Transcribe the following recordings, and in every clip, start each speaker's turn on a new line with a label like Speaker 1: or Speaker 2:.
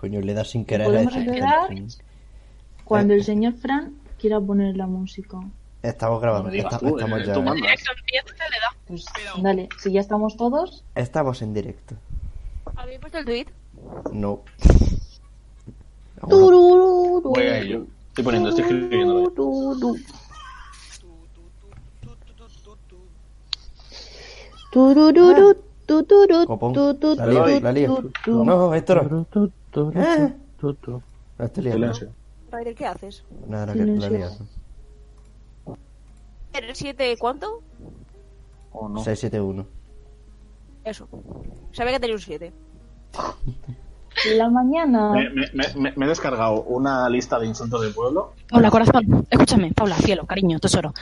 Speaker 1: Coño, le da sin querer.
Speaker 2: Podemos
Speaker 1: a ese
Speaker 2: acelerar.
Speaker 1: cantín.
Speaker 2: Cuando
Speaker 1: Eh.
Speaker 2: el señor Fran quiera poner la música.
Speaker 1: Estamos
Speaker 3: No
Speaker 1: grabando.
Speaker 3: digas
Speaker 1: esta-
Speaker 3: tú,
Speaker 1: estamos,
Speaker 3: eh,
Speaker 1: ya-
Speaker 3: tú mandas.
Speaker 4: Eso empieza, le da.
Speaker 2: Pues dale, si ya estamos todos,
Speaker 1: estamos en directo.
Speaker 4: ¿Habéis puesto el tweet?
Speaker 1: No.
Speaker 2: Turururu.
Speaker 3: Voy a ello. Estoy poniendo, estoy escribiéndolo.
Speaker 2: Turururu. Turururu, tuturu,
Speaker 1: Ah. Copón.
Speaker 2: tu, tu,
Speaker 1: La lío,
Speaker 2: tu,
Speaker 1: la lío.
Speaker 2: tu, tu.
Speaker 1: No, esto no. Ah.
Speaker 5: Tutu.
Speaker 1: No estoy liando.
Speaker 3: Silencio.
Speaker 4: Ryder, ¿qué haces?
Speaker 1: No, no, que la
Speaker 2: Silencio.
Speaker 1: lío.
Speaker 4: ¿El 7 cuánto?
Speaker 3: O no.
Speaker 1: 671.
Speaker 4: Eso. Sabía que tenía un 7.
Speaker 2: La
Speaker 6: Ah.
Speaker 2: mañana.
Speaker 3: Me, me- me- me- me he descargado una lista de insultos del pueblo.
Speaker 6: Hola, corazón. Escúchame, Paula, cielo, cariño, tesoro.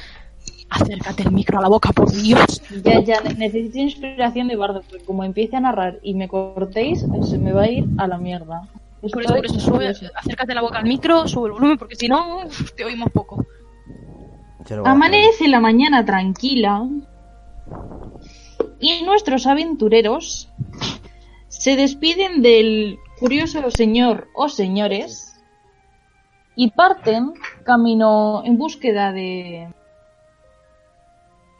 Speaker 6: Acércate el micro a la boca, por Dios.
Speaker 2: Ya, ya, necesito inspiración de Bardo, porque como empiece a narrar y me cortéis, se me va a ir a la mierda.
Speaker 6: Por eso, por eso, sube, acércate la boca al micro, sube el volumen, porque si no, uf, te oímos poco.
Speaker 1: Ya lo voy a
Speaker 2: Amanece la mañana tranquila y nuestros aventureros se despiden del curioso señor o señores y parten camino en búsqueda de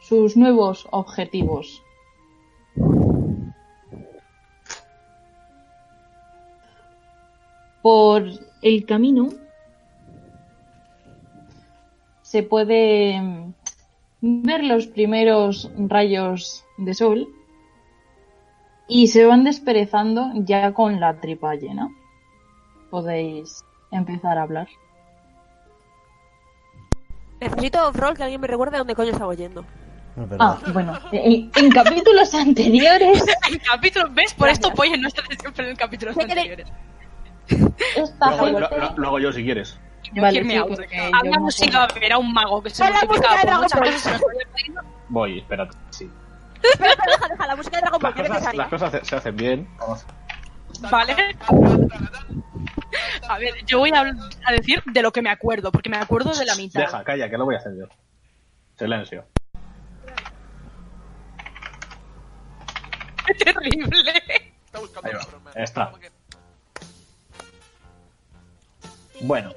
Speaker 2: sus nuevos objetivos. Por el camino se puede mm, ver los primeros rayos de sol y se van desperezando ya con la tripa llena. Podéis empezar a hablar.
Speaker 4: Necesito off-roll que alguien me recuerde a dónde coño estaba yendo.
Speaker 1: No, es verdad.
Speaker 2: Ah, bueno, en, en capítulos anteriores
Speaker 6: El capítulo, ¿ves? Por esto Pollen no está siempre en el capítulo
Speaker 4: Sé que le-
Speaker 6: anterior.
Speaker 2: esta
Speaker 3: Luego,
Speaker 2: gente...
Speaker 3: lo, lo- lo hago yo si quieres.
Speaker 6: Yo
Speaker 2: Vale,
Speaker 6: irme
Speaker 2: chicos,
Speaker 6: out.
Speaker 2: que yo
Speaker 6: Había
Speaker 2: no
Speaker 6: música, era un mago que se
Speaker 4: Pon la
Speaker 6: multiplicaba por
Speaker 4: música
Speaker 6: muchas
Speaker 4: de
Speaker 6: cosas. y nos podía pedir.
Speaker 3: Voy, espérate. Sí.
Speaker 4: Espera, espera, deja, deja, la música de Dragon Ball,
Speaker 3: Las
Speaker 4: que no te
Speaker 3: cosas, las
Speaker 4: salga.
Speaker 3: cosas se- se hacen bien. Vamos.
Speaker 6: ¿Vale? A ver, yo voy a, habl- a decir de lo que me acuerdo, porque me acuerdo de la mitad.
Speaker 3: Deja, calla, que lo voy a hacer yo. Silencio.
Speaker 6: ¡Qué terrible!
Speaker 7: Está buscando
Speaker 3: Ahí va.
Speaker 7: la broma.
Speaker 3: Está. Bueno,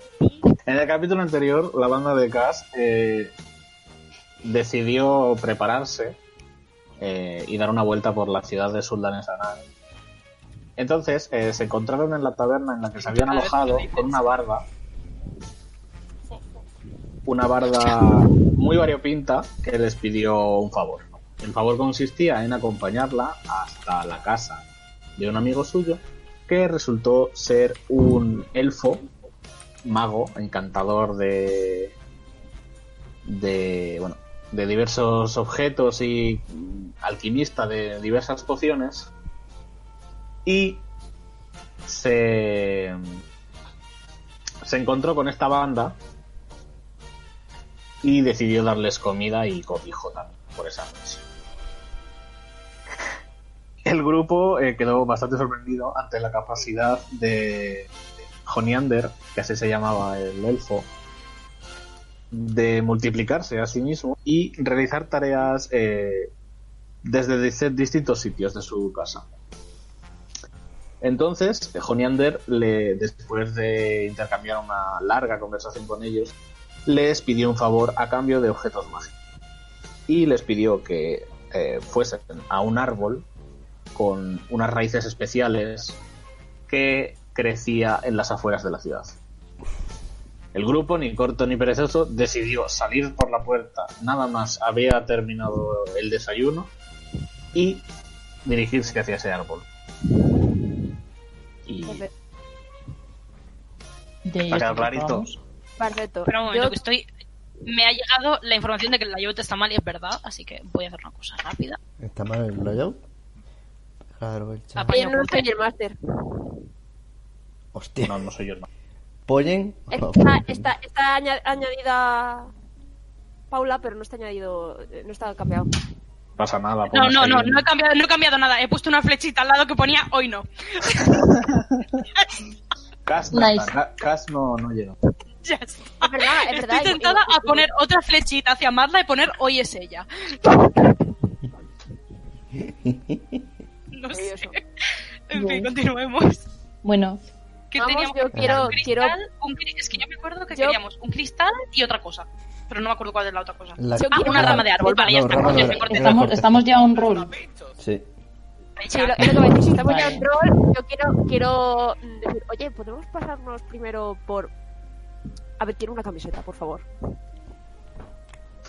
Speaker 3: en el capítulo anterior, la banda de Cass eh, decidió prepararse eh, y dar una vuelta por la ciudad de Sultan Esanar. Entonces, eh, se encontraron en la taberna en la que se habían alojado con una barda. Una barda muy variopinta que les pidió un favor. El favor consistía en acompañarla hasta la casa de un amigo suyo que resultó ser un elfo mago, encantador de. de. bueno, de diversos objetos y mm, alquimista de diversas pociones. Y se. se encontró con esta banda y decidió darles comida y cobijo también por esa noche. El grupo eh, quedó bastante sorprendido ante la capacidad de, Joniander, que así se llamaba el elfo, de multiplicarse a sí mismo y realizar tareas eh, desde dis- distintos sitios de su casa. Entonces, Joniander, le, después de intercambiar una larga conversación con ellos, les pidió un favor a cambio de objetos mágicos. Y les pidió que eh, fuesen a un árbol con unas raíces especiales que crecía en las afueras de la ciudad. El grupo, ni corto ni perezoso, decidió salir por la puerta. Nada más había terminado el desayuno y dirigirse hacia ese árbol. Y
Speaker 2: Ya, ya
Speaker 3: para quedar
Speaker 2: está,
Speaker 3: clarito,
Speaker 2: vamos.
Speaker 4: Perfecto.
Speaker 6: Pero un momento,
Speaker 4: Yo-
Speaker 6: que estoy. Me ha llegado la información de que la Yote está mal y es verdad, así que voy a hacer una cosa rápida.
Speaker 1: ¿Está mal el rollout? Claro, el chat.
Speaker 6: Apa-
Speaker 4: Yo no soy el máster.
Speaker 1: Hostia.
Speaker 3: no, no soy yo. no.
Speaker 1: ¿Pollen?
Speaker 4: Está, está, está aña- añadida Paula, pero no está añadido, eh, no está cambiado.
Speaker 3: Pasa nada.
Speaker 6: No,
Speaker 3: pones
Speaker 6: no,
Speaker 3: ahí
Speaker 6: no,
Speaker 3: un-
Speaker 6: no he cambiado, no he cambiado nada. He puesto una flechita al lado que ponía hoy no.
Speaker 3: Cas no,
Speaker 2: Nice.
Speaker 3: está, Ca- Cas no, no llega.
Speaker 6: Ya está.
Speaker 4: Es verdad, es verdad.
Speaker 6: Estoy tentada a poner otra flechita hacia Marla y poner hoy es ella. No sé.
Speaker 4: Maravilloso.
Speaker 6: En fin, continuemos.
Speaker 2: Bueno,
Speaker 6: que
Speaker 4: Vamos,
Speaker 6: teníamos
Speaker 4: yo
Speaker 6: un
Speaker 4: quiero-
Speaker 6: cristal, un cri- es que yo me acuerdo que
Speaker 4: Yo-
Speaker 6: queríamos un cristal y otra cosa, pero no me acuerdo cuál es la otra cosa.
Speaker 1: La-
Speaker 4: Yo
Speaker 6: Ah,
Speaker 4: quiero-
Speaker 6: una rama de árbol, vale, ya
Speaker 1: No,
Speaker 6: está,
Speaker 1: rama
Speaker 6: corté,
Speaker 1: de-
Speaker 6: me corté.
Speaker 1: rama-
Speaker 2: Estamos, estamos ya a un rol.
Speaker 1: Sí.
Speaker 6: Ahí
Speaker 4: Sí,
Speaker 6: ya.
Speaker 4: lo, lo que voy a decir, si estamos ya en
Speaker 2: Vale.
Speaker 4: rol, yo quiero, quiero mm, decir, oye, ¿podemos pasarnos primero por... A ver, quiero una camiseta, por favor.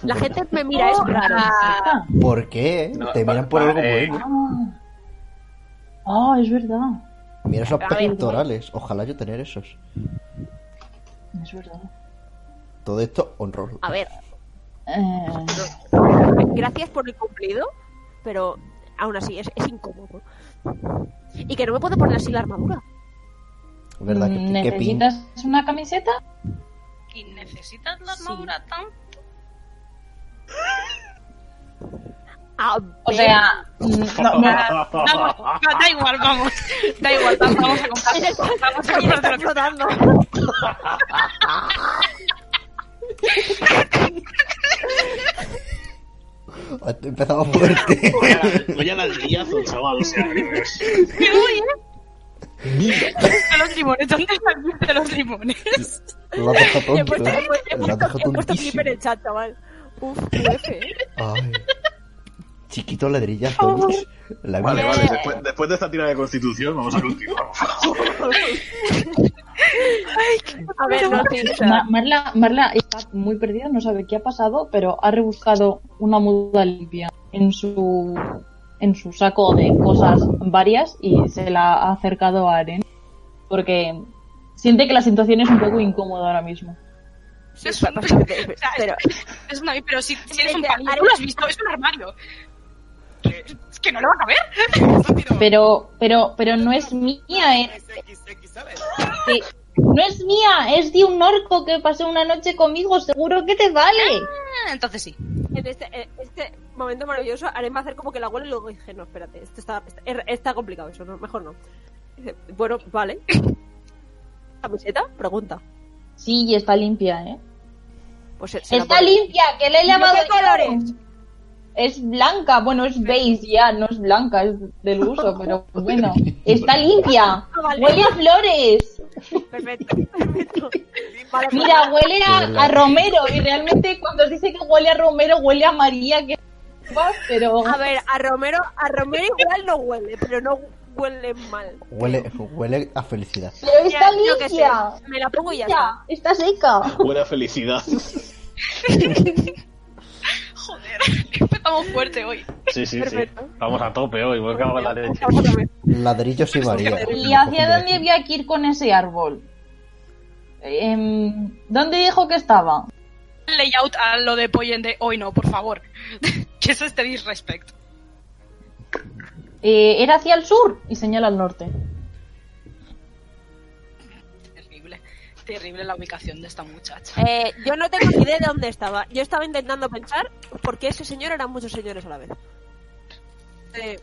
Speaker 4: La gente me mira, es raro.
Speaker 6: Oh,
Speaker 2: Ah,
Speaker 1: ¿Por qué?
Speaker 3: No,
Speaker 1: Te
Speaker 3: va-
Speaker 1: miran por
Speaker 3: va,
Speaker 1: algo
Speaker 3: eh.
Speaker 1: bueno.
Speaker 2: Ah, es verdad.
Speaker 1: Mira esos
Speaker 4: A ver.
Speaker 1: pectorales. Ojalá yo tener esos.
Speaker 2: Es verdad.
Speaker 1: Todo esto on roll.
Speaker 4: A ver,
Speaker 2: Eh,
Speaker 4: gracias por el cumplido, pero aún así es, es incómodo. Y que no me puedo poner así la armadura.
Speaker 1: ¿Verdad? Que, que pin-
Speaker 2: ¿Necesitas una camiseta?
Speaker 6: ¿Y necesitas la
Speaker 4: Sí.
Speaker 6: armadura tan?
Speaker 4: A
Speaker 2: O
Speaker 4: ver,
Speaker 2: sea, mm, no, no,
Speaker 6: Vamos, va, da igual, vamos. Da igual, va- vamos a
Speaker 4: en el-
Speaker 6: comprar. Vamos a
Speaker 4: en el-
Speaker 6: comprar
Speaker 4: está
Speaker 6: de lo
Speaker 4: flotando.
Speaker 1: Empezamos fuerte.
Speaker 3: Voy a dar guillazo, chaval. O sea,
Speaker 6: que voy, ¿eh? De los limones, ¿dónde están de los limones?
Speaker 1: Lo has dejado tonto.
Speaker 4: He
Speaker 1: ¿eh?
Speaker 4: puesto, he puesto- he
Speaker 1: Lo has dejado
Speaker 4: puesto- he puesto clip
Speaker 1: tontísimo.
Speaker 4: en el chat, chaval. Uf, UF, eh.
Speaker 1: Ay. Chiquito ladrillazo. ups. La
Speaker 3: Vale,
Speaker 1: mía.
Speaker 3: vale. Después, después de esta tira de constitución, vamos a continuar. por favor.
Speaker 4: A ver, no, sí, o sea,
Speaker 2: Ma- Marla, Marla está muy perdida, no sabe qué ha pasado, pero ha rebuscado una muda limpia en su en su saco de cosas varias y se la ha acercado a Aren porque siente que la situación es un poco incómoda ahora mismo.
Speaker 4: sí,
Speaker 6: Es un-
Speaker 4: bastante,
Speaker 6: o sea,
Speaker 4: pero-
Speaker 6: Es una, pero si, si
Speaker 4: Hombre,
Speaker 6: eres un
Speaker 4: ya,
Speaker 6: pan,
Speaker 4: ya.
Speaker 6: tú lo has visto, es un armario. Que- Es que no lo van a ver. Rápido.
Speaker 2: Pero pero pero no es mía, eh. Sí. no es mía, es de un orco que pasó una noche conmigo, seguro que te vale.
Speaker 6: Ah, Entonces sí.
Speaker 4: en este, en este momento maravilloso, Aren va a hacer como que la huele y luego dije, no, espérate, esto está, está, er- está complicado eso, no, mejor no. Dice, Bueno, vale. ¿Camiseta? Pregunta.
Speaker 2: Sí, y está limpia, ¿eh?
Speaker 4: Pues se- se la
Speaker 2: Está
Speaker 4: pone.
Speaker 2: limpia, que le he llamado
Speaker 4: qué
Speaker 2: yo.
Speaker 4: colores?
Speaker 2: Es blanca, bueno, es beige ya, no es blanca, es del uso, pero bueno, está limpia.
Speaker 4: Ah, vale.
Speaker 2: Huele a flores.
Speaker 4: Perfecto, perfecto. Vale,
Speaker 2: Mira, huele
Speaker 1: Huele
Speaker 2: a,
Speaker 1: a-
Speaker 2: a Romero y realmente cuando dice que huele a Romero, huele a María que pero
Speaker 4: A ver, a Romero, a Romero igual no huele, pero no huele mal.
Speaker 1: Huele, huele a felicidad.
Speaker 2: pero está
Speaker 4: Ya, yo qué sé,
Speaker 2: limpia.
Speaker 4: Me la pongo y ya está.
Speaker 2: Ya, está seca.
Speaker 3: Buena felicidad.
Speaker 6: Joder, estamos fuerte hoy.
Speaker 3: Sí, sí,
Speaker 4: Perfecto.
Speaker 3: sí. Vamos a tope hoy. Voy a acabar la leche.
Speaker 4: Vamos a ver.
Speaker 1: Ladrillos y María.
Speaker 2: ¿Y hacia dónde había que ir con ese árbol? Em, ¿Dónde dijo que estaba?
Speaker 6: Layout a lo de Poyen de hoy no, por favor. que es este disrespect.
Speaker 2: Eh, era hacia el sur y señala al norte.
Speaker 6: Terrible. Terrible la ubicación de esta muchacha.
Speaker 4: Eh, yo no tengo ni idea de dónde estaba. Yo estaba intentando pensar por qué ese señor eran muchos señores a la vez. Eh,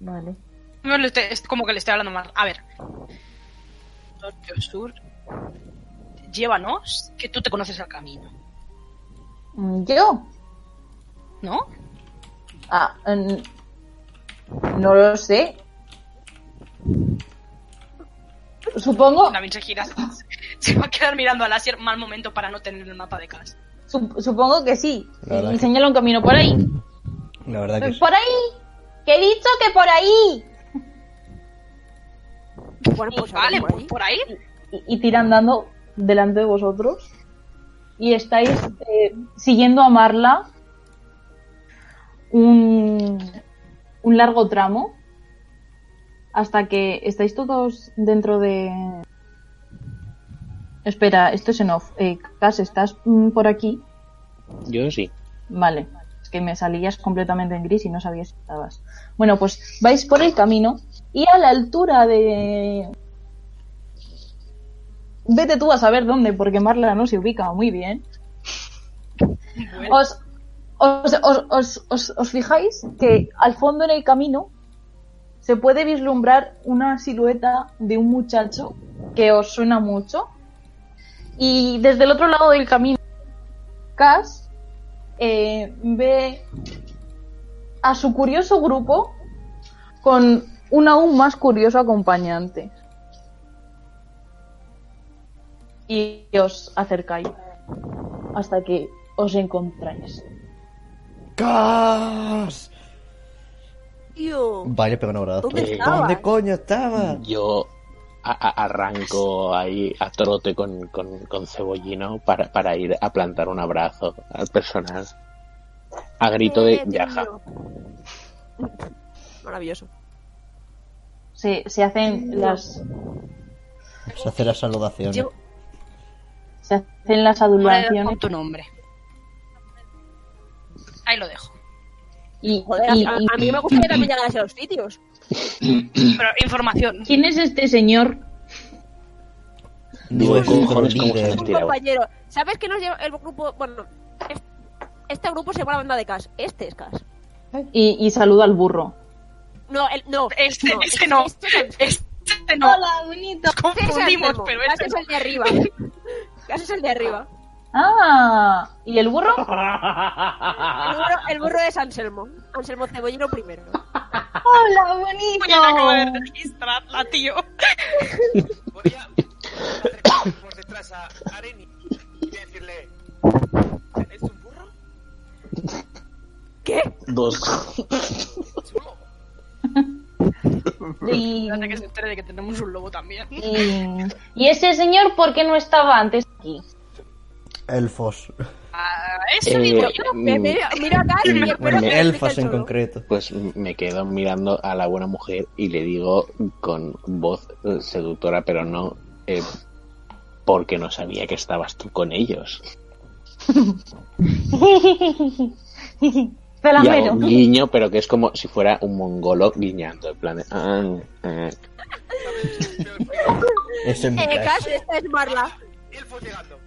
Speaker 2: Vale.
Speaker 6: No le estoy- es como que le estoy hablando mal. A ver. Norte o sur. Llévanos, que tú te conoces el camino.
Speaker 2: Mm, ¿Yo?
Speaker 6: ¿No?
Speaker 2: Ah, mm, no lo sé. Supongo,
Speaker 6: También se gira. Se va a quedar mirando al láser. Mal momento para no tener el mapa de casa.
Speaker 2: sup- supongo que sí.
Speaker 1: La verdad
Speaker 2: Y
Speaker 1: que-
Speaker 2: señala un camino por ahí.
Speaker 1: este. La verdad que sí.
Speaker 2: Por ahí. Que he dicho que por ahí.
Speaker 4: bueno,
Speaker 6: Pues
Speaker 4: pues
Speaker 6: vale,
Speaker 4: ahora por ahí.
Speaker 6: pues por ahí.
Speaker 2: Y, y tira andando delante de vosotros. Y estáis eh, siguiendo a Marla un, un largo tramo hasta que estáis todos dentro de... Espera, esto es en off. Eh, Cas, ¿estás mm, por aquí?
Speaker 8: Yo sí.
Speaker 2: Vale, es que me salías completamente en gris y no sabías si estabas. Bueno, pues vais por el camino y a la altura de... Vete tú a saber dónde, porque Marla no se ubica muy bien. Os, os, os- os- os- os fijáis que al fondo en el camino se puede vislumbrar una silueta de un muchacho que os suena mucho. Y desde el otro lado del camino, Cass eh, ve a su curioso grupo con un aún más curioso acompañante. y os acercáis hasta que os encontráis.
Speaker 1: ¡Cas!
Speaker 4: Tío.
Speaker 1: Vale, pega un abrazo.
Speaker 4: ¿Dónde estabas?
Speaker 1: ¿Dónde coño estaba?
Speaker 7: Yo a- a- arranco ahí a trote con, con, con Cebollino para, para ir a plantar un abrazo al personal. A grito de
Speaker 4: Eh, Dios
Speaker 7: yaja.
Speaker 4: mío. Maravilloso.
Speaker 2: Se, se hacen las
Speaker 1: Se hace la saludación.
Speaker 4: Llego-
Speaker 2: se hacen las
Speaker 6: Ahora
Speaker 2: adulaciones
Speaker 6: con tu nombre. Ahí lo dejo.
Speaker 2: y,
Speaker 4: Joder,
Speaker 2: y-
Speaker 4: a,
Speaker 2: y-
Speaker 4: a mí me gustaría también llegar a los sitios.
Speaker 5: Pero información.
Speaker 2: ¿Quién es este señor?
Speaker 7: Digo,
Speaker 1: No es
Speaker 7: cojones, ¿cómo se
Speaker 1: líder.
Speaker 7: nos
Speaker 4: Un
Speaker 7: Tirado.
Speaker 4: compañero. ¿Sabes que nos lleva el grupo? Bueno, es- este grupo se llama la banda de Cas. Este es Cas.
Speaker 2: Y, y saluda al burro.
Speaker 4: No, el, no.
Speaker 5: Este,
Speaker 4: no,
Speaker 5: este no.
Speaker 4: Este es el-
Speaker 5: Este no.
Speaker 2: bonito.
Speaker 5: Nos confundimos,
Speaker 4: Cas
Speaker 5: pero
Speaker 4: es
Speaker 5: este
Speaker 4: el
Speaker 5: no.
Speaker 4: de arriba. Cas es el de arriba.
Speaker 2: Ah, ¿y el burro?
Speaker 5: Ah.
Speaker 4: El burro, el burro es Anselmo. Anselmo Cebollino primero.
Speaker 2: Hola,
Speaker 5: Oye, la acabo de
Speaker 2: bonito.
Speaker 5: registrarla, tío.
Speaker 9: Voy a acercarme por detrás a Areni y decirle: ¿Es un burro?
Speaker 4: ¿Qué?
Speaker 1: Eh,
Speaker 3: Dos.
Speaker 9: Chulo.
Speaker 2: Y,
Speaker 5: Antes que se entere de que tenemos un lobo también.
Speaker 2: y- y ese señor por qué no estaba antes aquí?
Speaker 1: Elfos.
Speaker 5: Ah, eso
Speaker 7: Eh,
Speaker 5: digo yo.
Speaker 4: Yo,
Speaker 7: Mm.
Speaker 4: me- mira, mira a Cas y espero que
Speaker 1: Elfas mm,
Speaker 4: explique
Speaker 1: en
Speaker 4: el todo.
Speaker 1: concreto.
Speaker 7: Pues me quedo mirando a la buena mujer y le digo con voz eh, seductora, pero no eh, porque no sabía que estabas tú con ellos.
Speaker 2: Te la
Speaker 7: Y hago
Speaker 2: mero.
Speaker 7: un guiño, pero que es como si fuera un mongolo guiñando, en plan de... "Ah, ah".
Speaker 9: ¿Sabes? Peor que
Speaker 1: Es en mi
Speaker 4: Eh,
Speaker 1: casa.
Speaker 4: Cas, esta es Marla.
Speaker 9: elfos llegando.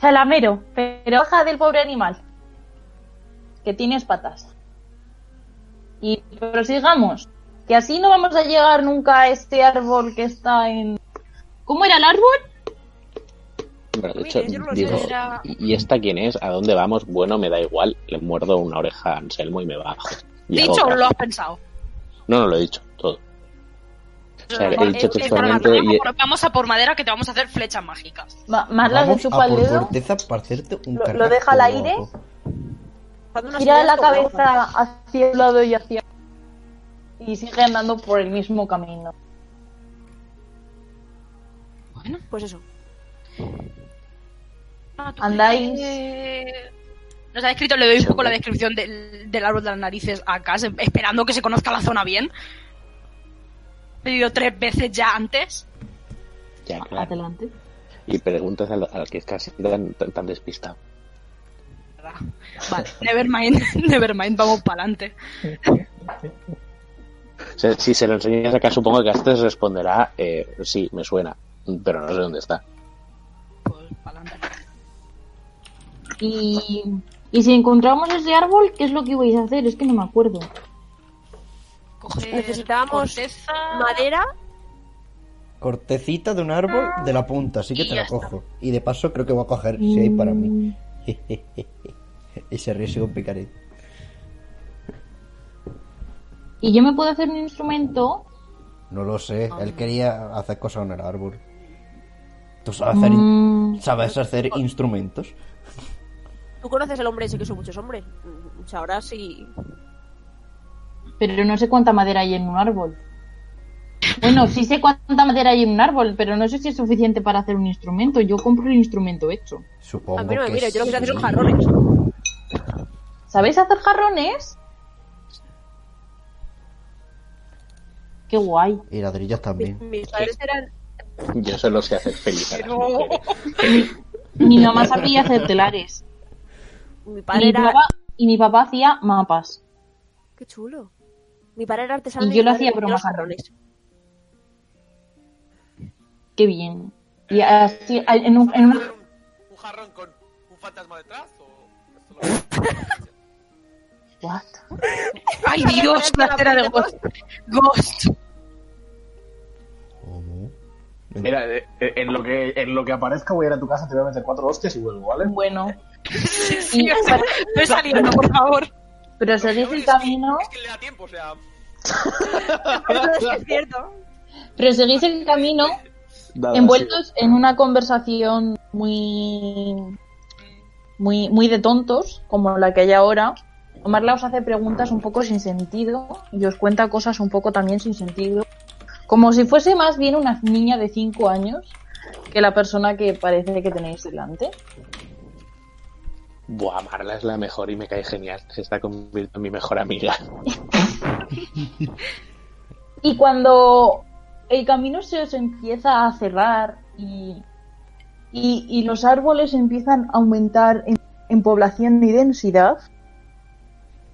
Speaker 2: Salamero, pero baja del pobre animal. Que tienes patas. Y prosigamos. Que así no vamos a llegar nunca a este árbol que está en. ¿Cómo era el árbol?
Speaker 7: Pero de
Speaker 4: Mira,
Speaker 7: hecho,
Speaker 4: yo no lo sé,
Speaker 7: digo,
Speaker 4: era-
Speaker 7: ¿y esta quién es? ¿A dónde vamos? Bueno, me da igual, le muerdo una oreja a Anselmo y me bajo. Y hago
Speaker 6: ¿Dicho o
Speaker 7: otra.
Speaker 6: lo has pensado?
Speaker 7: No, no lo he dicho, todo. O sea, he
Speaker 4: Vale,
Speaker 7: dicho
Speaker 4: eh,
Speaker 7: textualmente...
Speaker 4: eh,
Speaker 7: y-
Speaker 6: Vamos a por madera pues que te vamos a hacer flechas mágicas.
Speaker 2: Ma- Marla le
Speaker 1: Vamos a
Speaker 2: chupa el
Speaker 1: por
Speaker 2: dedo,
Speaker 1: corteza para hacerte un
Speaker 2: Lo- lo
Speaker 1: carrasco
Speaker 2: deja al
Speaker 1: guapo.
Speaker 2: aire.
Speaker 4: Dando unas
Speaker 2: gira
Speaker 4: ideas
Speaker 2: la
Speaker 4: como
Speaker 2: cabeza
Speaker 4: locas.
Speaker 2: hacia un lado y hacia. Y sigue andando por el mismo camino.
Speaker 6: Bueno,
Speaker 4: Pues eso.
Speaker 2: Andáis.
Speaker 6: Eh, Ah, Nos ha escrito, le doy un poco la descripción del, del árbol de las narices a Cas, esperando que se conozca la zona bien. He pedido tres veces ya antes.
Speaker 7: Ya, claro.
Speaker 2: Adelante.
Speaker 7: Y preguntas al, al que es casi tan, tan- tan despistado.
Speaker 6: Vale, nevermind, nevermind, vamos para adelante.
Speaker 7: O sea, si se lo enseñas acá, supongo que antes responderá, eh, sí, me suena, pero no sé dónde está.
Speaker 6: Pues pa'lante.
Speaker 2: Y. Y si encontramos ese árbol, ¿qué es lo que ibais a hacer? Es que no me acuerdo.
Speaker 6: Coger
Speaker 4: Necesitamos
Speaker 6: corteza,
Speaker 4: Madera,
Speaker 1: Cortecita de un árbol de la punta, así que
Speaker 6: Y
Speaker 1: te la
Speaker 6: ya está.
Speaker 1: cojo. Y de paso creo que voy a coger si hay para mí. y se ríe con picaret.
Speaker 2: Y yo me puedo hacer un instrumento
Speaker 1: No lo sé,
Speaker 4: Ah.
Speaker 1: él quería hacer cosas en el árbol. ¿Tú sabes hacer, in-
Speaker 2: Mm,
Speaker 1: sabes hacer instrumentos?
Speaker 4: tú conoces el hombre ese que son muchos hombres. Mm, Sabrás si.
Speaker 2: pero no sé cuánta madera hay en un árbol. Bueno, sí sé cuánta madera hay en un árbol, pero no sé si es suficiente para hacer un instrumento. Yo compro el instrumento hecho.
Speaker 1: Supongo
Speaker 4: A mí no me
Speaker 1: que
Speaker 4: mires, yo lo que sé hacer
Speaker 1: sí.
Speaker 4: son jarrones.
Speaker 2: ¿Sabéis hacer jarrones? Qué guay.
Speaker 1: Y ladrillos
Speaker 4: Mis,
Speaker 1: también.
Speaker 4: mis padres eran.
Speaker 7: Yo solo sé hacer feliz a las mujeres.
Speaker 2: Mi mamá sabía hacer telares.
Speaker 4: Mi
Speaker 2: Y
Speaker 4: padre
Speaker 2: mi,
Speaker 4: era.
Speaker 2: papá, y mi papá hacía mapas.
Speaker 4: Qué chulo. Mi padre era artesano.
Speaker 2: Y
Speaker 4: mi
Speaker 2: yo lo
Speaker 4: madre
Speaker 2: hacía
Speaker 4: vendía
Speaker 2: bromas
Speaker 4: los jarrones.
Speaker 2: Qué bien. Y así, en un- en
Speaker 9: ¿Sabes
Speaker 2: una-
Speaker 9: hacer un, un jarrón con un fantasma detrás? ¿O esto lo-
Speaker 2: What?
Speaker 6: ¡Ay, Dios! La cera de Ghost. Ghost.
Speaker 1: ¿Cómo? Oh.
Speaker 3: Mira, eh, eh, en lo, que, en lo que aparezca voy a ir a tu casa, te voy a meter cuatro hostias y vuelvo, ¿vale?
Speaker 2: Bueno,
Speaker 6: Sí, o sea, estoy saliendo, por favor.
Speaker 2: pero
Speaker 9: Lo peor
Speaker 2: seguís
Speaker 9: es
Speaker 2: el
Speaker 9: que-
Speaker 2: camino.
Speaker 9: Es que le da tiempo, o sea.
Speaker 4: Eso es cierto.
Speaker 2: Pero seguís el camino
Speaker 3: Nada,
Speaker 2: envueltos en una conversación muy, muy, muy de tontos, como la que hay ahora. Omarla os hace preguntas un poco sin sentido y os cuenta cosas un poco también sin sentido. Como si fuese más bien una niña de 5 años que la persona que parece que tenéis delante.
Speaker 7: Buah, Marla es la mejor y me cae genial. Se está convirtiendo en mi mejor amiga.
Speaker 2: Y cuando el camino se os empieza a cerrar y, y, y los árboles empiezan a aumentar en, en población y densidad,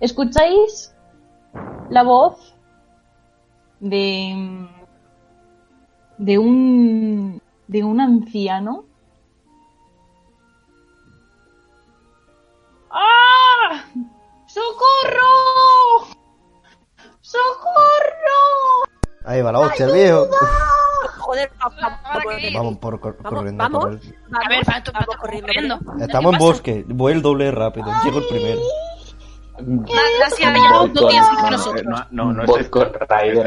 Speaker 2: escucháis la voz de, de un de un anciano. ¡Ah! ¡Socorro! ¡Socorro!
Speaker 1: Ahí va la hostia, el viejo.
Speaker 4: Joder, vamos, vamos,
Speaker 1: Vamos por cor-
Speaker 4: Vamos,
Speaker 1: corriendo.
Speaker 4: vamos.
Speaker 1: por el-
Speaker 6: A ver, para tu, para
Speaker 4: vamos corriendo.
Speaker 1: Estamos en bosque. Voy el doble rápido. Llego el primero.
Speaker 6: Gracias, ya no
Speaker 7: Bosco-
Speaker 6: tienes más que
Speaker 7: no,
Speaker 6: nosotros.
Speaker 3: Eh, No, no, no, es
Speaker 7: Bosco Rider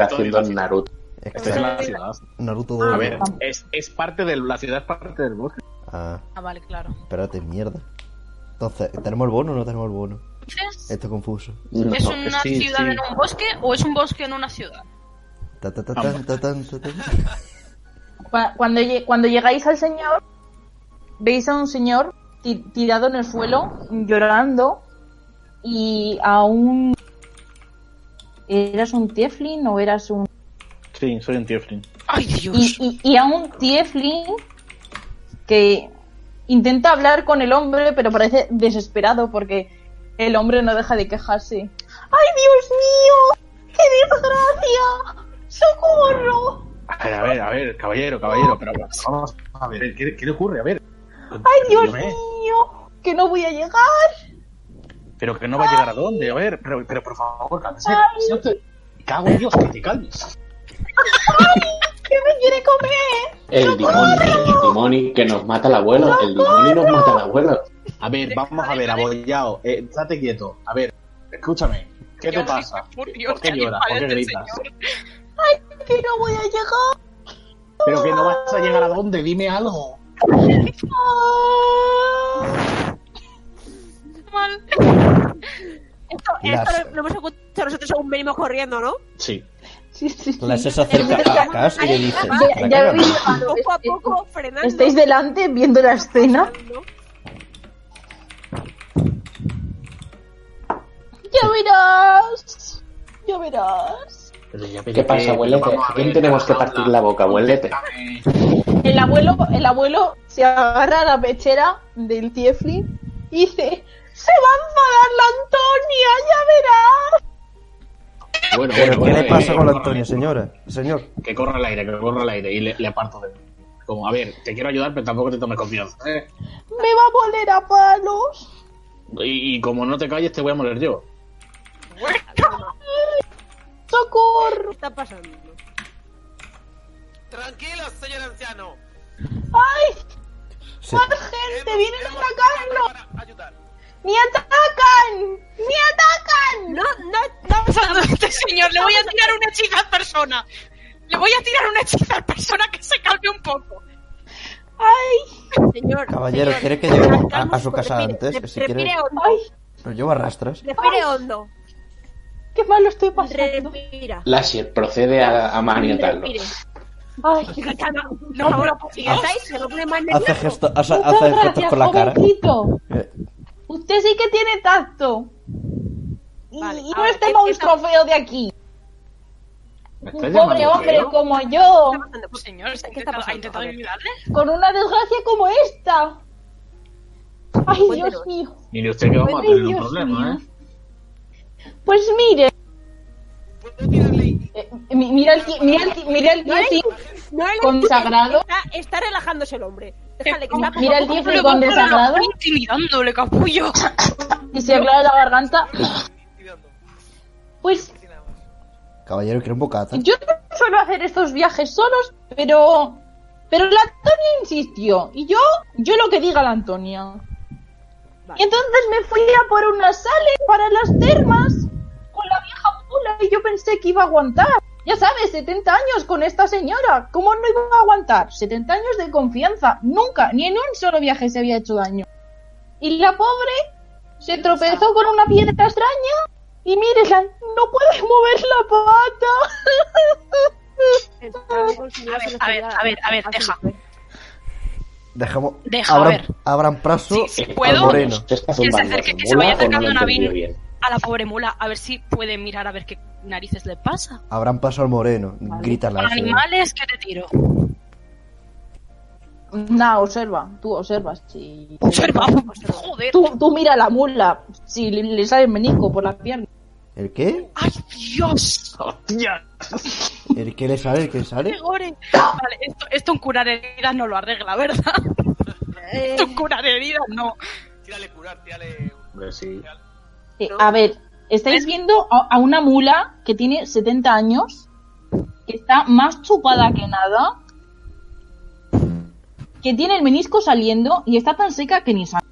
Speaker 3: Estoy
Speaker 7: haciendo
Speaker 3: todo
Speaker 7: Naruto.
Speaker 1: Es que
Speaker 6: Pues
Speaker 3: Esta es la ciudad.
Speaker 1: Naruto
Speaker 3: A
Speaker 1: doble.
Speaker 3: ver, es, es parte de la ciudad, es parte del bosque.
Speaker 1: Ah,
Speaker 6: Ah, vale, claro.
Speaker 1: espérate, mierda. Entonces, ¿tenemos el bono o no tenemos el bono?
Speaker 6: Entonces,
Speaker 1: Esto es confuso.
Speaker 7: No,
Speaker 6: ¿es una
Speaker 3: sí,
Speaker 6: ciudad
Speaker 3: sí.
Speaker 6: en un bosque o es un bosque en una ciudad?
Speaker 1: Ta, ta, ta, tan, ta, tan, ta, tan.
Speaker 2: Cua- Cuando, lle- cuando llegáis al señor, veis a un señor ti- tirado en el suelo, llorando, y a un... ¿Eras un tieflin o eras un...?
Speaker 3: Sí, soy un tiefling.
Speaker 6: Ay,
Speaker 2: Y,
Speaker 6: Dios.
Speaker 2: y- y a un tieflin que intenta hablar con el hombre, pero parece desesperado porque el hombre no deja de quejarse. ¡Ay, Dios mío! ¡Qué desgracia! ¡Socorro!
Speaker 3: A ver, a ver, a ver, caballero, caballero, pero vamos a ver, ¿qué, qué le ocurre? A ver.
Speaker 2: ¡Ay, Dios
Speaker 3: Dígame,
Speaker 2: mío! ¡Que no voy a llegar!
Speaker 3: Pero que no va a llegar a dónde, a ver, pero, pero por favor, cálmese. Yo te- Cago en Dios, que te calmes.
Speaker 2: ¡Que me quiere comer!
Speaker 7: El demonio, el demonio que nos mata al abuelo. El demonio nos mata al abuelo.
Speaker 3: A ver, vamos a ver, abollado, eh, estate quieto. A ver, escúchame, ¿qué te
Speaker 5: Dios,
Speaker 3: pasa?
Speaker 5: por
Speaker 3: ¿Por
Speaker 5: Dios,
Speaker 3: qué
Speaker 5: qué
Speaker 3: lloras? ¿Por qué
Speaker 5: animal es el
Speaker 3: gritas?
Speaker 2: ¡Que no voy a llegar!
Speaker 3: Pero que no vas a llegar a dónde, dime algo.
Speaker 5: Mal.
Speaker 4: Esto,
Speaker 1: Las-
Speaker 4: esto lo, lo hemos escuchado nosotros aún venimos corriendo, ¿no?
Speaker 3: Sí.
Speaker 2: Sí, sí, sí.
Speaker 1: Las se acerca a Cass y le dice:
Speaker 2: Ya,
Speaker 1: "La
Speaker 2: ya
Speaker 1: caga".
Speaker 2: habéis llegado.
Speaker 4: Poco a poco frenando.
Speaker 2: este, Estáis delante viendo la escena.
Speaker 4: frenando.
Speaker 2: ¡Ya verás! ¡Ya verás!
Speaker 7: ¿Qué pasa, abuelete? ¿A quién tenemos que partir la boca, abuelete?
Speaker 2: El abuelo, el abuelo se agarra a la pechera del Tieflin y dice: ¡Se va a enfadar la Antonia! ¡Ya verás!
Speaker 3: Bueno,
Speaker 1: ¿Pero qué
Speaker 3: bueno,
Speaker 1: le
Speaker 3: eh,
Speaker 1: pasa con la
Speaker 3: corre,
Speaker 1: Antonia, señora? Señor,
Speaker 3: Que corra el aire, que corra el aire y le, le aparto de mí. Como, a ver, te quiero ayudar, pero tampoco te tomes confianza. ¿eh?
Speaker 2: ¡Me va a moler a palos!
Speaker 3: Y, y como no te calles, te voy a moler yo.
Speaker 2: ¡Socorro!
Speaker 4: ¿Qué está pasando?
Speaker 9: Tranquilo, señor anciano.
Speaker 2: ¡Ay!
Speaker 1: se-
Speaker 2: ¡Más gente!
Speaker 9: Hemos-
Speaker 2: ¡Vienen a
Speaker 9: hemos
Speaker 2: atacarnos!
Speaker 9: llegado para ayudar.
Speaker 2: ¡Ni atacan! ¡Ni atacan!
Speaker 4: No, no, no.
Speaker 6: pasando este señor? Le voy a tirar un hechizo a persona. Le voy a tirar un hechizo a persona que se calme un poco.
Speaker 2: ¡Ay!
Speaker 4: Señor.
Speaker 1: Caballero,
Speaker 4: señor,
Speaker 1: ¿quiere que lleguemos a- a su
Speaker 4: calmos,
Speaker 1: casa
Speaker 4: respire,
Speaker 1: antes?
Speaker 4: re-
Speaker 1: Si quiere-
Speaker 4: Respire hondo.
Speaker 2: ¡Ay!
Speaker 1: lo llevo a rastras.
Speaker 4: Respire hondo.
Speaker 2: ¡Qué mal lo estoy pasando!
Speaker 4: Respira.
Speaker 7: Lasier, procede a, a maniatarlo.
Speaker 4: Respire.
Speaker 2: ¡Ay!
Speaker 6: No, ahora por Dios.
Speaker 4: ¿Estáis? Que no pone más
Speaker 1: Hace
Speaker 4: nervioso.
Speaker 1: gestos hace,
Speaker 2: Muchas
Speaker 1: hace gestos
Speaker 2: gracias,
Speaker 1: con la cara.
Speaker 2: jovencito.
Speaker 1: Eh,
Speaker 2: Usted sí que tiene tacto. Y,
Speaker 4: Vale,
Speaker 2: y no
Speaker 4: ahora,
Speaker 2: este
Speaker 4: ¿qué-
Speaker 2: monstruo feo de aquí.
Speaker 3: ¿Me
Speaker 2: Un
Speaker 3: estás
Speaker 2: pobre
Speaker 3: llamando
Speaker 2: hombre
Speaker 3: feo?
Speaker 2: como yo,
Speaker 4: ¿Qué está pasando? Pues,
Speaker 6: Señor, ¿ha
Speaker 4: ¿Qué está
Speaker 6: intentado, ha
Speaker 4: pasando? A
Speaker 6: intentado
Speaker 4: ver.
Speaker 6: ayudarle?
Speaker 2: con una desgracia como esta. ¡Ay,
Speaker 4: Cuéntenos.
Speaker 2: Dios mío!
Speaker 3: Mire usted que vamos a
Speaker 2: Ay,
Speaker 3: tener un
Speaker 2: Pues Dios
Speaker 3: problema,
Speaker 2: mío.
Speaker 3: ¿eh?
Speaker 2: Pues mire,
Speaker 9: ¿Puedo tirarle?
Speaker 2: eh, mi- mira el ti- mira el ti- mira el tiefling
Speaker 4: No le
Speaker 2: con desagrado.
Speaker 4: Está, está relajándose el hombre. Déjale que está poco
Speaker 2: Mira
Speaker 4: a
Speaker 2: el
Speaker 4: poco.
Speaker 2: tiefling con desagrado
Speaker 6: Intimidándole, capullo.
Speaker 2: y se aclara la garganta.
Speaker 9: Tirando.
Speaker 2: Pues
Speaker 9: Así nada más.
Speaker 1: Caballero, quiere un bocata.
Speaker 2: Yo no suelo hacer estos viajes solos, pero. Pero la Antonia insistió. Y yo, yo lo que diga la Antonia.
Speaker 4: Vale.
Speaker 2: Y entonces me fui a por unas sales para las termas con la vieja mula y yo pensé que iba a aguantar. Ya sabes, 70 años con esta señora. ¿Cómo no iba a aguantar? 70 años de confianza. Nunca, ni en un solo viaje se había hecho daño. Y la pobre se tropezó con una piedra extraña y mírela, no puedes mover la pata.
Speaker 6: A ver, a ver, a ver, a ver, deja.
Speaker 1: Dejamos.
Speaker 6: Deja, a
Speaker 1: abran,
Speaker 6: ver.
Speaker 1: abran brazo
Speaker 6: Sí, sí,
Speaker 1: al
Speaker 6: puedo.
Speaker 1: moreno.
Speaker 7: Se está
Speaker 6: Que se
Speaker 7: zumbando,
Speaker 6: acerque, que se
Speaker 7: mula,
Speaker 6: vaya
Speaker 7: o no lo
Speaker 6: acercando
Speaker 7: he
Speaker 6: Navin.
Speaker 7: entendido bien.
Speaker 6: A la pobre mula, a ver si puede mirar a ver qué narices le pasa.
Speaker 1: Abran paso al moreno. Grita la
Speaker 6: Con animales, ¿qué te tiro?
Speaker 2: No, observa, tú observas. Si...
Speaker 6: Observa, joder.
Speaker 2: Tú, tú mira a la mula, si le, le sale el menico por la pierna.
Speaker 1: ¿El qué?
Speaker 6: ¡Ay, Dios!
Speaker 1: ¿El qué le sale? ¿El que le
Speaker 6: ¡Qué
Speaker 1: sale?
Speaker 6: gore! Vale, esto, esto en curar heridas no lo arregla, ¿verdad? Esto en curar heridas no.
Speaker 9: Tírale curar, tírale.
Speaker 3: Hombre, sí.
Speaker 2: Eh, a ver, estáis viendo a, a una mula que tiene 70 años, que está más chupada que nada, que tiene el menisco saliendo y está tan seca que ni sale.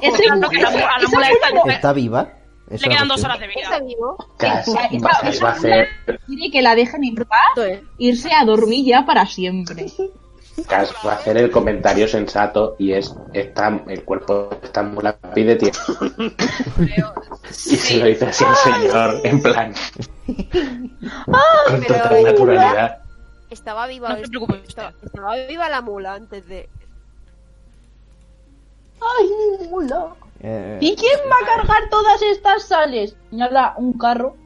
Speaker 2: Ese-
Speaker 6: A la- a la mula esta le-
Speaker 1: ¿Está viva? Esa
Speaker 6: le
Speaker 1: es la
Speaker 6: quedan dos
Speaker 1: cuestión.
Speaker 6: horas de
Speaker 4: ¿Está
Speaker 6: vida.
Speaker 4: vivo?
Speaker 7: Cas-
Speaker 2: Esa- esa-
Speaker 7: va-
Speaker 2: esa
Speaker 7: va a hacer-
Speaker 2: Quiere que la dejen en paz,
Speaker 4: Entonces,
Speaker 2: irse a dormir ya para siempre.
Speaker 7: Cas va a hacer el comentario sensato y es está, el cuerpo está muy pide tiempo. Y se lo dice así al señor, en plan. con
Speaker 4: pero-
Speaker 7: total naturalidad.
Speaker 4: Estaba viva.
Speaker 6: No te preocupes.
Speaker 4: Estaba, estaba viva la mula antes de.
Speaker 2: ¡Ay, mula!
Speaker 1: Eh,
Speaker 2: ¿Y quién va a cargar todas estas sales? Señala un carro.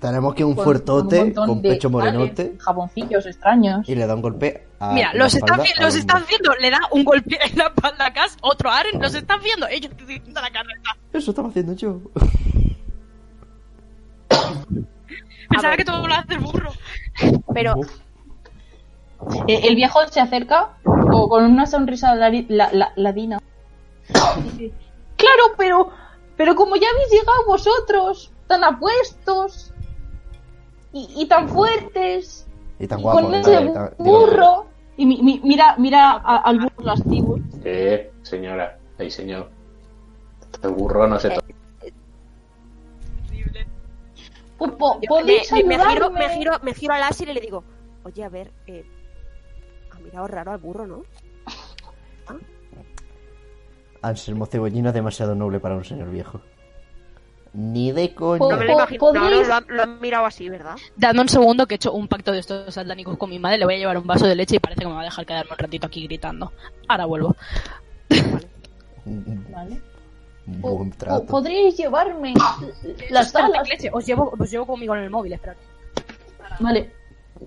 Speaker 1: tenemos que un
Speaker 2: con
Speaker 1: fuertote
Speaker 2: un montón
Speaker 1: con
Speaker 2: de
Speaker 1: pecho
Speaker 2: sales,
Speaker 1: morenote
Speaker 2: Jaboncillos extraños.
Speaker 1: y le da un golpe a
Speaker 6: Mira,
Speaker 1: la
Speaker 6: los está,
Speaker 1: espalda
Speaker 6: haci-
Speaker 1: a
Speaker 6: los
Speaker 1: un-
Speaker 6: está haciendo, le da un golpe en la espalda a Cas, otro a Aren, los están viendo, ellos te dicen a la carreta.
Speaker 1: Eso estaba haciendo yo.
Speaker 6: Pensaba
Speaker 4: ver.
Speaker 6: que todo lo haces burro.
Speaker 4: Pero
Speaker 2: Eh, El viejo se acerca o con una sonrisa lari- la- la- ladina. Dice, claro, pero, pero como ya habéis llegado vosotros, tan apuestos y, y tan fuertes,
Speaker 1: Y tan
Speaker 2: y
Speaker 1: guapo.
Speaker 2: con
Speaker 1: ¿eh?
Speaker 2: ese
Speaker 1: Y tan-
Speaker 2: burro, y mi- mi- mira, mira a- al burro lastivo.
Speaker 7: Eh, señora, ay señor. El burro no se
Speaker 2: Eh.
Speaker 7: toca.
Speaker 2: Po- po-
Speaker 4: me,
Speaker 2: ¿Podéis
Speaker 4: me- me giro,
Speaker 2: ayudarme?
Speaker 4: me, giro, me giro al Asir y le digo: Oye, a ver, eh, ha mirado raro al burro, ¿no?
Speaker 1: digo, Anselmo Cebollino es demasiado noble para un señor viejo. Ni de coña.
Speaker 2: No me lo imagino. No, no, lo
Speaker 4: han, mirado así, ¿verdad?
Speaker 6: Dadme un segundo que he hecho un pacto de estos satánicos con mi madre, le voy a llevar un vaso de leche y parece que me va a dejar quedarme un ratito aquí gritando. Ahora vuelvo.
Speaker 1: Un
Speaker 2: Vale. Po-
Speaker 1: Buen
Speaker 2: po-
Speaker 1: trato.
Speaker 2: ¿Podríais llevarme las alas?
Speaker 6: leche, os llevo, os llevo conmigo en el móvil, espera.
Speaker 2: Vale.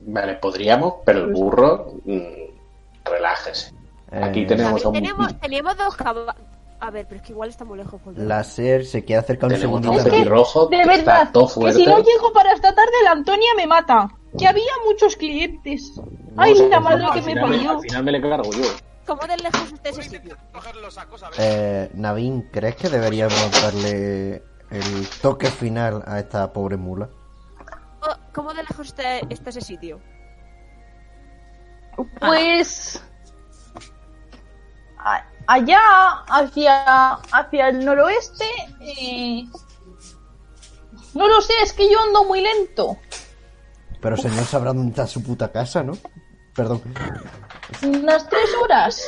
Speaker 7: Vale, podríamos, pero
Speaker 2: Pues-
Speaker 7: el burro. mm, relájese. Aquí
Speaker 1: Eh,
Speaker 7: tenemos a un.
Speaker 4: Tenemos, tenemos dos caba- A ver, pero es que igual está muy lejos. volver.
Speaker 1: Láser se queda cerca un
Speaker 7: Tenemos a un
Speaker 1: segundito.
Speaker 2: Es que-
Speaker 7: pelirrojo
Speaker 2: De
Speaker 7: que
Speaker 2: verdad,
Speaker 7: está todo
Speaker 2: que
Speaker 7: fuerte.
Speaker 2: si no llego para esta tarde, la Antonia me mata. Que había muchos clientes.
Speaker 7: No,
Speaker 2: Ay,
Speaker 7: sí,
Speaker 2: la
Speaker 7: sí,
Speaker 2: madre
Speaker 7: no,
Speaker 2: que
Speaker 3: al,
Speaker 2: me
Speaker 3: final, me-
Speaker 2: parió.
Speaker 3: al final me le cargo yo.
Speaker 4: ¿Cómo de lejos está ese
Speaker 9: Voy a
Speaker 4: sitio?
Speaker 9: intentar bajar los sacos, a ver.
Speaker 1: Eh, Navin, ¿crees que deberíamos darle el toque final a esta pobre mula?
Speaker 4: ¿Cómo- Oh, ¿Cómo de lejos está, está ese sitio?
Speaker 2: Pues. a- Allá, hacia, hacia el noroeste. eh, No lo sé, es que yo ando muy lento.
Speaker 1: Pero señor sabrá dónde está su puta casa, ¿no? Perdón.
Speaker 2: Unas tres horas.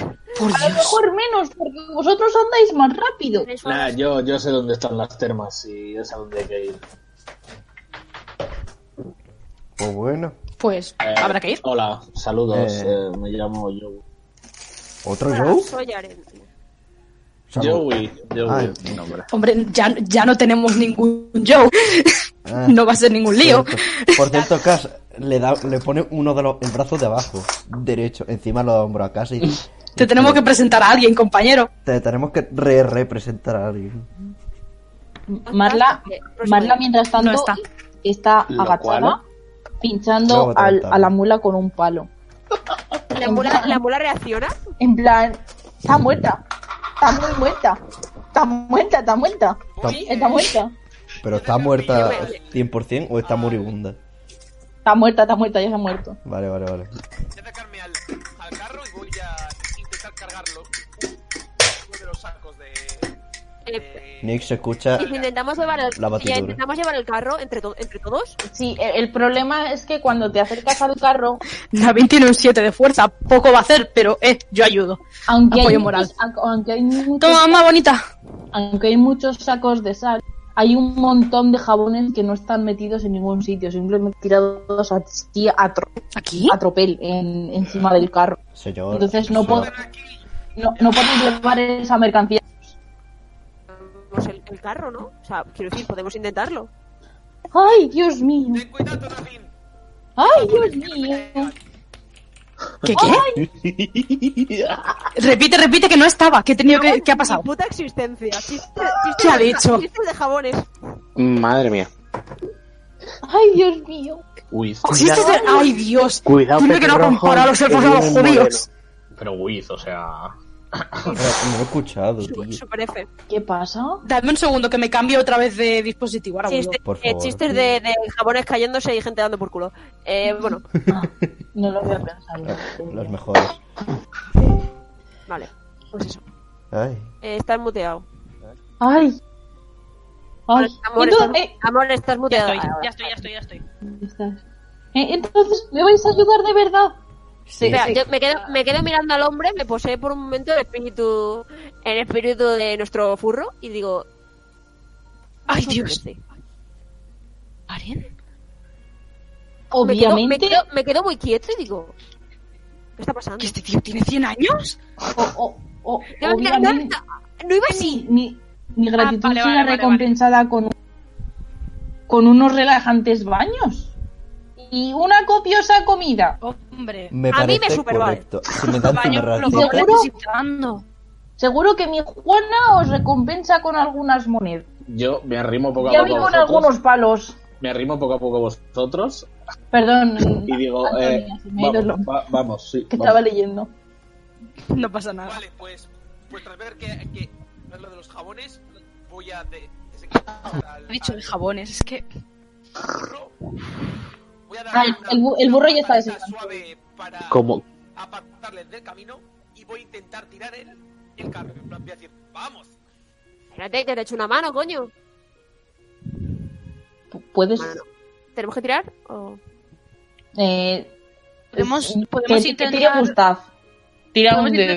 Speaker 2: A lo mejor menos, porque vosotros andáis más rápido.
Speaker 4: Tres
Speaker 3: Nah,
Speaker 4: horas.
Speaker 3: yo, yo sé dónde están las termas y es a dónde hay que ir.
Speaker 1: Pues bueno.
Speaker 6: Pues,
Speaker 3: Eh,
Speaker 6: habrá que ir.
Speaker 3: Hola, saludos.
Speaker 1: Eh.
Speaker 3: eh, me llamo Joe.
Speaker 1: ¿Otro
Speaker 4: Hola,
Speaker 1: Joe?
Speaker 4: soy Aren.
Speaker 1: Salud.
Speaker 3: Joey. Joey.
Speaker 1: Ay.
Speaker 3: es mi nombre.
Speaker 6: Hombre, ya, ya no tenemos ningún Joe.
Speaker 1: Ah,
Speaker 6: No va a ser ningún lío.
Speaker 1: cierto. Por cierto, Cas le, da, le pone uno de los el brazo de abajo, derecho, encima de los hombros a Cas y
Speaker 6: Te tenemos que presentar a alguien, compañero.
Speaker 1: te tenemos que re representar a alguien.
Speaker 2: Marla,
Speaker 4: Eh, próximo
Speaker 2: Marla
Speaker 4: día.
Speaker 2: mientras tanto
Speaker 6: No está.
Speaker 2: está
Speaker 3: Lo
Speaker 2: agachada
Speaker 3: cual-
Speaker 1: Luego
Speaker 2: pinchando
Speaker 1: te
Speaker 2: al-
Speaker 1: contamos.
Speaker 2: a la mula con un palo.
Speaker 4: ¿La mula, ¿La mula reacciona?
Speaker 2: En plan, está muerta, está muy muerta, está muerta, está muerta, está muerta,
Speaker 1: Pero está muerta
Speaker 4: Yo me-
Speaker 1: 100% o
Speaker 6: Ah.
Speaker 1: está moribunda.
Speaker 2: está muerta, está muerta, ya se ha muerto.
Speaker 1: Vale, vale, vale.
Speaker 9: Voy a acercarme al, al carro y voy a intentar cargarlo. Uno de los sacos de.
Speaker 4: Eh,
Speaker 1: Nick se escucha.
Speaker 4: si intentamos llevar el,
Speaker 1: La
Speaker 4: si ya
Speaker 1: batidora.
Speaker 4: intentamos llevar el carro entre, to- entre todos,
Speaker 2: Sí, e, el, el problema es que cuando te acercas al carro,
Speaker 6: Navin tiene un 7 de fuerza, poco va a hacer, pero eh, yo ayudo.
Speaker 2: aunque hay,
Speaker 6: Apoyo moral.
Speaker 2: muchos, aunque- aunque hay muchos,
Speaker 6: Toma, mamá bonita.
Speaker 2: aunque hay muchos sacos de sal, hay un montón de jabones que no están metidos en ningún sitio, simplemente tirados así a, tro-
Speaker 6: ¿Aquí?
Speaker 2: a tropel en- encima del carro.
Speaker 1: Señor.
Speaker 2: Entonces no
Speaker 1: señor,
Speaker 2: puedo- No, no podemos llevar esa mercancía.
Speaker 4: pues el, el carro, ¿no? O sea, quiero decir, podemos intentarlo.
Speaker 2: ¡Ay, Dios mío!
Speaker 9: Ten cuidado, Nafin.
Speaker 2: ¡Ay, Dios mío!
Speaker 6: ¿Qué qué? repite, repite que no estaba, que he tenido que. Eh, ¿Qué ha pasado?
Speaker 4: Mi puta existencia. Chistes-
Speaker 6: ¿Qué
Speaker 4: chistes
Speaker 6: ha
Speaker 4: de-
Speaker 6: dicho?
Speaker 4: chistes de jabones.
Speaker 7: Madre mía.
Speaker 2: ¡Ay, Dios mío!
Speaker 3: Wiz.
Speaker 6: ¿Existe ese- Ay, Dios.
Speaker 7: Cuidado,
Speaker 6: Dime que
Speaker 7: Pepe
Speaker 6: no
Speaker 7: Rojo,
Speaker 6: compara a los
Speaker 7: que
Speaker 6: elfos a los
Speaker 7: viene el
Speaker 6: judíos.
Speaker 3: Pero Wiz, o sea.
Speaker 1: pero No lo he escuchado,
Speaker 4: Su-
Speaker 1: tío.
Speaker 4: Super F.
Speaker 2: ¿Qué pasa?
Speaker 6: Dame un segundo que me cambie otra vez de dispositivo. Ahora vuelvo.
Speaker 4: Chiste-
Speaker 1: por
Speaker 4: eh,
Speaker 1: favor.
Speaker 4: chistes de, de jabones cayéndose y gente dando por culo. Eh, bueno,
Speaker 2: Ah, no lo voy a pensar.
Speaker 1: Los mejores.
Speaker 4: vale. Pues eso.
Speaker 1: Ay.
Speaker 4: Eh, estás muteado.
Speaker 2: ¡Ay! ¡Ay!
Speaker 4: Amor,
Speaker 2: Entonces,
Speaker 4: estás,
Speaker 2: eh,
Speaker 4: amor, estás
Speaker 6: Ya
Speaker 4: muteado.
Speaker 6: estoy,
Speaker 4: Ahora.
Speaker 6: ya estoy, ya estoy, ya estoy.
Speaker 2: estás. Eh, entonces, ¿me vais a ayudar de verdad?
Speaker 1: Sí,
Speaker 4: Espera, yo me quedo, me quedo mirando al hombre, me posee por un momento el espíritu, el espíritu de nuestro furro y digo,
Speaker 6: Ay,
Speaker 4: "Eso
Speaker 6: Dios.
Speaker 4: parece".
Speaker 6: ¿Aren?
Speaker 4: Me quedo-
Speaker 2: Obviamente,
Speaker 4: Me quedo, me quedo muy quieto y digo, ¿qué está pasando?
Speaker 6: ¿Que este tío tiene 100 años?
Speaker 2: o- o- o-
Speaker 4: No, no, no,
Speaker 2: obviamente,
Speaker 4: no, no iba así.
Speaker 2: mi, mi- mi gratitud
Speaker 6: Ah, vale, vale,
Speaker 2: será
Speaker 6: vale,
Speaker 2: recompensada con, con unos relajantes baños y una copiosa comida.
Speaker 6: Hombre.
Speaker 1: Me
Speaker 4: a mí me
Speaker 1: parece
Speaker 4: supervale.
Speaker 1: correcto. Si me dan una
Speaker 6: Baño lo
Speaker 1: ratita,
Speaker 2: ¿Seguro?
Speaker 6: vamos necesitando.
Speaker 2: Seguro que mi Juana os recompensa con algunas monedas
Speaker 3: Yo me arrimo poco a
Speaker 2: y a
Speaker 3: poco.
Speaker 2: mí
Speaker 3: a
Speaker 2: con
Speaker 3: vosotros.
Speaker 2: algunos palos.
Speaker 3: Me arrimo poco a poco a vosotros
Speaker 2: Perdón,
Speaker 3: y digo,
Speaker 2: Antonia,
Speaker 3: eh,
Speaker 2: se me ha ido el
Speaker 3: vamos,
Speaker 2: nombre,
Speaker 3: va- vamos, sí.
Speaker 2: que
Speaker 3: vamos.
Speaker 2: estaba leyendo.
Speaker 6: No pasa nada.
Speaker 9: Vale, pues, pues tras ver que, que ver lo de los jabones, voy a de, desencajar al,
Speaker 6: He dicho de
Speaker 9: al
Speaker 6: jabones, es que.
Speaker 9: burro. Voy a
Speaker 2: Ah, el- el bu- el burro ya está
Speaker 9: patadita
Speaker 2: desenganchado.
Speaker 9: suave para
Speaker 7: Como,
Speaker 9: apartarles del camino y voy a intentar tirar el, el carro. En plan, voy a decir, vamos.
Speaker 4: Espérate, que te he hecho una mano, coño.
Speaker 2: Puedes.
Speaker 4: Mano. ¿Tenemos que tirar? O-
Speaker 2: Eh,
Speaker 6: Podemos-
Speaker 2: es-
Speaker 6: podemos
Speaker 2: que- que
Speaker 6: intentar-
Speaker 2: tira Gustav. Tira
Speaker 6: Podemos
Speaker 2: un de
Speaker 6: intentar-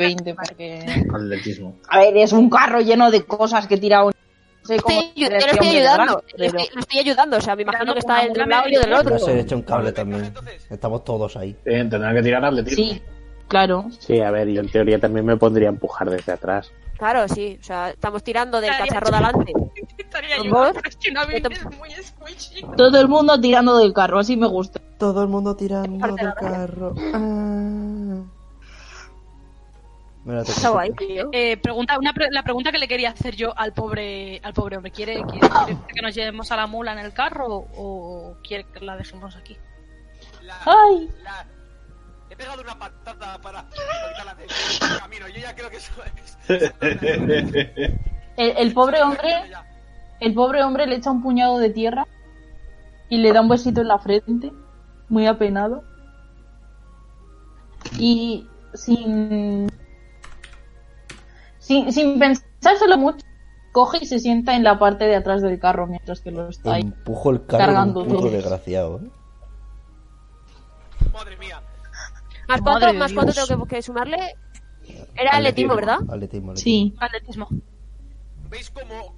Speaker 2: 20 porque.
Speaker 3: Atletismo.
Speaker 2: A ver, es un carro lleno de cosas que tira un. No sé cómo
Speaker 4: Estoy, yo
Speaker 2: tira
Speaker 4: lo
Speaker 2: este
Speaker 4: estoy
Speaker 2: hombre de brazo,
Speaker 4: ayudando. Lo
Speaker 2: pero-
Speaker 4: estoy, lo estoy ayudando, o sea, me imagino
Speaker 6: Tirando
Speaker 4: que está
Speaker 6: una
Speaker 4: en
Speaker 6: mula
Speaker 4: un lado y
Speaker 6: medio.
Speaker 4: del
Speaker 1: le
Speaker 4: otro.
Speaker 1: has hecho un cable
Speaker 9: Ventaja,
Speaker 1: también.
Speaker 9: entonces.
Speaker 1: Estamos todos ahí.
Speaker 3: Eh, tendrán que tirar atletismo.
Speaker 2: Sí, claro.
Speaker 7: sí, a ver, yo en teoría también me pondría a empujar desde atrás.
Speaker 4: Claro, sí. O sea, estamos tirando del
Speaker 5: Nadie ha
Speaker 4: cacharro de adelante.
Speaker 5: Intentaría
Speaker 4: ¿Por
Speaker 5: ayudar,
Speaker 4: vos?
Speaker 5: pero es que Navin
Speaker 4: Yo te-
Speaker 5: es muy squishy.
Speaker 2: Todo el mundo tirando del carro, así me gusta.
Speaker 1: Todo el mundo tirando
Speaker 4: Parte
Speaker 1: del
Speaker 4: de la
Speaker 1: carro. Ah. Mira, te
Speaker 4: Está guay, tío.
Speaker 6: Eh, pregunta, una pre- la pregunta que le quería hacer yo al pobre, al pobre hombre. ¿Quiere, quiere, quiere que nos llevemos a la mula en el carro o, o quiere que la dejemos aquí?
Speaker 9: La-
Speaker 2: ¡Ay!
Speaker 9: la- He pegado una patada para para quitarla del del camino. Yo ya creo que eso es.
Speaker 2: El, el pobre hombre, el pobre hombre le echa un puñado de tierra y le da un besito en la frente, muy apenado. Y sin sin, sin pensárselo mucho, coge y se sienta en la parte de atrás del carro mientras que lo
Speaker 1: Ah.
Speaker 2: está ahí.
Speaker 1: Empujo el carro
Speaker 2: Cargando
Speaker 1: un puto
Speaker 2: todo.
Speaker 1: desgraciado. ¿eh?
Speaker 9: Madre mía.
Speaker 4: ¿Más
Speaker 6: eh, Madre
Speaker 4: cuánto,
Speaker 6: de
Speaker 4: más cuánto
Speaker 6: Dios.
Speaker 4: tengo que, que sumarle? Era atletismo, ¿verdad?
Speaker 1: Atletismo, atletismo.
Speaker 2: Sí,
Speaker 6: Atletismo.
Speaker 9: ¿Veis cómo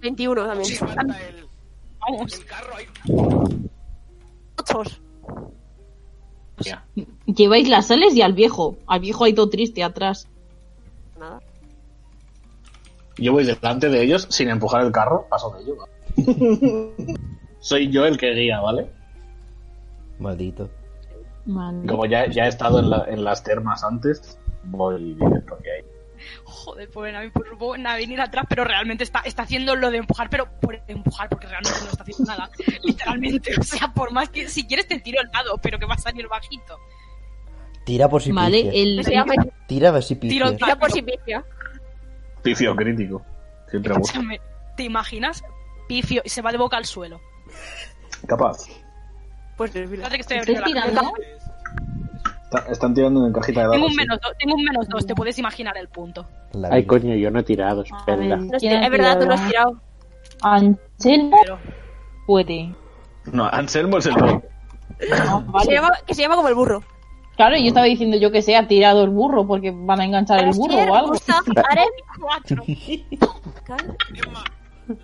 Speaker 4: 21
Speaker 9: se
Speaker 4: también.
Speaker 9: levanta el,
Speaker 6: Vamos.
Speaker 9: el carro ahí?
Speaker 4: Ochos.
Speaker 3: Pues,
Speaker 2: lleváis las sales y al viejo, al viejo ahí todo triste atrás.
Speaker 4: Nada.
Speaker 3: Yo voy delante de ellos sin empujar el carro, paso de ellos. ¿no? Soy yo el que guía, ¿vale?
Speaker 1: Maldito.
Speaker 2: Man.
Speaker 3: Como ya, ya he estado en, la- en las termas antes, voy directo que hay.
Speaker 6: Joder, pues pobre Navin, por supuesto, Navin ir atrás, pero realmente está, está haciendo lo de empujar, pero por empujar, porque realmente no está haciendo nada. Literalmente. O sea, por más que si quieres te tiro al lado, pero que va a salir bajito.
Speaker 1: Tira por si
Speaker 2: Vale, el,
Speaker 4: Me llama
Speaker 1: Tira a ver si pifias.
Speaker 6: Tiro-
Speaker 4: tira por si pifia.
Speaker 3: Pifio crítico. Siempre gusta.
Speaker 6: Escúchame, ¿te imaginas? Pifio, y se va de boca al suelo.
Speaker 3: Capaz.
Speaker 4: Pues es verdad.
Speaker 6: Espérate que estoy
Speaker 2: ¿Estáis
Speaker 6: abriendo la
Speaker 2: tirando?
Speaker 9: Pues,
Speaker 3: Está- están tirando en cajita de dados.
Speaker 6: Tengo un
Speaker 3: sí.
Speaker 6: menos dos, tengo un menos dos, te puedes imaginar el punto.
Speaker 1: La
Speaker 7: Ay,
Speaker 1: vida.
Speaker 7: coño, yo no he tirado,
Speaker 2: A
Speaker 7: espera.
Speaker 2: ver.
Speaker 4: No
Speaker 2: ¿Quién
Speaker 4: estoy-
Speaker 2: ha
Speaker 4: es verdad, tú no has tirado.
Speaker 2: Anselmo
Speaker 6: Pero
Speaker 2: puede.
Speaker 3: No, Anselmo es el
Speaker 2: Ah,
Speaker 3: top.
Speaker 4: Que se
Speaker 2: vale.
Speaker 4: llama- que se llama como el burro.
Speaker 2: Claro, yo estaba diciendo yo que sé, ha tirado el burro porque van a enganchar el burro o algo.
Speaker 4: Gustav, Aren,
Speaker 6: cuatro.
Speaker 4: Cal-
Speaker 9: Es más,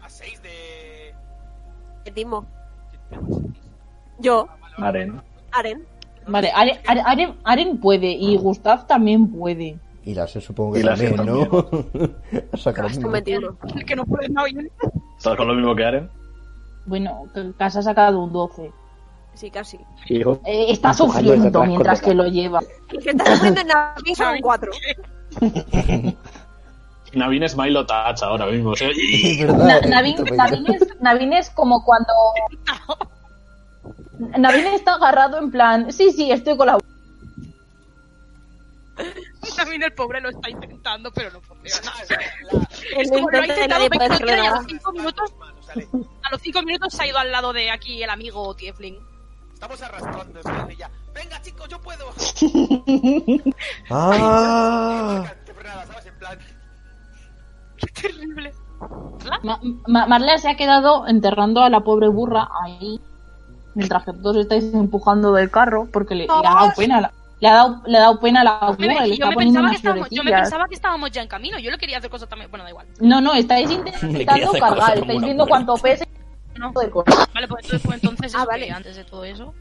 Speaker 9: a 6 de.
Speaker 4: el Timo. Yo,
Speaker 3: Aren.
Speaker 4: Aren.
Speaker 2: Vale, Are- Are- Aren, Aren puede y Gustav también puede.
Speaker 1: Y la sé supongo que
Speaker 3: Y la sé
Speaker 1: también, ¿no? Sacarás
Speaker 4: Es
Speaker 1: un-
Speaker 4: un 21.
Speaker 6: que no puedes no bien.
Speaker 3: ¿Estás con lo mismo que Aren?
Speaker 2: Bueno, Casa ha sacado un 12.
Speaker 4: Sí, casi.
Speaker 7: Hijo,
Speaker 2: Eh, está
Speaker 7: Está sacando desde
Speaker 2: sufriendo
Speaker 7: atrás,
Speaker 2: mientras que
Speaker 7: correcto.
Speaker 2: lo lleva.
Speaker 4: Y que estás poniendo en la mesa con 4.
Speaker 3: Navin es Milo Touch ahora mismo. o sea, y-
Speaker 1: Es verdad,
Speaker 2: Na-
Speaker 1: eh,
Speaker 2: Navin,
Speaker 1: puto
Speaker 2: Navin es, Navin es como cuando... Navin está agarrado en plan, sí, sí, estoy con la...
Speaker 6: También el pobre lo está intentando, pero no funciona.
Speaker 4: Lo
Speaker 6: Es como lo ha
Speaker 4: intenta y nadie puede
Speaker 6: intentado 20
Speaker 4: hacerle
Speaker 6: y a
Speaker 4: nada.
Speaker 6: los 5 minutos,
Speaker 9: Manos, dale.
Speaker 6: a los cinco minutos se ha ido al lado de aquí el amigo Tiefling.
Speaker 9: Estamos arrastrando esta ya. Venga, chicos, yo puedo.
Speaker 1: ¡Ah!
Speaker 9: Temprana, ¿sabes? En plan,
Speaker 6: Qué terrible.
Speaker 2: Ma- Ma- Marlea se ha quedado enterrando a la pobre burra ahí, mientras que todos estáis empujando del carro, porque le, le ha dado pena. a la- le, ha dado, le ha dado pena a la
Speaker 6: Me-
Speaker 2: burra, le
Speaker 6: yo,
Speaker 2: está
Speaker 6: me
Speaker 2: poniendo
Speaker 6: pensaba que
Speaker 2: unas
Speaker 6: estábamos, yo me
Speaker 2: florecillas.
Speaker 6: pensaba que estábamos ya en camino. Yo le quería hacer cosas también. Bueno, da igual.
Speaker 2: No, no, estáis
Speaker 1: Ah, Le quería
Speaker 2: intentando
Speaker 1: hacer
Speaker 2: cargar,
Speaker 1: cosas
Speaker 2: estáis
Speaker 1: como
Speaker 2: viendo
Speaker 1: una
Speaker 2: cuánto pesa
Speaker 6: No.
Speaker 2: del coche.
Speaker 6: Vale, pues entonces, pues entonces
Speaker 4: Ah,
Speaker 6: eso que
Speaker 4: vale.
Speaker 6: antes de todo eso.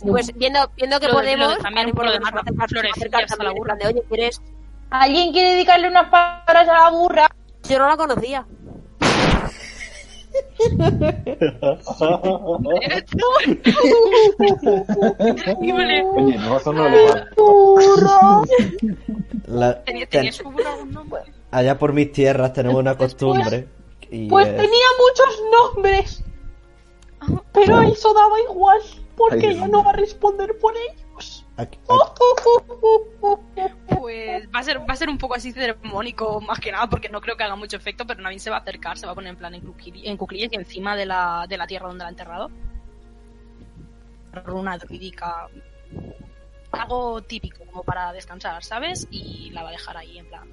Speaker 4: Pues viendo, viendo que
Speaker 6: Lo de-
Speaker 4: podemos.
Speaker 6: lo de- también
Speaker 4: Aren, por
Speaker 6: lo
Speaker 4: lo
Speaker 6: de
Speaker 4: menos,
Speaker 6: dar
Speaker 4: acercar-
Speaker 6: florecillas
Speaker 4: acercar
Speaker 6: a la
Speaker 4: también, en
Speaker 6: burra.
Speaker 4: plan de, Oye, ¿quieres?
Speaker 2: ¿Alguien quiere dedicarle unas palabras a la burra?
Speaker 4: Yo no la conocía.
Speaker 6: Terrible.
Speaker 3: Oye, no razón no le va.
Speaker 1: La-
Speaker 6: Tenía,
Speaker 1: ten-
Speaker 6: tenía su burro algún nombre.
Speaker 1: Allá por mis tierras tenemos una costumbre. y
Speaker 2: Pues
Speaker 1: es-
Speaker 2: tenía muchos nombres, pero eso daba igual, porque
Speaker 3: Ay,
Speaker 2: ella no va a responder por ellos.
Speaker 1: aquí- aquí-
Speaker 6: Pues va a ser, va a ser un poco así ceremónico, más que nada, porque no creo que haga mucho efecto, pero Navin se va a acercar, se va a poner en plan en, cuquili- en cuclillas y encima de la, de la tierra donde la ha enterrado. Runa druídica. Algo típico, como para descansar, ¿sabes? Y la va a dejar ahí en plan.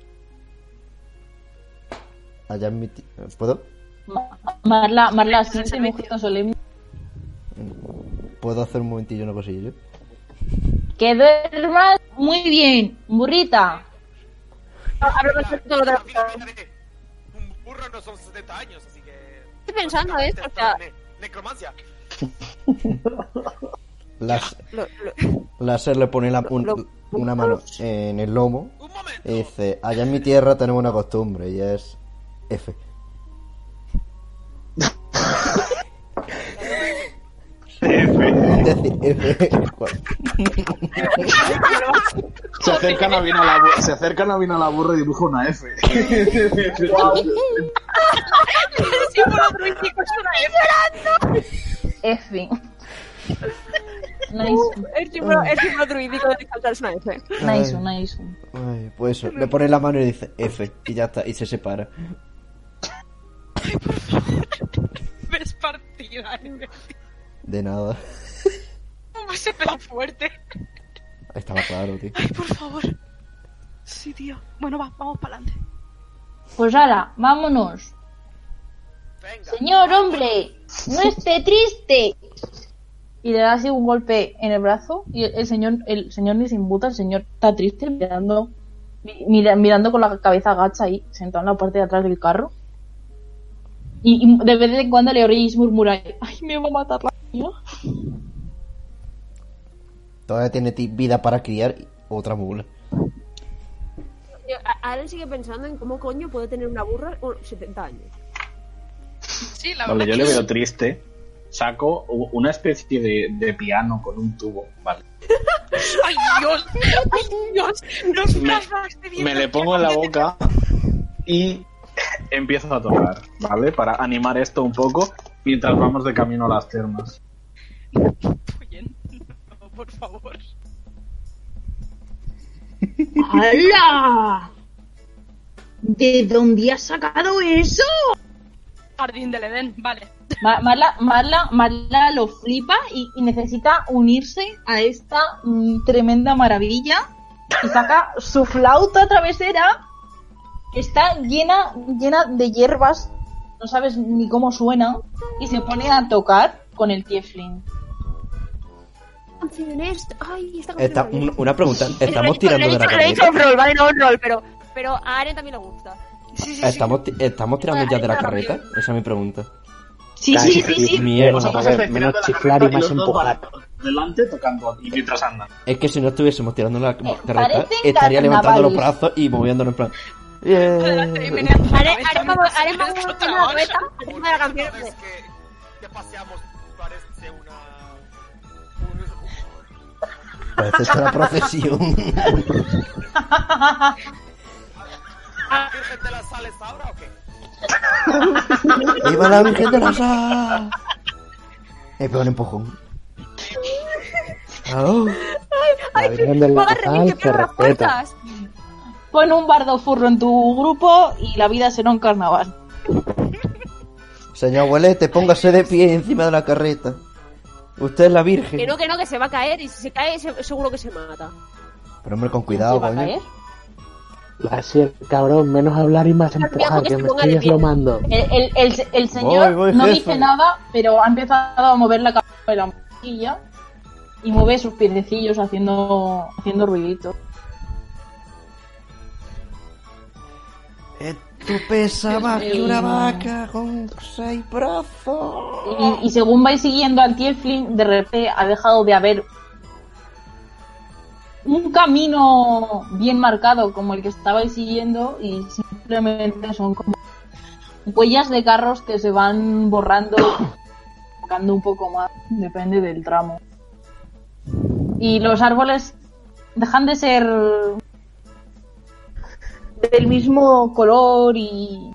Speaker 1: allá en mi ti- ¿Puedo?
Speaker 2: Ma- Marla, Marla,
Speaker 6: Gracias al
Speaker 2: siente
Speaker 6: servicio.
Speaker 2: mujer tan solemne.
Speaker 1: ¿Puedo hacer un momentillo una cosilla yo?
Speaker 2: Que duermas muy bien, burrita.
Speaker 4: Hablo perfecto lo de la-
Speaker 9: Finalmente, un burro no son 70 años, así que.
Speaker 4: Estoy pensando, ¿eh? O sea,
Speaker 9: Ne- necromancia.
Speaker 1: Las,
Speaker 4: lo- lo-
Speaker 1: Láser le pone la- un-
Speaker 4: Lo-
Speaker 1: una mano en el lomo
Speaker 9: Un momento.
Speaker 1: y dice, allá en mi tierra tenemos una costumbre y es F. Es decir, F.
Speaker 3: Se acerca Navin a la, bu- se acerca Navin a la burra y dibuja una F.
Speaker 6: El símbolo druídico es una F.
Speaker 2: F. Nice,
Speaker 4: El símbolo el símbolo druídico de descansar es una F.
Speaker 2: nice, nice.
Speaker 1: Ay, pues eso, le pone la mano y dice F y ya está, y se separa.
Speaker 6: Ves partida. ¿eh?
Speaker 1: De nada.
Speaker 6: ¿Cómo va a ser tan fuerte?
Speaker 1: Estaba claro, tío.
Speaker 6: Ay, por favor. Sí, tío. Bueno, va, vamos para adelante.
Speaker 2: Pues ahora, vámonos.
Speaker 9: Venga.
Speaker 2: Señor hombre, no esté triste. Y le da así un golpe en el brazo y el señor, el señor ni se imbuta, el señor está triste mirando, mi- mira- mirando con la cabeza agacha ahí, sentado en la parte de atrás del carro. Y, y de vez en cuando le oís murmurar, ay, me va a matar la niña.
Speaker 1: Todavía tiene ti- vida para criar otra mula.
Speaker 4: Yo- a- Aren sigue pensando en cómo coño puede tener una burra con 70 años.
Speaker 6: Sí, la
Speaker 3: Cuando yo
Speaker 6: verdad que
Speaker 3: le
Speaker 6: sí.
Speaker 3: veo triste, saco u- una especie de, de piano con un tubo. Vale.
Speaker 6: ¡Ay, Dios! ¡Ay, Dios! Los
Speaker 3: Me-
Speaker 6: brazos de
Speaker 3: Me
Speaker 6: mierda.
Speaker 3: le pongo en la boca y empiezo a tocar, ¿vale? Para animar esto un poco mientras vamos de camino a las termas.
Speaker 6: Oye, no, por favor.
Speaker 10: ¡Hala! ¿De dónde has sacado eso?
Speaker 6: Jardín del Edén, vale.
Speaker 2: Ma- Marla, Marla, Marla lo flipa y, y necesita unirse a esta mm, tremenda maravilla y saca su flauta travesera que está llena, llena de hierbas, no sabes ni cómo suena, y se pone a tocar con el tiefling.
Speaker 4: Ay, está
Speaker 1: Está- un- una pregunta, estamos tirando de la
Speaker 6: Le he dicho
Speaker 1: carrera.
Speaker 6: roll, vale, no roll, pero.
Speaker 4: Pero a Aren también le gusta.
Speaker 6: Sí, sí, sí.
Speaker 1: ¿Estamos, ti- ¿Estamos tirando ya de la carreta? Esa es mi pregunta.
Speaker 2: Sí,
Speaker 7: Ah,
Speaker 2: sí,
Speaker 7: sí,
Speaker 2: sí, sí.
Speaker 1: Mierda.
Speaker 3: Vosotros
Speaker 7: a ver,
Speaker 3: estáis
Speaker 7: menos
Speaker 3: tirando la
Speaker 7: chiflar
Speaker 3: carreta
Speaker 7: y más
Speaker 3: los dos
Speaker 7: empujar.
Speaker 3: van Delante tocando y mientras andan.
Speaker 1: Es que si no estuviésemos tirando la carreta,
Speaker 2: parecen
Speaker 1: estaría levantando los
Speaker 2: carnavales.
Speaker 1: brazos y moviéndonos en plan.
Speaker 4: Eh.
Speaker 6: Adelante, y
Speaker 1: "Yeah".
Speaker 6: venía a
Speaker 4: Aren, Aren, va- Aren va a
Speaker 6: Otra
Speaker 4: una la
Speaker 6: cosa.
Speaker 4: cabeza al ritmo de la canción.
Speaker 9: Una vez que, que paseamos, parece una. un-
Speaker 1: Parece ser la procesión.
Speaker 4: Ah.
Speaker 9: ¿La Virgen de las Sales ahora o qué?
Speaker 1: ¡Viva la Virgen de la Sal! He pegado un empujón. Au.
Speaker 4: Ay,
Speaker 7: La Virgen del
Speaker 4: Paga,
Speaker 7: Natal
Speaker 4: Remil, que
Speaker 7: se
Speaker 4: pierdo las
Speaker 7: respeta.
Speaker 4: fuerzas.
Speaker 2: Pon un bardo furro en tu grupo y la vida será un carnaval.
Speaker 1: Señor abuelete, póngase de pie encima de la carreta. Usted es la
Speaker 4: Que
Speaker 1: Virgen.
Speaker 4: no, que no, que se va a caer. Y si se cae, se- seguro que se mata.
Speaker 1: Pero hombre, con
Speaker 2: ¿Se
Speaker 1: cuidado,
Speaker 2: va a
Speaker 1: coño.
Speaker 2: caer?
Speaker 7: Va a ser, cabrón, menos hablar y más empujar,
Speaker 4: que
Speaker 7: que
Speaker 4: se
Speaker 7: me
Speaker 4: ponga de
Speaker 7: estoy
Speaker 4: pie.
Speaker 7: deslomando.
Speaker 2: El, el- el- el
Speaker 1: Voy,
Speaker 2: señor
Speaker 1: voy,
Speaker 2: no
Speaker 1: jefe.
Speaker 2: dice nada, pero ha empezado a mover la cabeza de la mosquilla y mueve sus piececillos haciendo, haciendo ruidito.
Speaker 1: Eh, Tú pesas más que una
Speaker 2: mío.
Speaker 1: vaca con seis brazos.
Speaker 2: Y, y según vais siguiendo al Tiefling, de repente ha dejado de haber un camino bien marcado como el que estabais siguiendo y simplemente son como huellas de carros que se van borrando, tocando un poco más, depende del tramo. Y los árboles dejan de ser del mismo color y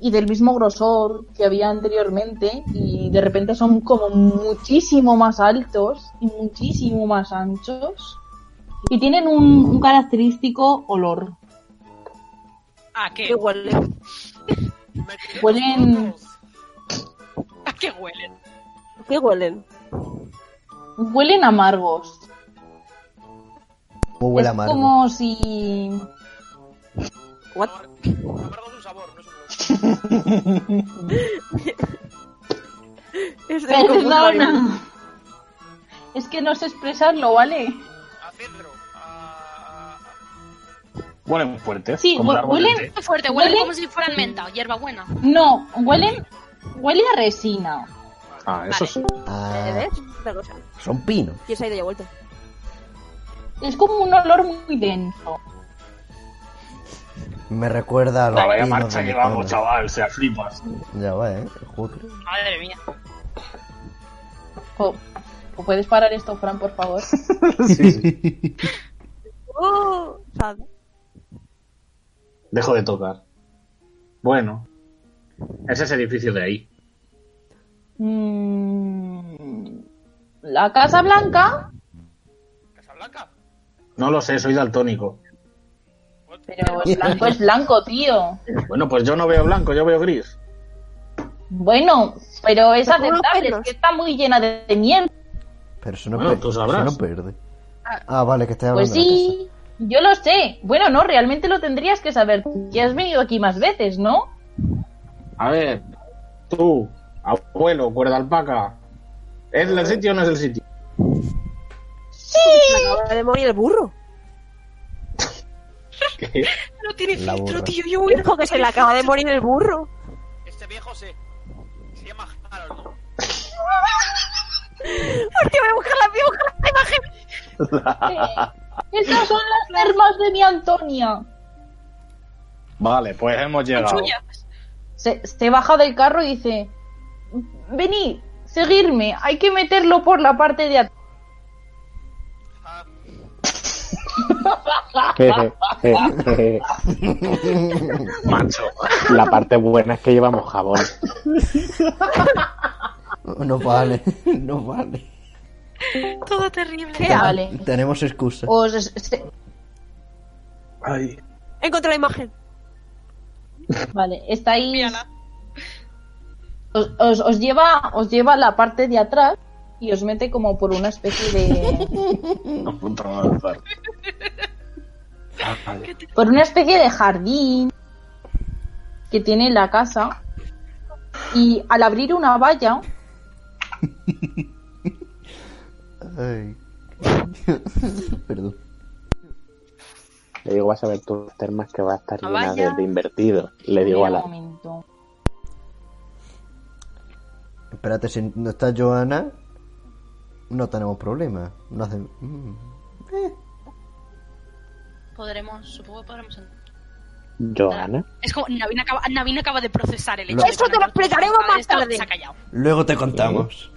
Speaker 2: y del mismo grosor que había anteriormente y de repente son como muchísimo más altos y muchísimo más anchos y tienen un, un característico olor.
Speaker 6: ¿A qué?
Speaker 4: Que huele.
Speaker 9: Me tiré
Speaker 2: Huelen-
Speaker 9: los frutos.
Speaker 6: ¿A qué huelen?
Speaker 4: ¿Qué huelen?
Speaker 2: Huelen amargos.
Speaker 1: ¿Cómo huele
Speaker 2: es
Speaker 1: amargo?
Speaker 2: como si...
Speaker 4: What?
Speaker 9: Amargo es un sabor, no es un olor.
Speaker 4: Es de un común rarísimo.
Speaker 2: Perdona. Es que no sé expresarlo, ¿vale?
Speaker 9: A cedro. A. a-
Speaker 3: Huelen fuertes.
Speaker 2: Sí,
Speaker 3: como
Speaker 2: hue-
Speaker 3: un árbol
Speaker 2: huelen-
Speaker 3: de té.
Speaker 6: Muy fuerte,
Speaker 2: Huele-
Speaker 6: huele como si fueran menta, hierbabuena.
Speaker 2: No, huelen... Huele a resina.
Speaker 3: Ah, eso sí.
Speaker 1: Ah,
Speaker 4: ¿Ves? Otra cosa.
Speaker 1: son pinos.
Speaker 4: ¿Quién se ha ido y ha vuelto?
Speaker 2: Es como un olor muy denso.
Speaker 1: Me recuerda a los
Speaker 3: La vaya
Speaker 1: pinos
Speaker 3: marcha
Speaker 1: de mi
Speaker 3: llevamos,
Speaker 1: zona.
Speaker 3: chaval. O sea, flipas.
Speaker 1: Ya va, eh. Joder.
Speaker 6: Madre mía.
Speaker 2: Jo, Oh, ¿Puedes parar esto, Fran, por favor?
Speaker 4: ¡Oh! Sad.
Speaker 3: Dejo de tocar. Bueno. Es ese edificio de ahí.
Speaker 2: Mm, La Casa Blanca,
Speaker 9: Casablanca.
Speaker 3: No lo sé, soy daltónico.
Speaker 2: pero el blanco es blanco, tío.
Speaker 3: Bueno, pues yo no veo blanco, yo veo gris.
Speaker 2: Bueno, pero es
Speaker 4: Pero con unos
Speaker 2: aceptable, es
Speaker 4: pelos.
Speaker 2: que está muy llena de, de mierda.
Speaker 1: Pero eso no,
Speaker 3: Bueno,
Speaker 1: per-
Speaker 3: tú sabrás.
Speaker 1: eso no pierde. Ah, vale, que estoy hablando
Speaker 2: Pues
Speaker 1: de la
Speaker 2: sí, yo lo sé. Bueno, no, realmente lo tendrías que saber. Ya has venido aquí más veces, ¿no?
Speaker 3: A ver, tú, Uh, abuelo, cuerda alpaca. ¿Es el sitio o no es el sitio?
Speaker 4: Me acaba de morir el burro.
Speaker 6: No tiene
Speaker 1: La
Speaker 6: filtro,
Speaker 1: burra.
Speaker 6: tío. Yo voy
Speaker 4: Dijo que se le acaba de morir el burro.
Speaker 9: Este viejo se. Se llama Harold.
Speaker 4: Hostia, voy a buscar la, voy a buscar la imagen.
Speaker 2: Estas son las termas de mi Antonia.
Speaker 3: Vale, pues hemos llegado.
Speaker 6: suyas.
Speaker 2: Se, se baja del carro y dice, venid, seguirme, hay que meterlo por la parte de atrás.
Speaker 9: Ah,
Speaker 7: Jeje, jeje, jeje.
Speaker 3: Macho.
Speaker 7: La parte buena es que llevamos jabón.
Speaker 1: casa. No vale, no vale.
Speaker 6: Todo terrible.
Speaker 4: ¿Qué hago?
Speaker 2: Vale. Oh.
Speaker 1: Tenemos excusa.
Speaker 2: Os, se-
Speaker 3: Ay.
Speaker 4: Encontré la imagen.
Speaker 2: Vale, estáis,
Speaker 6: Mírala.
Speaker 2: Os, os- os lleva, os lleva a la parte de atrás y os mete como por una especie de.
Speaker 3: No, puta madre.
Speaker 2: por una especie de jardín que tiene la casa. Y al abrir una valla,
Speaker 1: Ay. Perdón.
Speaker 7: Le digo, vas a ver tus termas que va a
Speaker 2: Ah,
Speaker 7: estar llena de,
Speaker 4: Vaya.
Speaker 7: de invertido. Le digo a
Speaker 2: Mira,
Speaker 7: la...
Speaker 2: un momento.
Speaker 1: Espérate, si no está Joana, no tenemos problema. No hace... mm.
Speaker 6: Podremos, supongo que podremos entrar.
Speaker 7: Joana.
Speaker 6: Es como, Navin acaba, Navin acaba de procesar el hecho.
Speaker 1: Lo-
Speaker 6: de
Speaker 4: Eso
Speaker 6: que
Speaker 4: te ¿eh? lo
Speaker 6: Navin-
Speaker 4: explicaremos más
Speaker 6: Esto
Speaker 4: tarde.
Speaker 6: Se ha callado.
Speaker 1: Luego te contamos.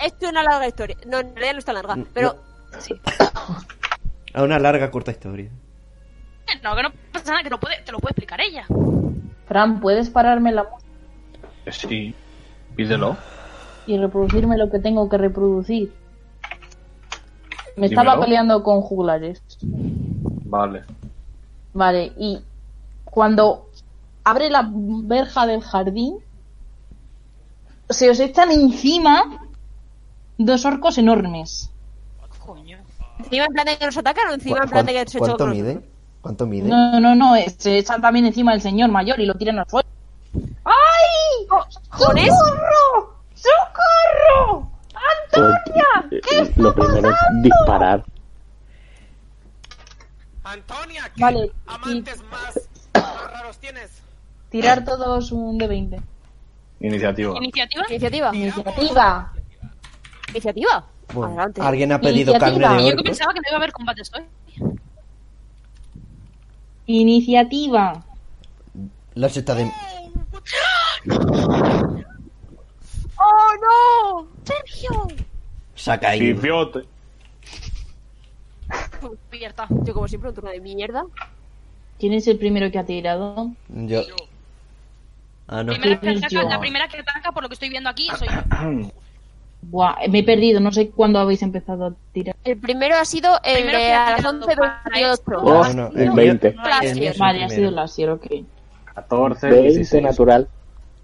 Speaker 4: Esto es una larga historia. No, en realidad no está larga, pero
Speaker 1: A una larga, corta historia.
Speaker 6: No, que no pasa nada, que no puede, te lo puede explicar ella.
Speaker 2: Fran, ¿puedes pararme la música
Speaker 3: Eh, Sí, pídelo.
Speaker 2: y reproducirme lo que tengo que reproducir? Me
Speaker 3: Dímelo.
Speaker 2: estaba peleando con juglares.
Speaker 3: Vale.
Speaker 2: Vale, y cuando abre la verja del jardín, se os echan encima dos orcos enormes.
Speaker 6: Coño.
Speaker 4: encima en plan de que nos atacan o encima en
Speaker 1: ¿Cu-
Speaker 4: plan de que
Speaker 1: cuán-
Speaker 4: se echó
Speaker 1: ¿Cuánto
Speaker 4: con
Speaker 1: mide?
Speaker 4: nosotros?
Speaker 1: ¿Cuánto mide?
Speaker 2: No, no, no, eh, se echan también encima del señor mayor y lo tiran al fuego. ¡Ay!
Speaker 4: ¿Con eso?
Speaker 2: ¡Socorro! ¡Socorro!
Speaker 7: Eh, Lo primero es disparar.
Speaker 9: Antonia, ¿qué
Speaker 2: Vale,
Speaker 9: amantes más, más raros tienes?
Speaker 2: Tirar todos un de 20.
Speaker 3: Iniciativa.
Speaker 6: ¿Iniciativa?
Speaker 4: Iniciativa.
Speaker 2: Iniciativa.
Speaker 4: Iniciativa.
Speaker 1: Bueno,
Speaker 4: Adelante.
Speaker 1: ¿Alguien ha pedido
Speaker 2: Iniciativa.
Speaker 1: carne de
Speaker 6: Yo que
Speaker 1: orco?
Speaker 6: pensaba que no iba a haber combates hoy.
Speaker 2: Iniciativa.
Speaker 1: La seta de...
Speaker 4: ¡Oh, no! ¡Sergio!
Speaker 1: Saca ahí.
Speaker 3: Pipiote.
Speaker 6: Cubierta.
Speaker 4: Yo, como siempre, un turno de mierda.
Speaker 2: ¿Quién es el primero que ha tirado?
Speaker 1: Yo... Ah, no.
Speaker 6: Primera que
Speaker 2: Yo.
Speaker 6: ataca- la primera que ataca, por lo que estoy viendo aquí, soy yo.
Speaker 2: Buah, me he perdido, no sé cuándo habéis empezado a tirar.
Speaker 4: El primero ha sido el
Speaker 6: Primero
Speaker 4: de
Speaker 6: que ha
Speaker 4: a las
Speaker 6: tirado
Speaker 4: 11.28.
Speaker 7: Oh,
Speaker 1: No, no,
Speaker 7: el
Speaker 1: no.
Speaker 7: 20.
Speaker 1: El mío es el
Speaker 2: Vale, ha sido
Speaker 1: primero.
Speaker 2: Lasier, ok.
Speaker 3: 14,
Speaker 7: 20 natural.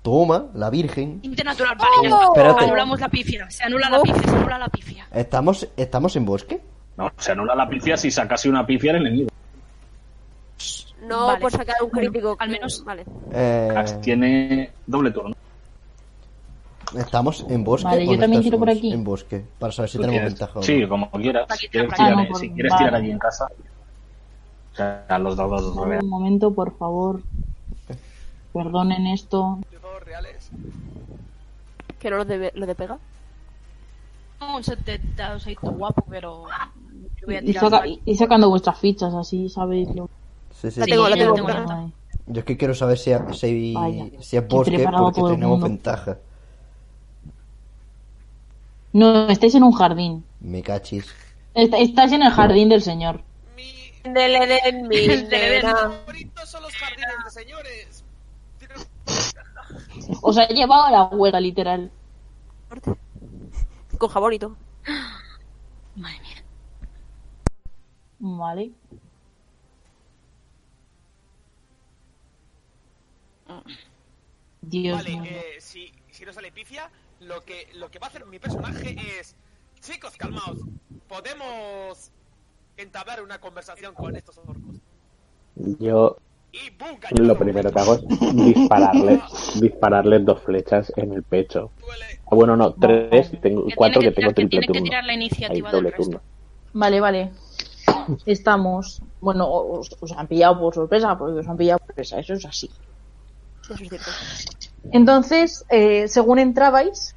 Speaker 1: Toma, la virgen.
Speaker 6: Internatural, vale, ya
Speaker 7: Oh.
Speaker 6: está.
Speaker 1: Espérate.
Speaker 6: Anulamos la pifia. Se anula la pifia, se anula la pifia.
Speaker 1: ¿Estamos, ¿Estamos en bosque?
Speaker 3: No, se anula la pifia si sacase una pifia al enemigo.
Speaker 4: No
Speaker 6: Vale.
Speaker 4: por sacar un
Speaker 6: Bueno,
Speaker 4: crítico.
Speaker 6: al menos-
Speaker 4: Vale.
Speaker 1: Eh,
Speaker 3: Cax tiene doble turno.
Speaker 1: ¿Estamos en bosque?
Speaker 2: Vale,
Speaker 1: o
Speaker 2: yo
Speaker 1: no
Speaker 2: también
Speaker 1: estás
Speaker 2: tiro por aquí.
Speaker 1: En bosque, para saber si
Speaker 3: Tú
Speaker 1: tenemos
Speaker 3: quieres-
Speaker 1: ventaja o no.
Speaker 3: Sí, como quieras. Si quieres,
Speaker 6: Ah,
Speaker 3: tirar, eh,
Speaker 2: no, por-
Speaker 3: si quieres
Speaker 2: vale.
Speaker 3: tirar allí en casa. O sea, los dados
Speaker 2: Dame
Speaker 3: reales.
Speaker 2: Un momento, por favor. Perdonen esto.
Speaker 9: ¿Los dados reales?
Speaker 4: Que no lo de, lo de pega.
Speaker 6: Un set de dados ahí todo guapo, pero. Yo voy a
Speaker 2: Y,
Speaker 6: tirar.
Speaker 2: saca- y- y sacando vuestras fichas, así sabéis lo
Speaker 1: Sí, sí.
Speaker 4: La tengo, la tengo.
Speaker 6: yo tengo la-
Speaker 2: Ay,
Speaker 1: Yo es que quiero saber si, ha- si,
Speaker 2: Vaya,
Speaker 1: si es
Speaker 2: qué
Speaker 1: bosque
Speaker 2: preparado
Speaker 1: porque
Speaker 2: todo el
Speaker 1: tenemos
Speaker 2: mundo.
Speaker 1: ventaja.
Speaker 2: No, estáis en un jardín.
Speaker 1: Me cachis.
Speaker 2: Est- estáis en el jardín del señor.
Speaker 9: Mi
Speaker 4: Del Edén, mi
Speaker 6: Del Edén.
Speaker 4: nena.
Speaker 9: favorito son los jardines de señores.
Speaker 2: Os ha llevado a la huelga, literal.
Speaker 4: Con jabón y todo.
Speaker 6: Madre mía.
Speaker 2: Vale. Dios
Speaker 9: Vale,
Speaker 2: mío.
Speaker 9: eh, si, si no sale pifia, lo que, lo que va a hacer mi personaje es... Chicos, calmaos. Podemos entablar una conversación con estos orcos.
Speaker 7: Yo
Speaker 9: Y boom, cañón.
Speaker 7: lo primero que hago es dispararles, dispararles dos flechas en el pecho.
Speaker 9: Duele.
Speaker 7: Ah, bueno, no, tres, y tengo,
Speaker 6: Que
Speaker 7: cuatro que,
Speaker 6: tiene
Speaker 7: tengo triple
Speaker 6: tirar- que Tiene que
Speaker 7: turno.
Speaker 6: tirar la
Speaker 7: Hay
Speaker 6: iniciativa
Speaker 7: doble
Speaker 6: del resto.
Speaker 7: turno.
Speaker 2: Vale, vale. Estamos. Bueno, os, os han pillado por sorpresa, porque os han pillado por sorpresa, eso es así.
Speaker 4: Eso es cierto.
Speaker 2: Entonces, eh, según entrabais,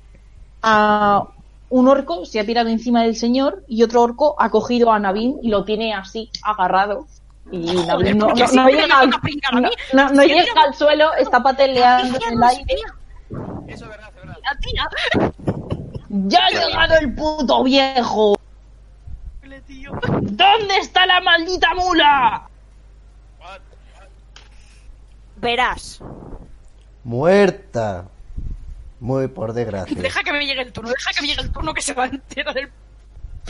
Speaker 2: a un orco se ha tirado encima del señor y otro orco ha cogido a Navin y lo tiene así agarrado. Y
Speaker 6: Joder,
Speaker 2: Navin no,
Speaker 6: porque
Speaker 2: no- no
Speaker 6: siempre me
Speaker 2: llega, al,
Speaker 6: toca pringar a
Speaker 2: no-
Speaker 6: mí.
Speaker 2: no- no
Speaker 6: Es que
Speaker 2: llega
Speaker 6: mira,
Speaker 2: al suelo, está pateleando en el aire.
Speaker 9: Eso es verdad, es verdad.
Speaker 6: La tía.
Speaker 2: ¡Ya ha llegado el puto viejo!
Speaker 6: Le tío.
Speaker 2: ¿Dónde está la maldita mula?
Speaker 9: What?
Speaker 4: Verás.
Speaker 1: Muerta. Muy por desgracia.
Speaker 6: Deja que me llegue el turno, deja que me llegue el turno que se va a enterar el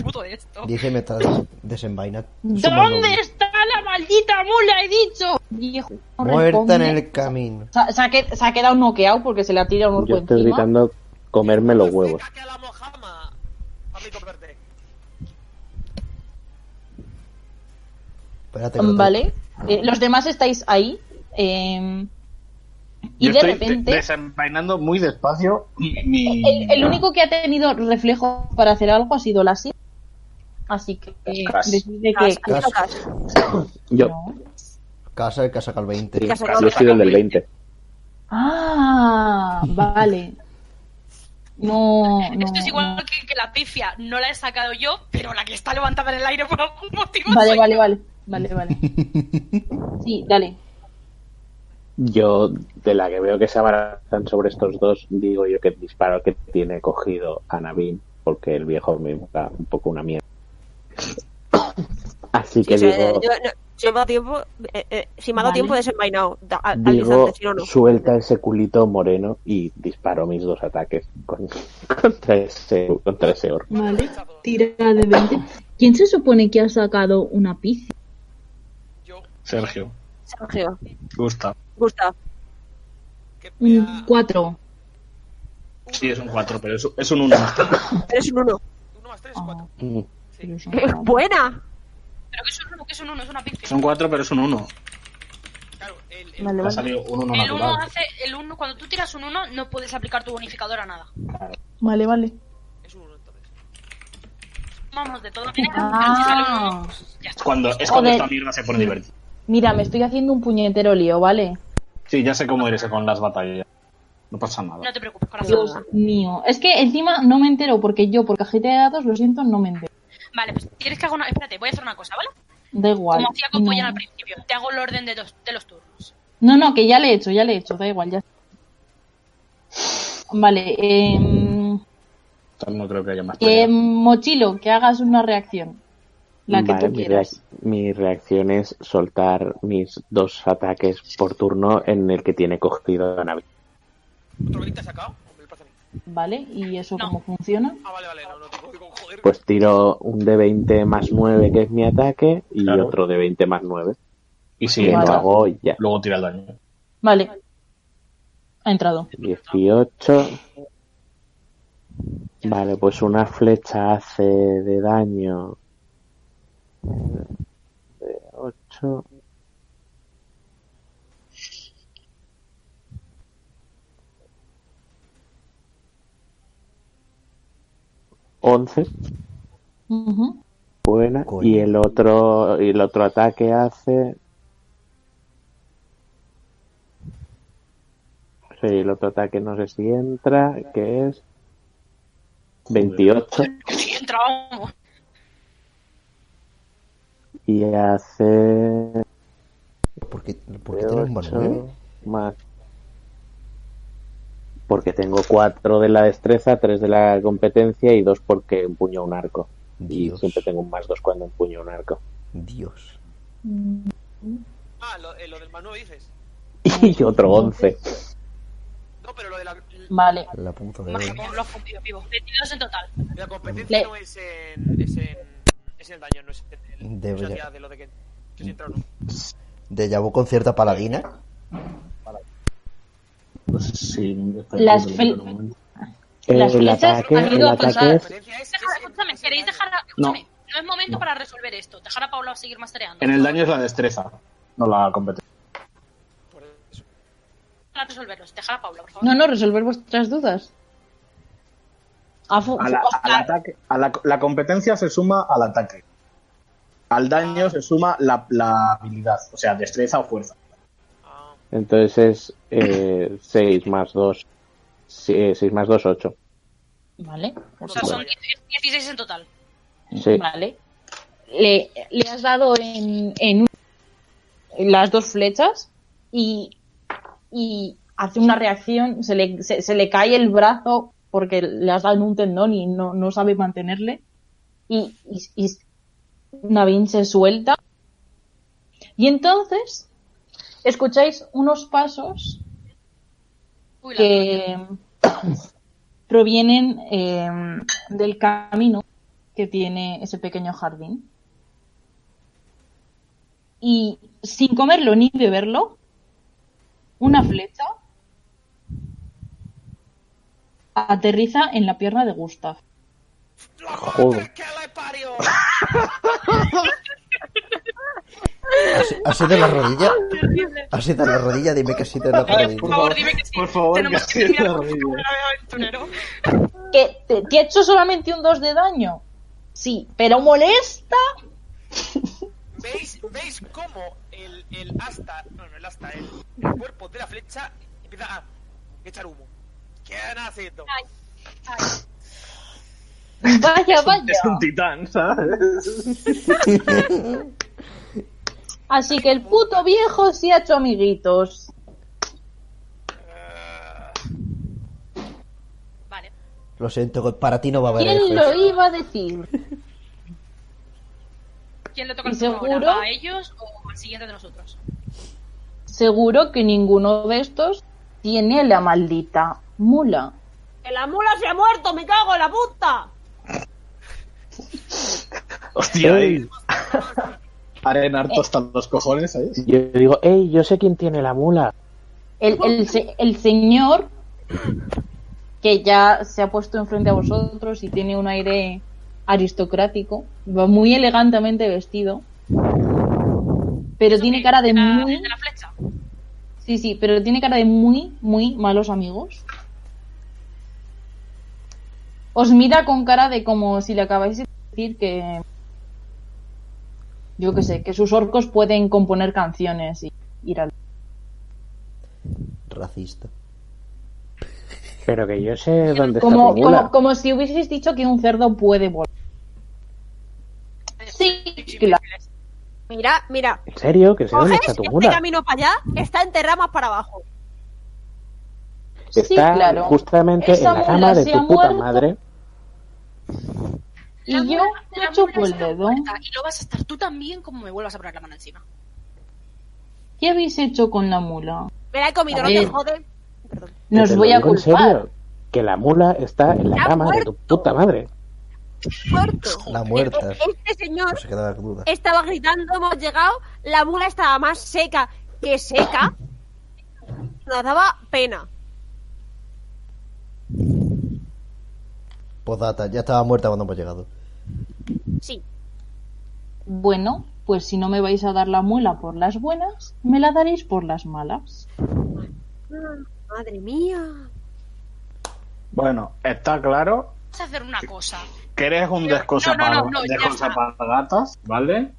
Speaker 6: puto de esto.
Speaker 1: Dije me está desenvainando.
Speaker 2: ¿Dónde está la ¡Maldita mula, he dicho! Viejo. no
Speaker 1: Muerta en
Speaker 2: responde.
Speaker 1: el camino.
Speaker 2: Se, ha- se ha, qued- se ha quedado noqueado porque se le ha tirado un
Speaker 7: Yo
Speaker 2: orco
Speaker 7: estoy
Speaker 2: encima.
Speaker 7: gritando comerme los huevos.
Speaker 9: Mastica que a la mojama, amigo verde.
Speaker 1: Espérate, que lo tengo.
Speaker 2: Vale. Eh, los demás estáis ahí. eh, y
Speaker 3: Yo
Speaker 2: de
Speaker 3: estoy
Speaker 2: repente.
Speaker 3: de- desenvainando muy despacio mi- mi-
Speaker 2: El, el único que ha tenido reflejo para hacer algo ha sido Lassie. Así que eh,
Speaker 3: Cas.
Speaker 2: decide que.
Speaker 4: Cas, cas, cas.
Speaker 7: Yo,
Speaker 2: no.
Speaker 1: Casa, el que ha sacado el 20.
Speaker 4: Cas,
Speaker 3: Cas.
Speaker 7: yo he sido el del 20.
Speaker 2: Ah, vale. No, no.
Speaker 6: Esto es igual
Speaker 2: no.
Speaker 6: que, que la pifia no la he sacado yo, pero la que está levantada en el aire por algún motivo.
Speaker 2: Vale,
Speaker 6: soy
Speaker 2: vale, vale. Vale, vale. Sí, dale.
Speaker 7: Yo, de la que veo que se abarazan sobre estos dos, digo yo que el disparo que tiene cogido a Navin, porque el viejo me da un poco una mierda. Así que
Speaker 4: O sea,
Speaker 7: digo,
Speaker 4: yo- no, si me ha dado tiempo, eh, eh, si me ha dado
Speaker 2: Vale.
Speaker 4: tiempo, he desenvainado. da- al- al
Speaker 7: digo,
Speaker 4: instante, si no, no.
Speaker 7: suelta ese culito moreno y disparo mis dos ataques con- e, contra ese, contra ese orco.
Speaker 2: Vale. Tira de 20. ¿Quién se supone que ha sacado una pizza?
Speaker 9: Yo,
Speaker 3: Sergio.
Speaker 4: Sergio,
Speaker 3: Gusta.
Speaker 4: Gustav,
Speaker 9: que voy
Speaker 2: Un
Speaker 9: a-
Speaker 2: 4.
Speaker 3: Sí, es un 4, pero es, un- es un 1.
Speaker 4: eres un uno.
Speaker 9: uno más tres, cuatro.
Speaker 7: Mm.
Speaker 4: ¡Buena!
Speaker 6: Pero que es un uno, que es un uno, es una pifia.
Speaker 3: Son 4, pero es un 1.
Speaker 9: Claro, el, el-
Speaker 4: Vale,
Speaker 3: Ha
Speaker 4: vale.
Speaker 3: salido un 1
Speaker 6: El uno
Speaker 3: natural.
Speaker 6: hace, el uno, cuando tú tiras un uno, no puedes aplicar tu bonificador a nada.
Speaker 2: Vale, vale.
Speaker 9: es un uno entonces.
Speaker 6: Vamos, de todas maneras, si sale un uno,
Speaker 2: Ah.
Speaker 6: ya está.
Speaker 3: Es cuando, es cuando
Speaker 2: Joder.
Speaker 3: esta mierda se pone divertida.
Speaker 2: Mira, me estoy haciendo un puñetero lío, ¿vale?
Speaker 3: Sí, ya sé cómo eres con las batallas. No pasa nada.
Speaker 6: No te preocupes,
Speaker 2: Ah. Dios
Speaker 6: corazón.
Speaker 2: mío. Es que encima no me entero porque yo, por cajita de datos, lo siento, no me entero.
Speaker 6: Vale, pues quieres que haga una. Espérate, voy a hacer una cosa, ¿vale?
Speaker 2: Da igual.
Speaker 6: Como hacía con
Speaker 2: No.
Speaker 6: Pollan al principio. Te hago el orden de, dos, de los turnos.
Speaker 2: No, no, que ya le he hecho, ya le he hecho, da igual, ya. Vale, eh,
Speaker 3: No creo que haya más.
Speaker 2: que
Speaker 6: Eh,
Speaker 3: pelea.
Speaker 2: Mochilo, que hagas una reacción. La que
Speaker 7: Vale, pues
Speaker 2: tú
Speaker 7: mi,
Speaker 2: quieras.
Speaker 7: reac- mi reacción es soltar mis dos ataques por turno en el que tiene cogido a Navin.
Speaker 9: ¿Otro 20 has sacado? Me lo parece a mí.
Speaker 2: Vale, ¿y eso
Speaker 6: No.
Speaker 2: cómo funciona?
Speaker 9: Ah, vale, vale, no, no te digo, joder.
Speaker 7: Pues tiro un de 20 más 9 que es mi ataque y
Speaker 3: Claro.
Speaker 7: otro de 20 más 9
Speaker 3: Y si
Speaker 7: que
Speaker 2: Vale.
Speaker 7: lo
Speaker 3: entra,
Speaker 7: hago ya.
Speaker 3: luego tira el daño.
Speaker 2: Vale. Ha entrado.
Speaker 7: 18. Vale, pues una flecha hace de daño de 8. Once,
Speaker 2: Ujú.
Speaker 7: buena.
Speaker 1: Coño.
Speaker 7: Y el otro, y el otro ataque hace. Sí, el otro ataque no sé si entra, que es 28
Speaker 6: Que si entra, vamos.
Speaker 7: y hace
Speaker 1: ¿Por qué, por qué tenemos más
Speaker 7: Ocho,
Speaker 1: nueve?
Speaker 7: más. Porque tengo cuatro de la destreza, tres de la competencia y dos porque empuño un arco. Y
Speaker 1: Dios.
Speaker 7: siempre tengo un más dos cuando empuño un arco.
Speaker 1: Dios.
Speaker 9: Ah, lo, eh, lo del manual dices.
Speaker 7: Y otro once.
Speaker 9: No, pero lo de la,
Speaker 2: Vale.
Speaker 1: La puta de
Speaker 6: Magia,
Speaker 1: Dios.
Speaker 6: lo has fundido vivo. 22 en total.
Speaker 9: la competencia
Speaker 2: Le-
Speaker 9: no es en, es en. Es en el daño, no es en el.
Speaker 1: Debe
Speaker 9: o sea,
Speaker 1: ya.
Speaker 9: ya de lo de que. que si entra o no.
Speaker 1: De Yabu con cierta paladina.
Speaker 3: Pues sí, espera,
Speaker 2: Las
Speaker 3: que lo
Speaker 2: fel-
Speaker 3: miro en un momento.
Speaker 2: Las
Speaker 7: el
Speaker 2: flechas
Speaker 7: ataque,
Speaker 2: han
Speaker 7: el
Speaker 2: ido a
Speaker 7: ataque
Speaker 2: pasar.
Speaker 7: es
Speaker 9: Competencia es- es
Speaker 6: Dejar-
Speaker 9: en-
Speaker 6: escúchame,
Speaker 9: es en
Speaker 6: ¿queréis
Speaker 9: daño.
Speaker 6: dejar a- Escúchame, no. es momento para resolver esto. Dejar a Paula seguir mastereando.
Speaker 3: En el daño es la destreza, no la competencia.
Speaker 9: Por eso.
Speaker 6: Para resolverlos. Dejar a Paula, por favor.
Speaker 2: No, no, resolver vuestras dudas. A fu-
Speaker 3: A la, al
Speaker 2: Ostras,
Speaker 3: ataque, a la, la competencia se suma al ataque. Al daño se suma la, la habilidad, o sea, destreza o fuerza.
Speaker 9: Ah,
Speaker 7: Entonces es 6 más 2. 6 más 2, 8.
Speaker 2: Vale.
Speaker 6: O sea, son
Speaker 7: Bueno.
Speaker 6: 10 16 en total.
Speaker 7: Sí.
Speaker 2: Vale. Le, le has dado en, en un- en las dos flechas y, y hace una reacción, se le, se, se le cae el brazo porque le has dado en un tendón y no, no sabe mantenerle. Y, y, y Navin se suelta. Y entonces escucháis unos pasos
Speaker 6: Uy,
Speaker 2: Eh,
Speaker 6: la
Speaker 2: que provienen eh, del camino que tiene ese pequeño jardín. y sin comerlo ni beberlo, una flecha aterriza en la pierna de Gustav.
Speaker 9: ¡La
Speaker 7: Joder.
Speaker 9: madre que le parió!
Speaker 1: ¿Has, has ido a la rodilla? ¿Has ido a la rodilla? Dime que has ido a la
Speaker 6: Por
Speaker 1: rodilla.
Speaker 6: favor, dime que sí.
Speaker 3: por favor,
Speaker 6: Tenemos
Speaker 3: que
Speaker 6: que
Speaker 3: sí,
Speaker 6: mirar
Speaker 3: la
Speaker 6: por favor,
Speaker 3: rodilla.
Speaker 6: la de aventurero.
Speaker 2: ¿Que te, te ha hecho solamente un 2 de daño? Sí, pero molesta.
Speaker 9: ¿Veis, ¿Veis cómo el, el asta, no, no el asta, el, el cuerpo de la flecha empieza a echar humo? ¿Qué han haciendo?
Speaker 2: Vaya, vaya.
Speaker 3: Es un titán, ¿sabes?
Speaker 2: Así que el puto viejo sí ha hecho amiguitos.
Speaker 6: Vale.
Speaker 1: Lo siento, que para ti no va a haber
Speaker 2: ¿Quién lo
Speaker 1: F.
Speaker 2: iba a decir?
Speaker 6: ¿Quién le toca el
Speaker 2: ¿Y
Speaker 6: turno ahora?
Speaker 2: seguro?
Speaker 6: ¿A ellos o al siguiente de nosotros?
Speaker 2: Seguro que ninguno de estos tiene la maldita mula.
Speaker 4: ¡Que la mula se ha muerto! ¡Me cago en la puta!
Speaker 3: Hostia, ahí. Arenar tosta los cojones, ¿sabes?
Speaker 7: Yo digo, hey, yo sé quién tiene la mula.
Speaker 2: El, el se- el señor que ya se ha puesto enfrente a vosotros y tiene un aire aristocrático, va muy elegantemente vestido, pero
Speaker 6: Eso ¿eh?
Speaker 2: tiene
Speaker 6: que-
Speaker 2: cara de
Speaker 6: la-
Speaker 2: muy,
Speaker 6: de la flecha.
Speaker 2: sí sí, pero tiene cara de muy muy malos amigos. Os mira con cara de como si le acabáis de decir que yo qué sé, que sus orcos pueden componer canciones y ir al
Speaker 1: Racista.
Speaker 7: Pero que yo sé dónde está
Speaker 2: Como,
Speaker 7: tu mula.
Speaker 2: como, como si hubieses dicho que un cerdo puede volar. Sí, claro.
Speaker 4: Mira, mira.
Speaker 7: ¿En serio? Que sé dónde
Speaker 4: Coges
Speaker 7: está tu
Speaker 4: este
Speaker 7: mula.
Speaker 4: camino para allá, está enterrado más para abajo.
Speaker 2: Sí,
Speaker 7: Está
Speaker 2: claro.
Speaker 7: justamente en
Speaker 2: Esa
Speaker 7: la cama
Speaker 2: mula
Speaker 7: de
Speaker 2: se
Speaker 7: tu
Speaker 2: ha
Speaker 7: puta
Speaker 2: muerto.
Speaker 7: madre.
Speaker 2: Y
Speaker 6: La
Speaker 2: yo
Speaker 6: mula- la
Speaker 2: me chupo
Speaker 6: mula
Speaker 2: el
Speaker 6: está
Speaker 2: dedo.
Speaker 6: muerta Y lo vas a estar tú también como me vuelvas a poner la mano encima.
Speaker 2: ¿Qué habéis hecho con la mula?
Speaker 4: Me la he comido,
Speaker 2: A
Speaker 4: no
Speaker 2: ver.
Speaker 4: te jodes. Perdón.
Speaker 7: Que
Speaker 2: Nos
Speaker 7: Pues te lo
Speaker 2: voy a
Speaker 7: digo en
Speaker 2: culpar.
Speaker 7: serio, Que la mula está en la
Speaker 4: ¡Está
Speaker 7: cama de tu puta madre.
Speaker 4: Muerto.
Speaker 1: La muerta.
Speaker 4: E- Este señor
Speaker 1: No pues se quedaba con duda.
Speaker 4: estaba gritando, hemos llegado, la mula estaba más seca que seca. Nos daba pena.
Speaker 1: Podata, ya estaba muerta cuando hemos llegado.
Speaker 4: Sí.
Speaker 2: Bueno, pues si no me vais a dar la mula por las buenas, me la daréis por las malas.
Speaker 4: Ah, Madre mía.
Speaker 3: Bueno, está claro
Speaker 6: Vamos a hacer una cosa.
Speaker 3: que eres un
Speaker 6: Pero-
Speaker 3: desconsapar-
Speaker 6: no, no, no, no, ya
Speaker 3: desconsapagatas, ¿vale?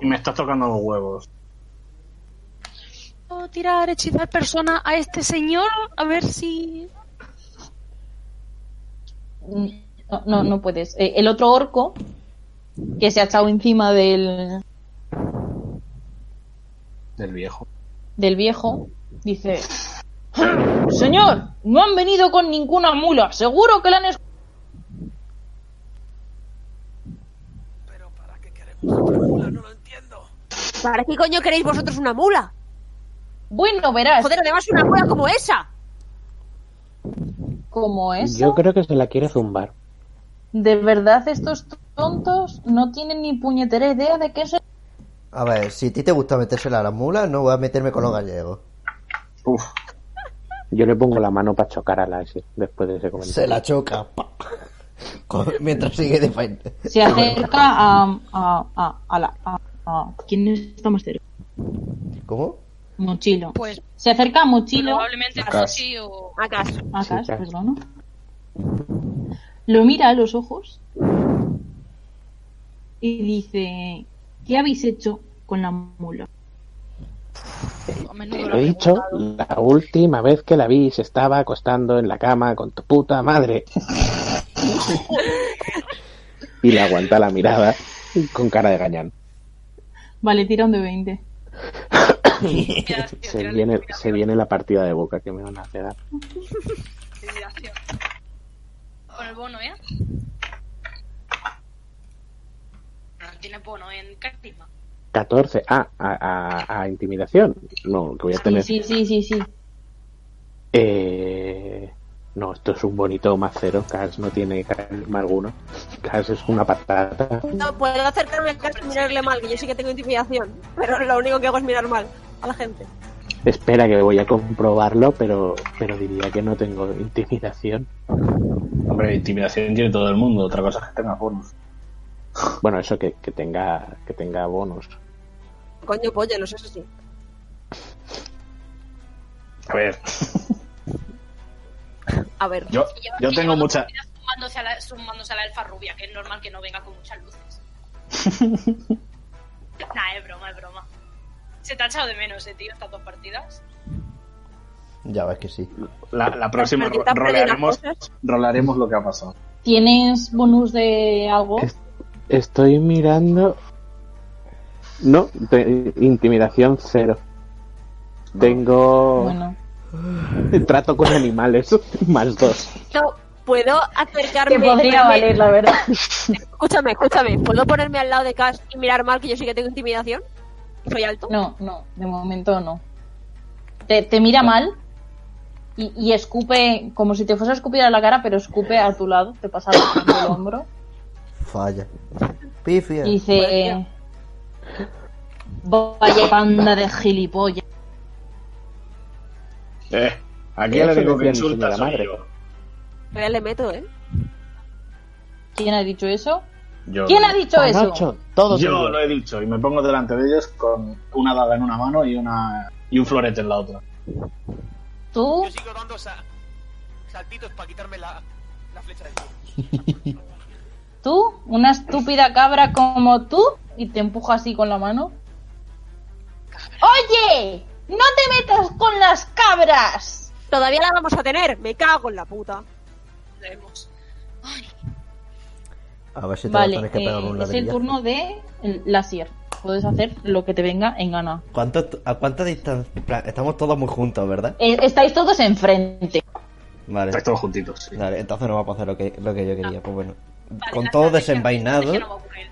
Speaker 3: Y me estás tocando los huevos.
Speaker 6: Puedo tirar, hechizar persona a este señor a ver si.
Speaker 2: No, no, no puedes. Eh, el otro orco que se ha echado encima del,
Speaker 3: Del viejo.
Speaker 2: del viejo dice: Señor, no han venido con ninguna mula. Seguro que la han escogido
Speaker 9: Pero ¿para qué queremos otra mula? No lo entiendo.
Speaker 4: ¿Para qué coño queréis vosotros una mula?
Speaker 2: Bueno, verás,
Speaker 4: Joder, además una mula como esa.
Speaker 2: como es.
Speaker 7: Yo creo que se la quiere zumbar.
Speaker 2: De verdad, estos tontos no tienen ni puñetera idea de qué es. el-
Speaker 1: A ver, si a ti te gusta metérsela a las mulas, no voy a meterme con los gallegos.
Speaker 3: Uf,
Speaker 7: Yo le pongo la mano para chocar a la ese, después de ese comentario.
Speaker 1: Se la choca. pa. Con- Mientras sigue de faena.
Speaker 2: Se acerca a. a. a. a la. a- a- ¿Quién está más cerca?
Speaker 1: ¿Cómo?
Speaker 2: Mochilo.
Speaker 6: Pues
Speaker 2: Se acerca a Mochilo.
Speaker 6: probablemente a
Speaker 3: Cas.
Speaker 6: Sochi o.
Speaker 4: ¿Acaso?
Speaker 2: A
Speaker 7: Sí,
Speaker 2: Cas,
Speaker 7: Cas.
Speaker 2: perdona. pues Lo mira a los ojos. Y dice: ¿Qué habéis hecho con la mula?
Speaker 6: a
Speaker 7: Te
Speaker 6: menudo
Speaker 7: lo he dicho, la última vez que la vi se estaba acostando en la cama con tu puta madre. y le aguanta la mirada con cara de gañán.
Speaker 2: Vale, tira un de 20.
Speaker 7: Se viene, se viene la partida de boca que me van a hacer dar.
Speaker 6: Con el bono, ¿eh? No tiene bono en carisma.
Speaker 7: 14. Ah, a, a- a intimidación. No, que voy a tener.
Speaker 2: Sí, sí, sí, sí.
Speaker 7: Eh, No, esto es un bonito macero. Cas no tiene carisma alguno. Cas es una patata.
Speaker 4: No, puedo acercarme a casa y mirarle mal, que yo sí que tengo intimidación. Pero lo único que hago es mirar mal a la gente.
Speaker 7: Espera que voy a comprobarlo, pero, pero diría que no tengo intimidación.
Speaker 3: Hombre, intimidación tiene todo el mundo. Otra cosa es que tenga bonus.
Speaker 7: Bueno, eso que, que tenga que tenga bonus.
Speaker 4: Coño, pollo, no sé si sí.
Speaker 3: A ver,
Speaker 4: A ver,
Speaker 3: yo,
Speaker 6: Y lleva-
Speaker 3: yo
Speaker 6: y
Speaker 3: tengo
Speaker 6: lleva dos
Speaker 3: mucha.
Speaker 6: comidas Sumándose a, la, sumándose a la elfa rubia, que es normal que no venga con muchas luces. nah, es broma, es broma. Se te ha echado de menos, eh, tío, estas dos partidas.
Speaker 1: Ya ves que sí.
Speaker 3: La, la próxima ro-
Speaker 4: Maldita
Speaker 3: rolaremos,
Speaker 4: pre de las cosas.
Speaker 3: rolaremos lo que ha pasado.
Speaker 2: ¿Tienes bonus de algo?
Speaker 7: Es- Estoy mirando. No, te- intimidación cero. Tengo
Speaker 2: Bueno.
Speaker 7: trato con animales, más dos.
Speaker 4: no, puedo acercarme.
Speaker 2: Te podría
Speaker 4: ponerme-
Speaker 2: valer, la verdad.
Speaker 4: Escúchame, escúchame. ¿Puedo ponerme al lado de Cash y mirar mal, que yo sí que tengo intimidación? Soy alto.
Speaker 2: No, no, de momento no. Te, te mira mal y, y escupe, como si te fuese a escupir a la cara, pero escupe a tu lado, te pasa por el hombro
Speaker 1: Falla. eh. Pifia.
Speaker 2: y dice... Vaya panda de gilipollas.
Speaker 3: Eh, aquí
Speaker 7: Eso
Speaker 3: el único que
Speaker 7: decía mi
Speaker 3: insulta
Speaker 7: señora
Speaker 3: soy
Speaker 7: madre.
Speaker 3: yo.
Speaker 4: Todavía le meto, ¿eh?
Speaker 2: ¿Quién ha dicho eso?
Speaker 3: Yo
Speaker 2: ¿Quién
Speaker 3: no.
Speaker 2: ha dicho eso?
Speaker 7: Panocho, todo
Speaker 3: Yo
Speaker 7: tuyo.
Speaker 3: lo he dicho y me pongo delante de ellos con una daga en una mano y una y un florete en la otra.
Speaker 2: ¿Tú?
Speaker 9: Yo sigo dando sa- saltitos para quitarme la, la flecha del pie.
Speaker 2: ¿Tú? ¿Una estúpida cabra como tú? Y te empuja así con la mano. ¡Oye! ¡No te metas con las cabras!
Speaker 4: Todavía la vamos a tener. Me cago en la puta.
Speaker 6: Veremos.
Speaker 1: A ver si te vas a
Speaker 2: Vale,
Speaker 1: tener que pegar
Speaker 2: eh,
Speaker 1: un
Speaker 2: es el
Speaker 1: ladrillazo.
Speaker 2: turno de Lasier. Puedes hacer lo que te venga en gana.
Speaker 1: ¿Cuánto- ¿A cuánta distancia? En plan, Estamos todos muy juntos, ¿verdad?
Speaker 2: Eh, estáis todos enfrente.
Speaker 1: Vale.
Speaker 3: Estáis todos juntitos. sí.
Speaker 1: Vale, entonces no va a pasar lo que, lo que yo quería. Pues bueno.
Speaker 6: Vale,
Speaker 1: Con
Speaker 6: la
Speaker 1: todo
Speaker 6: estrategia-
Speaker 1: desenvainado.
Speaker 6: la estrategia no va a ocurrir.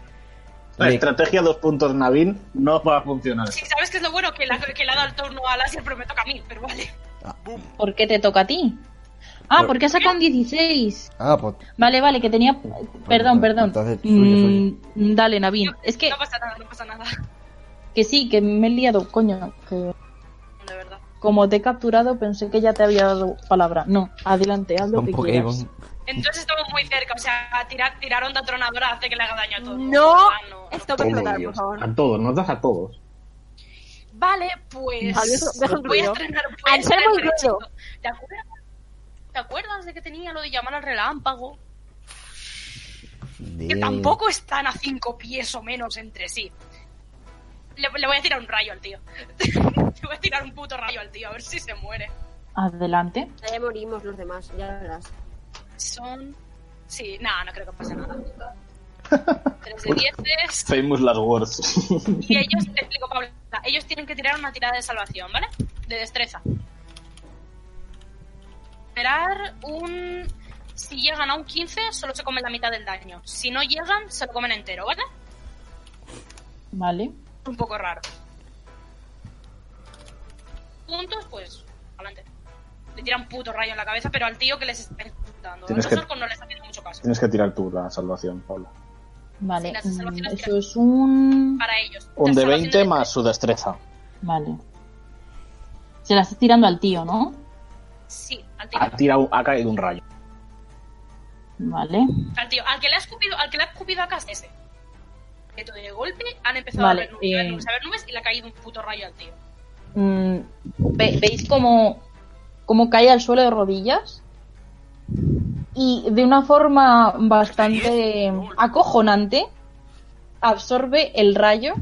Speaker 3: La
Speaker 1: me-
Speaker 3: estrategia dos puntos Navin no va a funcionar.
Speaker 6: Sí, ¿sabes qué es lo bueno? Que, la, que le ha dado el turno a Láser, pero me toca a mí, pero vale.
Speaker 2: ¿Por qué te toca a ti? Ah,
Speaker 1: Por-
Speaker 2: porque sacan 16.
Speaker 1: Ah, pues.
Speaker 2: Vale, vale, que tenía. Perdón, perdón.
Speaker 1: Entonces, suyo, suyo.
Speaker 2: Mm, dale, Navin. Es que,
Speaker 6: No pasa nada, no pasa nada.
Speaker 2: que sí, que me he liado, coño. que
Speaker 6: De verdad.
Speaker 2: como te he capturado, pensé que ya te había dado palabra. No, adelante, haz lo
Speaker 1: Un
Speaker 2: que
Speaker 1: Pokémon.
Speaker 2: quieras.
Speaker 6: Entonces estamos muy cerca, o sea, tirar, tirar onda tronadora hace que le haga daño a todo.
Speaker 4: No.
Speaker 6: Ah, no.
Speaker 4: Esto va a explotar, por
Speaker 7: Ah.
Speaker 4: favor.
Speaker 3: A todos, nos das a todos.
Speaker 6: Vale, pues.
Speaker 4: Adiós, deja
Speaker 6: voy a
Speaker 4: incluido.
Speaker 6: estrenar. voy a
Speaker 4: Al ser muy
Speaker 6: estrenar,
Speaker 4: incluido.
Speaker 6: chico. ¿Te acuerdas? ¿Te acuerdas de que tenía lo de llamar al relámpago? Que
Speaker 1: Bien.
Speaker 6: tampoco están a cinco pies o menos entre sí. Le, le voy a tirar un rayo al tío. le voy a tirar un puto rayo al tío, a ver si se muere.
Speaker 2: Adelante.
Speaker 4: Ya morimos los demás, ya verás.
Speaker 6: Son. Sí, nada, no creo que pase nada. Tres de dieces.
Speaker 3: Famous Last Words.
Speaker 6: Y ellos, te explico, Paula, ellos tienen que tirar una tirada de salvación, ¿vale? De destreza. Esperar un... Si llegan a un 15, solo se comen la mitad del daño. Si no llegan, se lo comen entero, ¿vale?
Speaker 2: Vale.
Speaker 6: Un poco raro. Puntos, pues, adelante. Le tiran puto rayo en la cabeza, pero al tío que les está insultando.
Speaker 3: Tienes
Speaker 6: Los
Speaker 3: que-
Speaker 6: orcos no les está haciendo mucho caso.
Speaker 3: Tienes que tirar tú la salvación, Pablo.
Speaker 2: Vale.
Speaker 6: Sí, las salvaciones
Speaker 2: mm,
Speaker 6: que
Speaker 2: Eso es un.
Speaker 6: Para ellos.
Speaker 3: Un de
Speaker 6: Salvación
Speaker 3: 20
Speaker 6: de-
Speaker 3: más su destreza.
Speaker 2: Vale. Se la estás tirando al tío, ¿no?
Speaker 6: Sí, al tío.
Speaker 3: Ha, tirado, ha caído un rayo.
Speaker 2: Vale.
Speaker 6: Al tío, al que le ha escupido, al que le ha escupido a Cass, ese. Que todo de golpe han empezado
Speaker 2: Vale,
Speaker 6: a ver nubes, a ver
Speaker 2: eh.
Speaker 6: nubes, a ver nubes y le ha caído un puto rayo al tío.
Speaker 2: Mm, ve- ¿Veis cómo, cómo cae al suelo de rodillas? Y de una forma bastante acojonante, absorbe el rayo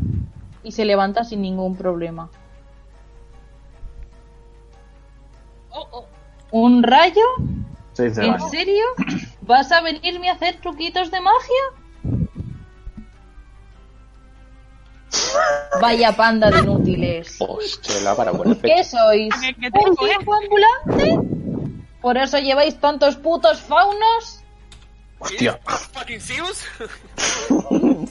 Speaker 2: y se levanta sin ningún problema.
Speaker 6: Oh, oh.
Speaker 2: ¿Un rayo?
Speaker 3: Se dice
Speaker 2: ¿En
Speaker 3: daño.
Speaker 2: serio? ¿Vas a venirme a hacer truquitos de magia? Vaya panda de inútiles.
Speaker 7: Hostia, para buena
Speaker 2: ¿Qué
Speaker 7: fecha.
Speaker 2: sois?
Speaker 5: Que- que
Speaker 2: ¿Un
Speaker 5: tengo, ¿eh?
Speaker 2: circo ambulante? ¿Por eso lleváis tantos putos faunos?
Speaker 3: Hostia,
Speaker 9: ¿Eh? Fucking Zeus.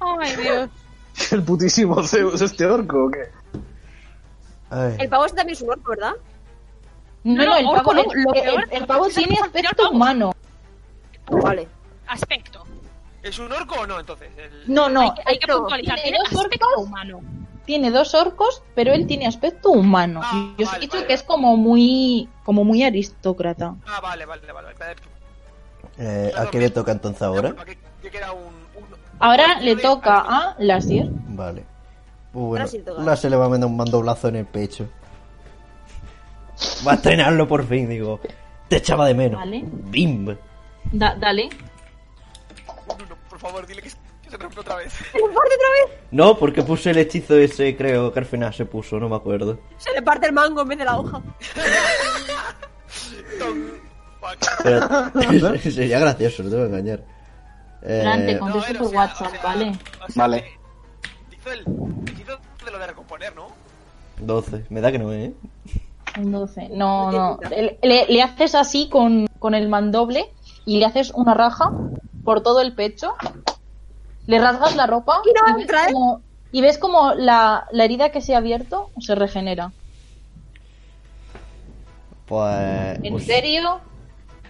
Speaker 4: Ay, Dios.
Speaker 3: el putísimo Zeus, este orco, ¿o qué?
Speaker 1: Ay,
Speaker 4: este El pavo es también es un orco, ¿verdad?
Speaker 2: No,
Speaker 6: No,
Speaker 2: no, el
Speaker 6: Orco,
Speaker 2: pavo,
Speaker 6: no,
Speaker 2: es-
Speaker 6: lo
Speaker 2: el-
Speaker 6: peor-
Speaker 2: el
Speaker 6: lo
Speaker 2: pavo
Speaker 6: peor es que
Speaker 2: tiene
Speaker 6: no se
Speaker 2: aspecto
Speaker 6: considera pavo.
Speaker 2: humano.
Speaker 4: Vale.
Speaker 6: Aspecto.
Speaker 9: ¿Es un orco o no, entonces? El-
Speaker 2: No, no,
Speaker 6: hay, hay que
Speaker 2: esto
Speaker 6: puntualizar.
Speaker 2: tiene
Speaker 6: Tiene
Speaker 2: dos
Speaker 6: aspecto
Speaker 2: orcos.
Speaker 6: humano.
Speaker 2: tiene dos orcos, pero él tiene aspecto humano.
Speaker 9: Ah,
Speaker 2: y yo os he
Speaker 9: vale,
Speaker 2: dicho
Speaker 9: vale,
Speaker 2: que es como muy, como muy aristócrata.
Speaker 9: Ah, vale, vale, vale. vale.
Speaker 1: Eh, ¿A qué le toca entonces ahora?
Speaker 9: Disculpa, que- que era un- un-
Speaker 2: Ahora
Speaker 9: un-
Speaker 2: le toca a Lasier.
Speaker 1: Vale. Pues
Speaker 4: sí
Speaker 1: bueno,
Speaker 4: toca.
Speaker 1: la se le va a mandar un mandoblazo en el pecho. Va a estrenarlo por fin, digo. Te echaba de menos.
Speaker 2: Vale.
Speaker 1: Bim.
Speaker 2: Da- dale.
Speaker 9: Nuno, por favor, dile que se, que se rompe otra vez.
Speaker 4: ¡Se le parte otra vez!
Speaker 1: No, porque puse el hechizo ese, creo que al final se puso, no me acuerdo.
Speaker 4: Se le parte el mango en vez de la hoja.
Speaker 9: Tom, fuck.
Speaker 1: Pero sería gracioso, no te voy a engañar. Eh,
Speaker 2: Fran, te
Speaker 9: No,
Speaker 2: contesto
Speaker 9: era,
Speaker 2: por
Speaker 9: o sea,
Speaker 2: WhatsApp,
Speaker 9: o sea,
Speaker 2: ¿vale?
Speaker 9: o sea,
Speaker 7: Vale.
Speaker 9: Hizo el hizo de lo de recomponer, ¿no?
Speaker 1: 12. Me da que no, ¿eh?
Speaker 2: Un 12. No, no. Le, le- le haces así con, con el mandoble y le haces una raja por todo el pecho. Le rasgas la ropa
Speaker 4: Quiero
Speaker 2: y ves
Speaker 4: entrar.
Speaker 2: como, y ves como la, la herida que se ha abierto se regenera.
Speaker 1: Pues.
Speaker 2: ¿En
Speaker 1: pues,
Speaker 2: serio?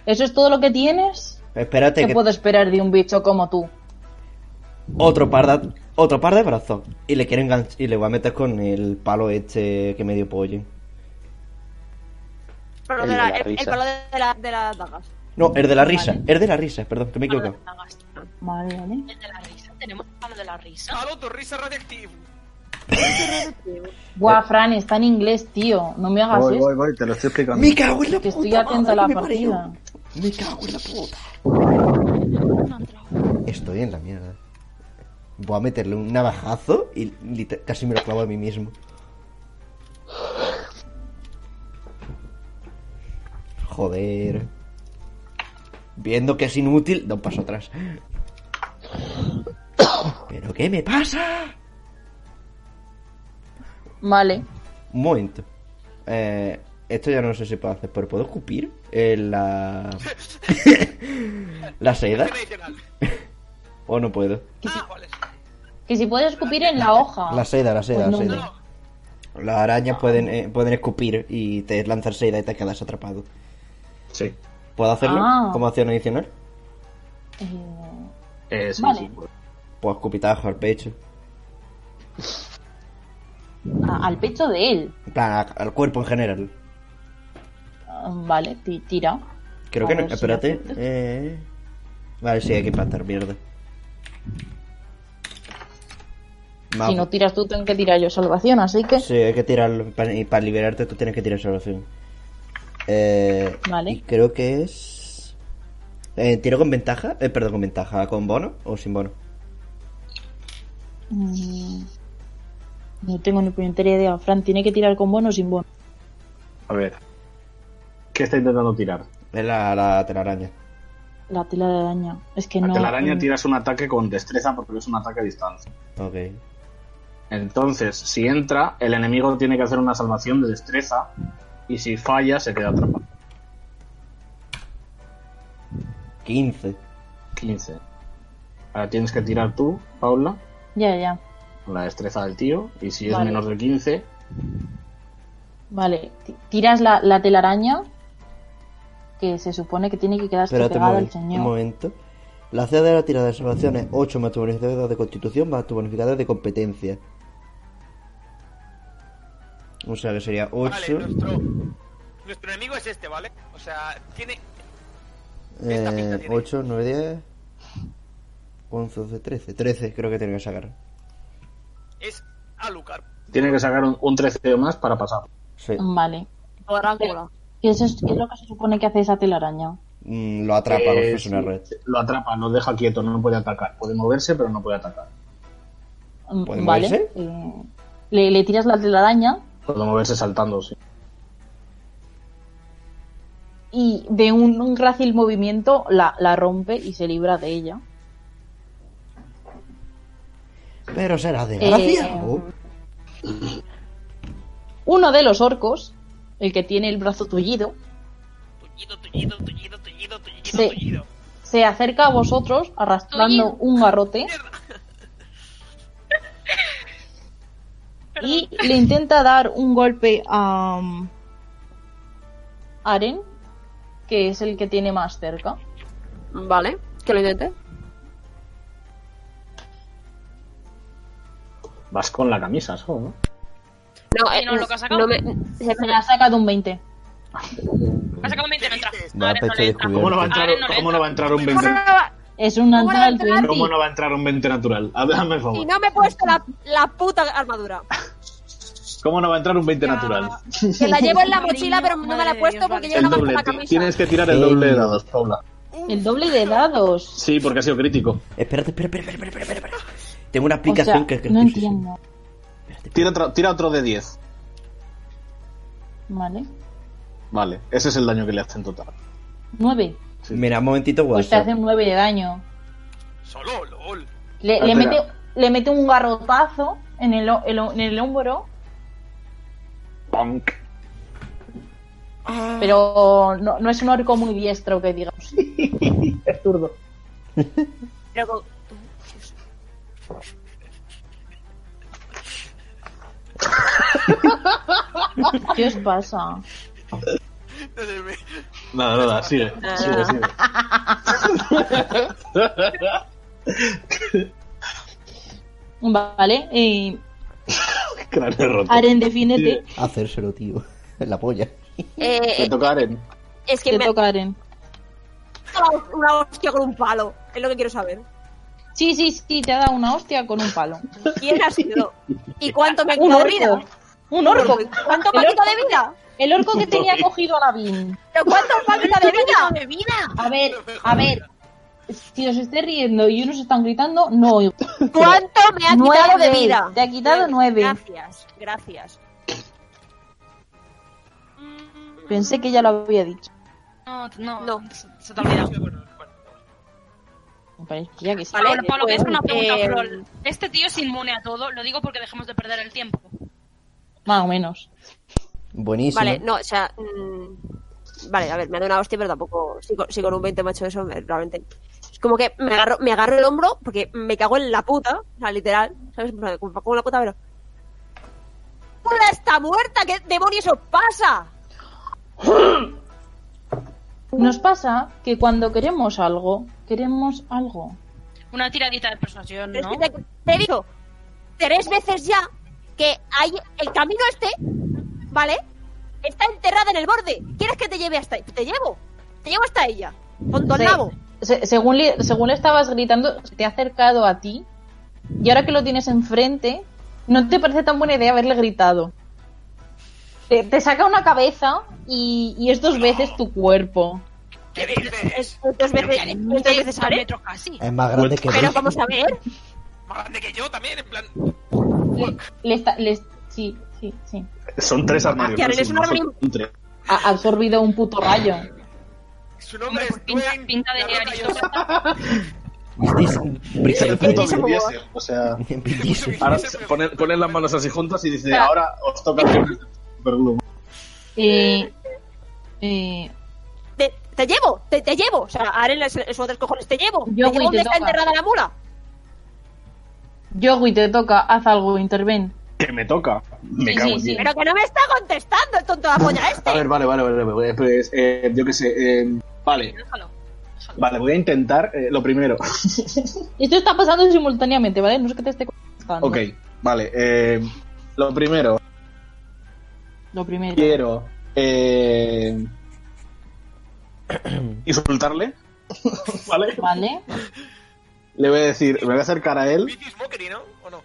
Speaker 2: ¿Eso es todo lo que tienes?
Speaker 1: Espérate,
Speaker 2: ¿Qué
Speaker 1: que
Speaker 2: puedo esperar de un bicho como tú?
Speaker 1: otro par de, otro par de brazos. Y le quiero enganchar. Y le voy a meter con el palo este que medio pollo.
Speaker 4: Pero
Speaker 7: El
Speaker 4: de
Speaker 7: de
Speaker 4: la-
Speaker 7: la
Speaker 4: el, el
Speaker 7: risa.
Speaker 4: palo de, la- de las dagas.
Speaker 1: No, el de la risa.
Speaker 2: Vale.
Speaker 1: El de la risa, perdón, que me he equivocado.
Speaker 2: Vale, vale.
Speaker 6: El de la risa. Tenemos el de la risa.
Speaker 9: Palo tu risa radiactivo.
Speaker 2: Buah, Fran, está en inglés, tío. No me hagas
Speaker 3: Voy,
Speaker 2: eso.
Speaker 3: voy, voy, te lo estoy explicando.
Speaker 1: Me cago en la
Speaker 2: Ah. Que
Speaker 1: puta.
Speaker 2: estoy atento a la
Speaker 1: madre que me
Speaker 2: partida.
Speaker 1: parió. Me cago en la puta. Estoy en la mierda. Voy a meterle un navajazo y liter- casi me lo clavo a mí mismo. Joder. Viendo que es inútil, da un paso atrás. ¿Pero qué me pasa?
Speaker 2: Vale.
Speaker 1: Un momento. Eh, esto ya no sé si puedo hacer, pero ¿puedo escupir eh, la... la seda?
Speaker 9: Acción adicional.
Speaker 1: ¿O no puedo?
Speaker 9: Ah, vale.
Speaker 2: Que si puedes escupir en la hoja.
Speaker 1: La seda, la seda,
Speaker 2: Pues no,
Speaker 1: la seda.
Speaker 9: No,
Speaker 1: Las arañas pueden, eh, pueden escupir y te lanzan seda y te quedas atrapado.
Speaker 3: Sí.
Speaker 1: ¿Puedo hacerlo
Speaker 2: Ah.
Speaker 1: como acción adicional?
Speaker 2: Eh,
Speaker 3: Eh, sí,
Speaker 2: Vale.
Speaker 3: sí, pues.
Speaker 1: Pues escupitajo al pecho.
Speaker 2: a- al pecho de él.
Speaker 1: En plan, a- al cuerpo en general.
Speaker 2: Ah, Vale, ti- tira.
Speaker 1: Creo
Speaker 2: A
Speaker 1: que no.
Speaker 2: ver si
Speaker 1: Espérate.
Speaker 2: aciertas.
Speaker 1: eh. Vale, sí, hay que impactar, mierda. Mago.
Speaker 2: Si no tiras tú, tengo que tirar yo salvación, así que.
Speaker 1: Sí, hay que tirarlo. pa- Y para liberarte tú tienes que tirar salvación. Eh,
Speaker 2: Vale.
Speaker 1: Y creo que es... Eh, ¿Tiro con ventaja? Eh, perdón, con ventaja. ¿Con bono o sin bono?
Speaker 2: Mm, No tengo ni puñetera idea. Fran, tiene que tirar con bono o sin bono.
Speaker 3: A ver. ¿Qué está intentando tirar?
Speaker 1: Es la, la telaraña.
Speaker 2: La tela de araña. Es que
Speaker 3: La
Speaker 2: no.
Speaker 3: telaraña
Speaker 2: mm,
Speaker 3: tiras un ataque con destreza porque es un ataque a distancia.
Speaker 1: Ok.
Speaker 3: Entonces, si entra, el enemigo tiene que hacer una salvación de destreza y si falla, se queda atrapado.
Speaker 1: 15.
Speaker 3: 15. Ahora tienes que tirar tú, Paula,
Speaker 2: Ya, ya.
Speaker 3: con la destreza del tío y si es
Speaker 2: Vale.
Speaker 3: menos de 15,
Speaker 2: Vale. ti- Tiras la, la telaraña. Que se supone que tiene que quedarse
Speaker 1: Espérate un
Speaker 2: pegada al
Speaker 1: momento, un
Speaker 2: señor.
Speaker 1: momento. La CD de la tirada de salvación es 8 más tu bonificador de constitución más tu bonificador de competencia. O sea que sería 8.
Speaker 9: Vale, nuestro, nuestro enemigo es este, ¿vale? O sea, tiene. Esta pinta
Speaker 1: Eh,
Speaker 9: tiene.
Speaker 1: 8, 9, 10, 11, 12, 13. 13 creo que tengo que sacar.
Speaker 9: Es Alucard.
Speaker 3: tiene que sacar un, un 13 o más para pasar.
Speaker 1: Sí.
Speaker 2: Vale.
Speaker 4: Ahora, ahora.
Speaker 2: ¿Qué es, es lo que se supone que hace esa telaraña?
Speaker 1: Mm, lo atrapa,
Speaker 3: Eh,
Speaker 1: lo es una
Speaker 3: sí,
Speaker 1: red.
Speaker 3: Lo atrapa, lo deja quieto, no puede atacar. Puede moverse, pero no puede atacar.
Speaker 2: Mm,
Speaker 1: ¿Puede
Speaker 2: Vale.
Speaker 1: moverse?
Speaker 2: Eh, le, le tiras la telaraña
Speaker 3: Puede moverse saltando, sí.
Speaker 2: y de un, un grácil movimiento la, la rompe y se libra de ella.
Speaker 1: Pero será de gracia.
Speaker 2: Eh,
Speaker 1: Oh,
Speaker 2: Uno de los orcos, el que tiene el brazo tullido,
Speaker 9: Tullido, tullido, tullido, tullido, tullido,
Speaker 2: Sí.
Speaker 9: tullido.
Speaker 2: se acerca a vosotros arrastrando
Speaker 6: Tullido.
Speaker 2: un garrote
Speaker 9: Mierda.
Speaker 2: y le intenta dar un golpe a, um, Aren, que es el que tiene más cerca.
Speaker 4: Vale, que lo intente.
Speaker 7: Vas con la camisa, solo, ¿no?
Speaker 4: No,
Speaker 6: ¿Y no lo que ha sacado?
Speaker 4: Eh, no me...
Speaker 2: Se me ha sacado un 20.
Speaker 6: Me ha sacado un 20, no entra.
Speaker 9: dices?
Speaker 1: Va a
Speaker 6: Aren no
Speaker 1: pecho
Speaker 6: le entra.
Speaker 1: descubierto.
Speaker 3: ¿Cómo no va a entrar,
Speaker 6: Ahora no le
Speaker 3: cómo no va a entrar un 20?
Speaker 2: Es un natural al
Speaker 4: natural?
Speaker 2: 20.
Speaker 3: ¿Cómo no va a entrar un 20 natural? Háblame, por
Speaker 4: Y
Speaker 3: favor.
Speaker 4: no me he puesto la, la puta armadura.
Speaker 3: ¿Cómo no va a entrar un 20 natural?
Speaker 4: Que la llevo en la
Speaker 6: Madre
Speaker 4: mochila,
Speaker 6: mía,
Speaker 4: pero no me la
Speaker 6: madre
Speaker 4: he
Speaker 6: de
Speaker 4: puesto
Speaker 6: Dios,
Speaker 4: porque
Speaker 6: vale.
Speaker 4: yo
Speaker 3: El
Speaker 4: no me
Speaker 3: doble.
Speaker 4: la
Speaker 3: ti-
Speaker 4: camisa.
Speaker 3: Tienes que tirar el doble de dados, Paula.
Speaker 2: El doble de dados.
Speaker 3: Sí, porque ha sido crítico.
Speaker 1: Espérate, espera, espera, espera, espera, espera, espera. Tengo una
Speaker 2: O
Speaker 1: aplicación
Speaker 2: sea,
Speaker 1: que es que
Speaker 2: no
Speaker 1: sí, sí, sí.
Speaker 2: entiendo.
Speaker 1: Espérate, espérate.
Speaker 3: Tira otro, tira otro de 10.
Speaker 2: Vale.
Speaker 3: Vale, ese es el daño que le hacen total.
Speaker 2: 9.
Speaker 3: Sí.
Speaker 1: Mira, un momentito,
Speaker 2: Pues te
Speaker 1: WhatsApp.
Speaker 2: hace 9 de daño.
Speaker 9: Solo, lol.
Speaker 2: Le,
Speaker 3: Ah,
Speaker 2: le
Speaker 3: espera.
Speaker 2: mete, le mete un garrotazo en el, o- el o- en el hombro,
Speaker 7: Punk.
Speaker 4: Ah.
Speaker 2: pero no, no es un orco muy diestro que digamos.
Speaker 7: Es zurdo.
Speaker 4: Pero con-
Speaker 2: ¿Qué os pasa?
Speaker 9: Entonces
Speaker 6: Eh,
Speaker 9: me-
Speaker 3: Nada, nada, sigue. Sigue, sigue.
Speaker 2: Vale, eh,
Speaker 3: Cráneo roto.
Speaker 2: Aren, defiéndete.
Speaker 1: Hacérselo, tío. La polla.
Speaker 4: Eh,
Speaker 3: Te
Speaker 4: eh,
Speaker 3: toca Aren.
Speaker 4: es que
Speaker 2: Te
Speaker 4: me
Speaker 2: toca, Aren.
Speaker 4: ha dado una hostia con un palo. Es lo que quiero saber.
Speaker 2: Sí, sí, sí, te ha dado una hostia con un palo.
Speaker 4: ¿Quién ha sido? ¿Y cuánto me ha
Speaker 2: ¡Un
Speaker 4: quitado de vida?
Speaker 2: orco! ¡Un orco!
Speaker 4: ¿Cuánto me ha
Speaker 2: El orco,
Speaker 4: quitado de vida?
Speaker 2: el orco que tenía cogido a Lavín.
Speaker 4: ¿Pero cuánto me ha quitado de vida?
Speaker 2: A ver, a ver. Si os esté riendo y unos están gritando, no oigo.
Speaker 4: ¿Cuánto me ha quitado de
Speaker 2: Nueve.
Speaker 4: vida?
Speaker 2: Te ha quitado nueve.
Speaker 4: Gracias, gracias.
Speaker 2: Pensé que ya lo había dicho.
Speaker 6: No, no,
Speaker 4: No.
Speaker 6: Se, se te ha olvidado.
Speaker 9: Bueno, bueno.
Speaker 2: Me parecía que sí.
Speaker 4: Vale,
Speaker 6: Ahora, Pablo, voy a hacer una
Speaker 4: pues,
Speaker 6: pregunta,
Speaker 4: eh,
Speaker 6: Flor. Este tío es inmune a todo, lo digo porque dejemos de perder el tiempo.
Speaker 2: Más o menos.
Speaker 1: Buenísimo.
Speaker 4: Vale, no, o sea. mm, vale, a ver, me ha dado una hostia, pero tampoco. Si con, si con un 20 me ha hecho eso, me- realmente. Es como que me agarro, me agarro el hombro porque me cago en la puta, o sea, literal, ¿sabes? Me cago en la puta, pero. ¡Hola, está muerta! ¿Qué demonios os pasa?
Speaker 2: Nos pasa que cuando queremos algo, queremos algo.
Speaker 6: Una tiradita de persuasión,
Speaker 4: Pero
Speaker 6: ¿no?
Speaker 4: es que te, te he dicho tres veces ya que hay el camino este, ¿vale? Está enterrada en el borde. ¿Quieres que te lleve hasta Te llevo. Te llevo hasta ella. Con tu
Speaker 2: Se-
Speaker 4: nabo.
Speaker 2: se- según, le, según le estabas gritando, se te ha acercado a ti. Y ahora que lo tienes enfrente, no te parece tan buena idea haberle gritado. Te, te saca una cabeza y, y es dos veces tu cuerpo.
Speaker 9: ¿Qué dices?
Speaker 4: Es- Dos
Speaker 6: Pero que
Speaker 4: veces,
Speaker 6: haré
Speaker 4: dos veces
Speaker 6: dos
Speaker 4: ¿vale?
Speaker 6: metros casi.
Speaker 1: Es más grande que
Speaker 4: Pero
Speaker 1: tú.
Speaker 4: vamos a ver.
Speaker 9: Más grande que yo también, en plan.
Speaker 2: Le, le está- le- sí, sí, sí.
Speaker 3: Son tres
Speaker 2: Ah,
Speaker 3: armarios.
Speaker 4: Hostia,
Speaker 3: no
Speaker 4: eres
Speaker 3: sé,
Speaker 4: un
Speaker 3: no son
Speaker 4: armario.
Speaker 3: tres.
Speaker 2: Ha absorbido un puto rayo.
Speaker 9: Su nombre
Speaker 6: Hombre,
Speaker 9: es
Speaker 6: pinta-
Speaker 9: Dwayne,
Speaker 6: pinta de
Speaker 9: la roca y osa.
Speaker 6: aristócrata.
Speaker 1: Britis-
Speaker 3: Es el puto
Speaker 1: británico.
Speaker 3: Vin Diesel, O sea,
Speaker 1: Britis-
Speaker 3: ahora poner, poner las manos así juntas y dice, ahora os toca hacer este un superglue.
Speaker 2: Eh, eh,
Speaker 4: Te, te llevo, te, te llevo. O sea, Aren es esos tres cojones, te llevo.
Speaker 2: Yo voy,
Speaker 4: te llevo donde
Speaker 2: te
Speaker 4: está
Speaker 2: toca.
Speaker 4: enterrada la mula.
Speaker 2: Yogui, te toca, haz algo, interven.
Speaker 3: Que me toca. Me
Speaker 2: Sí,
Speaker 3: cago en
Speaker 2: sí,
Speaker 3: diez.
Speaker 2: sí.
Speaker 4: Pero que no me está contestando el tonto de la polla este.
Speaker 3: A ver, vale, vale, vale. vale, pues, eh, yo qué sé. eh, vale,
Speaker 6: Déjalo.
Speaker 3: vale, voy a intentar eh, lo primero.
Speaker 2: Esto está pasando simultáneamente, ¿vale? No es que te esté contestando.
Speaker 3: ok, vale. eh, lo primero,
Speaker 2: Lo primero.
Speaker 3: quiero eh, insultarle. ¿Vale?
Speaker 2: ¿Vale?
Speaker 3: Le voy a decir, me voy a acercar a él
Speaker 9: Vicious Mockery, ¿no? ¿O no?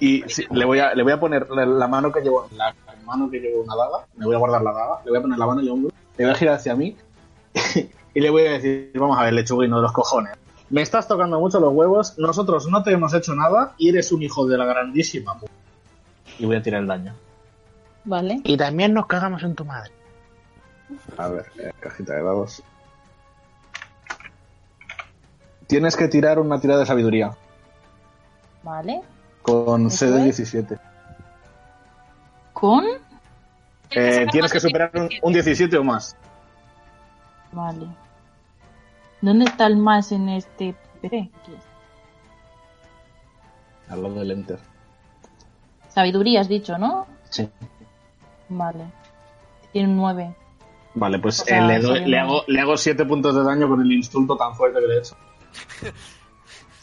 Speaker 3: y sí, le, voy a, le voy a poner la, la mano que llevo la mano que llevo una daga, me voy a guardar la daga, le voy a poner la mano en el hombro, le voy a girar hacia mí y le voy a decir, vamos a ver, lechuguino de los cojones. Me estás tocando mucho los huevos, nosotros no te hemos hecho nada y eres un hijo de la grandísima. pu-". Y voy a tirar el daño.
Speaker 2: ¿Vale?
Speaker 7: Y también nos cagamos en tu madre.
Speaker 3: A ver, eh, cajita de dados. Tienes que tirar una tirada de sabiduría
Speaker 2: ¿Vale?
Speaker 3: con
Speaker 2: ¿Eso
Speaker 3: CD17.
Speaker 2: ¿Con?
Speaker 3: Eh,
Speaker 6: sacar
Speaker 3: tienes
Speaker 6: más
Speaker 3: que
Speaker 6: de
Speaker 3: superar un, un 17 o más.
Speaker 2: Vale. ¿Dónde está el más en este PC? Aquí está.
Speaker 3: Al lado del enter.
Speaker 2: Sabiduría has dicho, ¿no?
Speaker 3: Sí.
Speaker 2: Vale. Tiene un 9.
Speaker 3: Vale, pues
Speaker 2: O sea,
Speaker 3: eh, le, doy-
Speaker 2: sí.
Speaker 3: le hago, le hago 7 puntos de daño con el insulto tan fuerte que le he hecho.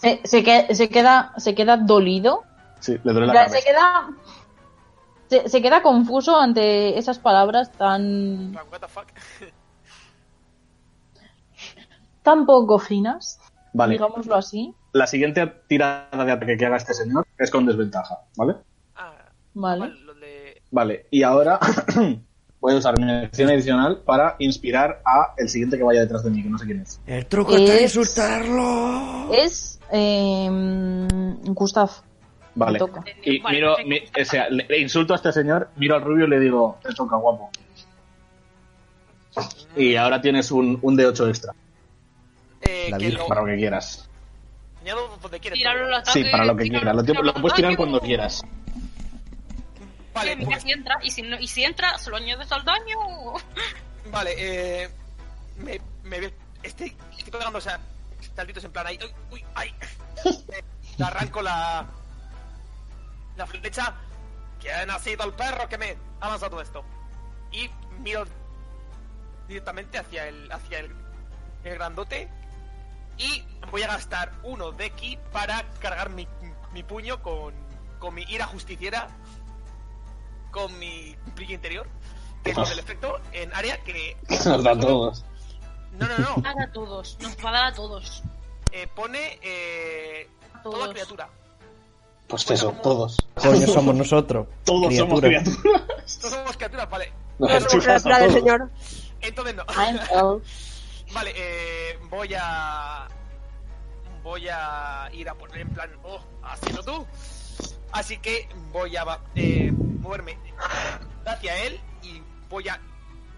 Speaker 2: Se, se, que- se queda, se queda dolido.
Speaker 3: Sí, le duele la
Speaker 2: O sea, se
Speaker 3: cabeza.
Speaker 2: queda. Se, se queda confuso ante esas palabras tan.
Speaker 9: Like, what the fuck?
Speaker 2: tan poco finas,
Speaker 3: Vale,
Speaker 2: digámoslo así.
Speaker 3: la siguiente tirada de ataque que haga este señor es con desventaja, ¿vale?
Speaker 9: Ah,
Speaker 2: Vale.
Speaker 9: vale, lo de...
Speaker 3: Vale, y ahora voy a usar mi acción adicional para inspirar a el siguiente que vaya detrás de mí, que no sé quién es.
Speaker 1: El truco está en
Speaker 2: Es-
Speaker 1: insultarlo.
Speaker 2: Es. Eh, Gustav.
Speaker 3: Vale.
Speaker 2: te toca.
Speaker 3: Y
Speaker 6: Vale,
Speaker 3: miro,
Speaker 6: perfecto.
Speaker 3: mi- o sea, le, le insulto a este señor, miro al rubio y le digo, te toca, guapo. Y ahora tienes un, un D8 extra,
Speaker 9: Eh,
Speaker 1: La
Speaker 9: que
Speaker 1: Virgen.
Speaker 9: lo...
Speaker 3: para lo que quieras.
Speaker 9: Añado donde quieres.
Speaker 6: Tíralo los
Speaker 3: Sí,
Speaker 6: ataques,
Speaker 3: para lo que
Speaker 6: tíralo,
Speaker 3: quieras. Lo, tie-
Speaker 6: tíralo
Speaker 3: lo
Speaker 6: los
Speaker 3: puedes tirar
Speaker 6: ataques.
Speaker 3: cuando quieras.
Speaker 9: Vale,
Speaker 6: Mira,
Speaker 9: pues,
Speaker 6: si entra, y si, no, y si entra, se lo añades al daño.
Speaker 9: vale, eh... Me, me ve- Estoy, estoy colgando, o sea, saltitos en plan ahí. Uy, uy, ay. Eh, le arranco la... La flecha. ¿Quién ha sido el perro que me ha lanzado esto? Y miro directamente hacia el, hacia el, el grandote. Y voy a gastar uno de ki para cargar mi, mi puño con, con mi ira justiciera. Con mi brillo interior. Tengo el efecto en área que.
Speaker 3: Nos da a todos.
Speaker 9: No, no, no.
Speaker 6: Dar a todos, nos va a dar a todos.
Speaker 9: Eh, pone eh,
Speaker 6: A
Speaker 9: toda
Speaker 6: todos.
Speaker 9: criatura.
Speaker 3: Pues eso, todos.
Speaker 1: Coño, somos nosotros.
Speaker 3: Todos somos
Speaker 1: Criatura.
Speaker 3: criaturas.
Speaker 9: No somos criaturas, vale.
Speaker 3: Nos
Speaker 9: No
Speaker 4: Es una
Speaker 3: chiflas
Speaker 4: criatura
Speaker 3: a
Speaker 4: del
Speaker 3: todos.
Speaker 4: señor.
Speaker 9: Entonces no.
Speaker 2: I'm L.
Speaker 9: Vale, eh, voy a. Voy a ir a poner en plan. Oh, hazlo tú. Así que voy a va- eh, moverme hacia él y voy a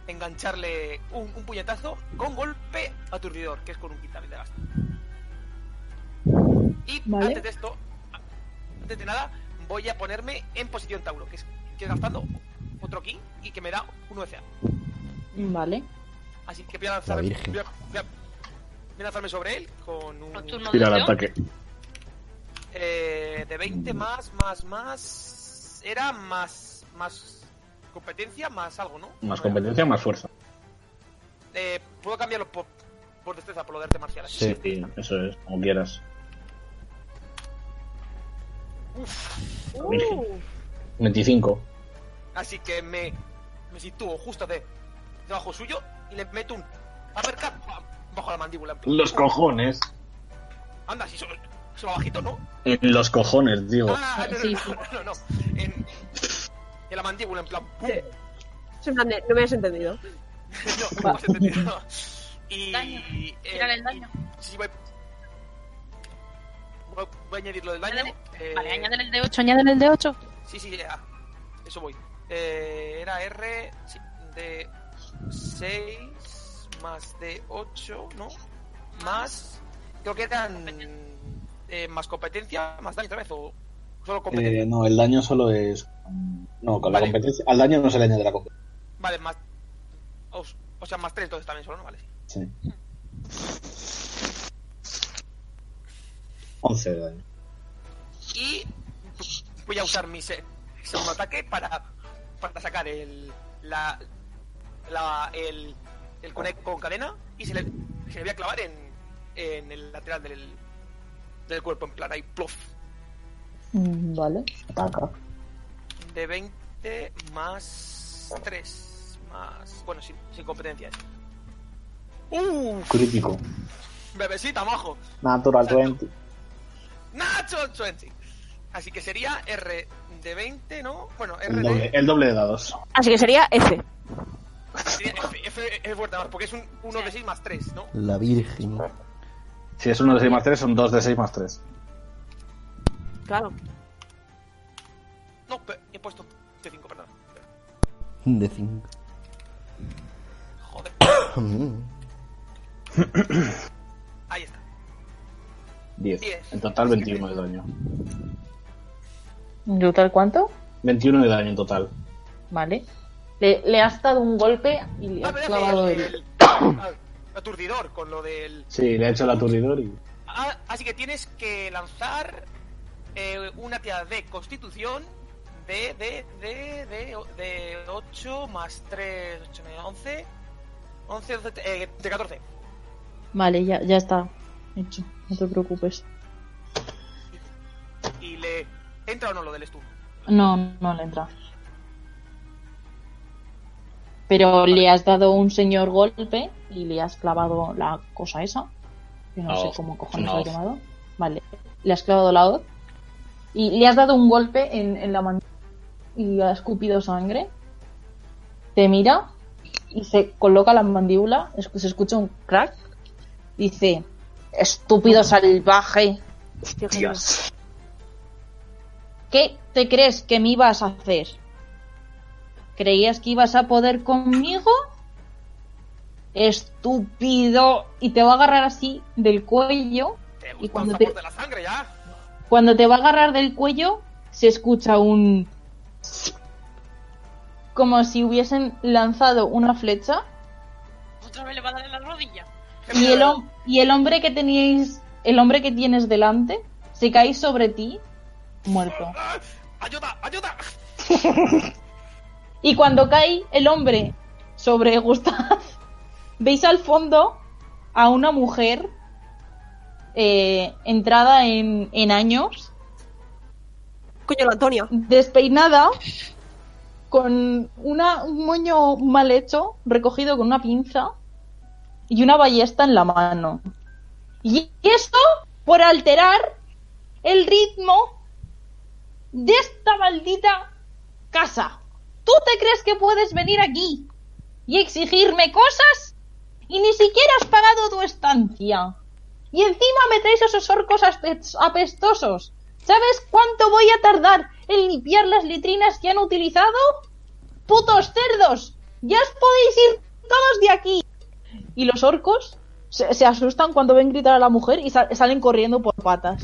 Speaker 9: engancharle un, un puñetazo con golpe aturdidor, que es con un quintal de gasto. Y
Speaker 2: Vale.
Speaker 9: antes de esto, antes de nada, voy a ponerme en posición Tauro, que es que es gastando otro King y que me da uno de CA.
Speaker 2: Vale.
Speaker 9: Así que voy a lanzar.
Speaker 1: La Virgen.
Speaker 9: Voy a, voy a- voy a lanzarme sobre él con un.
Speaker 6: Con tu
Speaker 3: Tira el
Speaker 6: modelo.
Speaker 3: ataque.
Speaker 9: eh, de 20 más, más, más. Era más. Más competencia, más algo, ¿no?
Speaker 3: Más
Speaker 9: No era.
Speaker 3: competencia, más fuerza.
Speaker 9: Eh, Puedo cambiarlo por, por destreza, por lo de arte marcial. así.
Speaker 1: Sí.
Speaker 3: Sí, eso es, como quieras. Virgen. 25.
Speaker 9: Así que me, me sitúo justo de, debajo suyo y le meto un. Uppercut bajo la mandíbula. en plan.
Speaker 3: Los cojones.
Speaker 9: Anda, si solo, solo bajito, ¿no?
Speaker 3: En los cojones, digo.
Speaker 9: Ah, no, no,
Speaker 2: Sí,
Speaker 9: no,
Speaker 2: sí.
Speaker 9: no, no, En, en la mandíbula, en plan. ¡pum!
Speaker 4: Es en plan de, No me has entendido.
Speaker 9: No,
Speaker 2: Va.
Speaker 9: no has entendido. Y.
Speaker 6: Daño.
Speaker 9: eh,
Speaker 6: Tírale el daño.
Speaker 9: y- Sí, voy. Voy, voy a añadir lo del daño.
Speaker 6: Añade-
Speaker 9: eh,
Speaker 6: Vale, añádele el de 8, añádele el de 8.
Speaker 9: Sí, sí, ya. Eso voy. Eh, era R sí, de 6 más de 8, ¿no? Más. Creo que eran. eh, más competencia, más daño otra vez, o solo competencia.
Speaker 3: Eh, no, el daño solo es. No, con la
Speaker 9: Vale.
Speaker 3: competencia. Al daño no se le añade la competencia.
Speaker 9: Vale, más. O, o sea, más 3 entonces también solo, ¿no? Vale. sí.
Speaker 3: Sí. 11 de daño.
Speaker 9: Y pues, voy a usar mi se- segundo ataque para, para sacar el. La, la, el, el connect con cadena y se le, se le voy a clavar en, en el lateral del, del cuerpo, en plan ahí, plof.
Speaker 2: Mm, Vale.
Speaker 3: Ataca.
Speaker 9: De 20 más 3. Más. Bueno, sin, sin competencias. ¡Uf!
Speaker 3: Crítico.
Speaker 9: Bebecita, majo.
Speaker 3: Natural 20.
Speaker 9: Nacho 20. Así que sería R de 20, ¿no? Bueno, R
Speaker 3: El
Speaker 9: de
Speaker 3: doble, el doble de dados.
Speaker 4: Así que sería F.
Speaker 9: Sería F, F es fuerte más, porque es un 1 de 6 más 3, ¿no?
Speaker 1: La Virgen.
Speaker 3: Si es uno de 6 más 3, son dos de 6 más 3.
Speaker 4: Claro.
Speaker 9: No, pe- he puesto de 5, perdón.
Speaker 1: De 5.
Speaker 9: Joder,
Speaker 1: Mm.
Speaker 9: ahí está.
Speaker 3: 10.
Speaker 9: Diez.
Speaker 3: En total, 21 de daño.
Speaker 2: ¿Yo tal cuánto?
Speaker 3: 21 de daño en total.
Speaker 2: Vale. Le, le has dado un golpe y le
Speaker 9: Ah,
Speaker 2: has
Speaker 9: espérate,
Speaker 2: clavado
Speaker 9: el,
Speaker 2: el.
Speaker 9: el- aturdidor con lo del.
Speaker 3: Sí, le ha hecho el aturdidor y.
Speaker 9: Ah, así que tienes que lanzar eh, una tirada de constitución de, de, de, de, de 8 más 3, 8, 9, 11. 11, 12, eh, de 14.
Speaker 2: Vale, ya, ya está. Hecho, no te preocupes.
Speaker 9: ¿Y le entra o no lo del stun?
Speaker 2: No, no le entra. Pero le has dado un señor golpe y le has clavado la cosa esa. Que no
Speaker 7: La
Speaker 2: sé
Speaker 7: hoz,
Speaker 2: cómo cojones
Speaker 7: una
Speaker 2: la he
Speaker 7: hoz.
Speaker 2: llamado. Vale. Le has clavado la hoz. Y le has dado un golpe en, en la mano. Y ha escupido sangre. Te mira. Y se coloca la mandíbula. es- Se escucha un crack. Dice: Estúpido salvaje.
Speaker 4: Hostia, que
Speaker 7: Dios.
Speaker 2: ¿Qué te crees que me ibas a hacer? ¿Creías que ibas a poder conmigo? Estúpido. Y te va a agarrar así del cuello.
Speaker 9: ¿Te
Speaker 2: Y
Speaker 9: gusta el
Speaker 2: cuando
Speaker 9: sabor
Speaker 2: te,
Speaker 9: de la sangre ya?
Speaker 2: cuando te va a agarrar del cuello, se escucha un... Como si hubiesen lanzado una flecha.
Speaker 5: Otra vez le va a dar en la rodilla.
Speaker 2: Y el, hom- y el hombre que teníais... El hombre que tienes delante, se cae sobre ti, muerto.
Speaker 9: ¡Ah! ¡Ayuda! ¡Ayuda!
Speaker 2: Y cuando cae el hombre sobre Gustav, veis al fondo a una mujer eh, entrada en, en años,
Speaker 4: Coño, la Antonia.
Speaker 2: despeinada, con una, un moño mal hecho, recogido con una pinza y una ballesta en la mano. Y esto por alterar el ritmo de esta maldita casa. ¿Tú te crees que puedes venir aquí y exigirme cosas? Y ni siquiera has pagado tu estancia. Y encima me traes esos orcos aspe- apestosos. ¿Sabes cuánto voy a tardar en limpiar las letrinas que han utilizado? ¡Putos cerdos! ¡Ya os podéis ir todos de aquí! Y los orcos se, se asustan cuando ven gritar a la mujer y sal- salen corriendo por patas.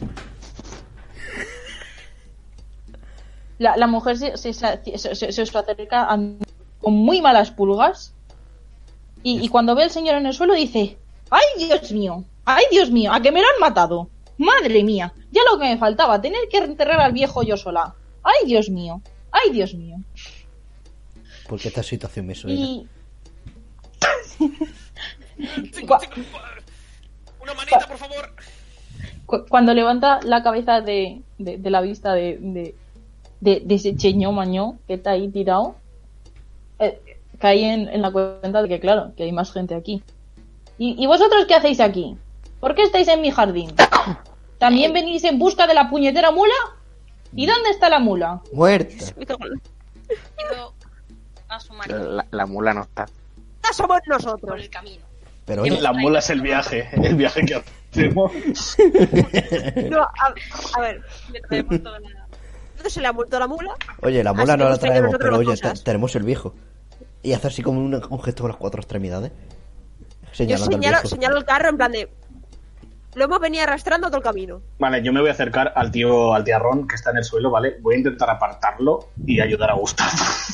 Speaker 2: La, la mujer se, se, se- se- se os acerca a- con muy malas pulgas y, y cuando ve al señor en el suelo dice, ¡ay Dios mío! ¡ay Dios mío! ¡a que me lo han matado! ¡madre mía! Ya lo que me faltaba, tener que enterrar al viejo yo sola. ¡ay Dios mío! ¡ay Dios mío!
Speaker 1: Porque esta situación me suena.
Speaker 2: Y
Speaker 9: Chicos, chicos, eh, una manita, por favor.
Speaker 2: cu- cuando levanta la cabeza de, de- de la vista de, de, de- de ese cheño mañó que está ahí tirado, eh, cae en, en la cuenta de que, claro, que hay más gente aquí. ¿Y, ¿Y vosotros qué hacéis aquí? ¿Por qué estáis en mi jardín?
Speaker 4: Eh.
Speaker 2: ¿También venís en busca de la puñetera mula?
Speaker 4: Mm.
Speaker 2: ¿Y dónde está la mula?
Speaker 1: Muerta.
Speaker 4: Me cago en-
Speaker 5: Ido a su marido
Speaker 7: La, la mula no está.
Speaker 4: Esta somos
Speaker 5: por
Speaker 4: nosotros.
Speaker 5: el camino.
Speaker 1: Pero oye,
Speaker 5: La mula es
Speaker 3: el viaje, el viaje que hacemos.
Speaker 4: No, a, a ver,
Speaker 5: Le traemos toda la...
Speaker 4: entonces se le ha muerto la mula.
Speaker 1: oye, la mula
Speaker 4: Así
Speaker 1: no la
Speaker 4: nos traen
Speaker 1: traemos,
Speaker 4: nosotros
Speaker 1: pero
Speaker 4: las
Speaker 1: oye, te-
Speaker 4: cosas.
Speaker 1: tenemos el viejo. Y hace así como un, un gesto con las cuatro extremidades.
Speaker 4: Yo
Speaker 1: Señalando al
Speaker 4: señalo,
Speaker 1: viejo.
Speaker 4: señalo el carro en plan de. Lo hemos venido arrastrando todo el camino.
Speaker 3: Vale, yo me voy a acercar al tío, al tiarrón que está en el suelo, ¿vale? Voy a intentar apartarlo y ayudar a Gustav.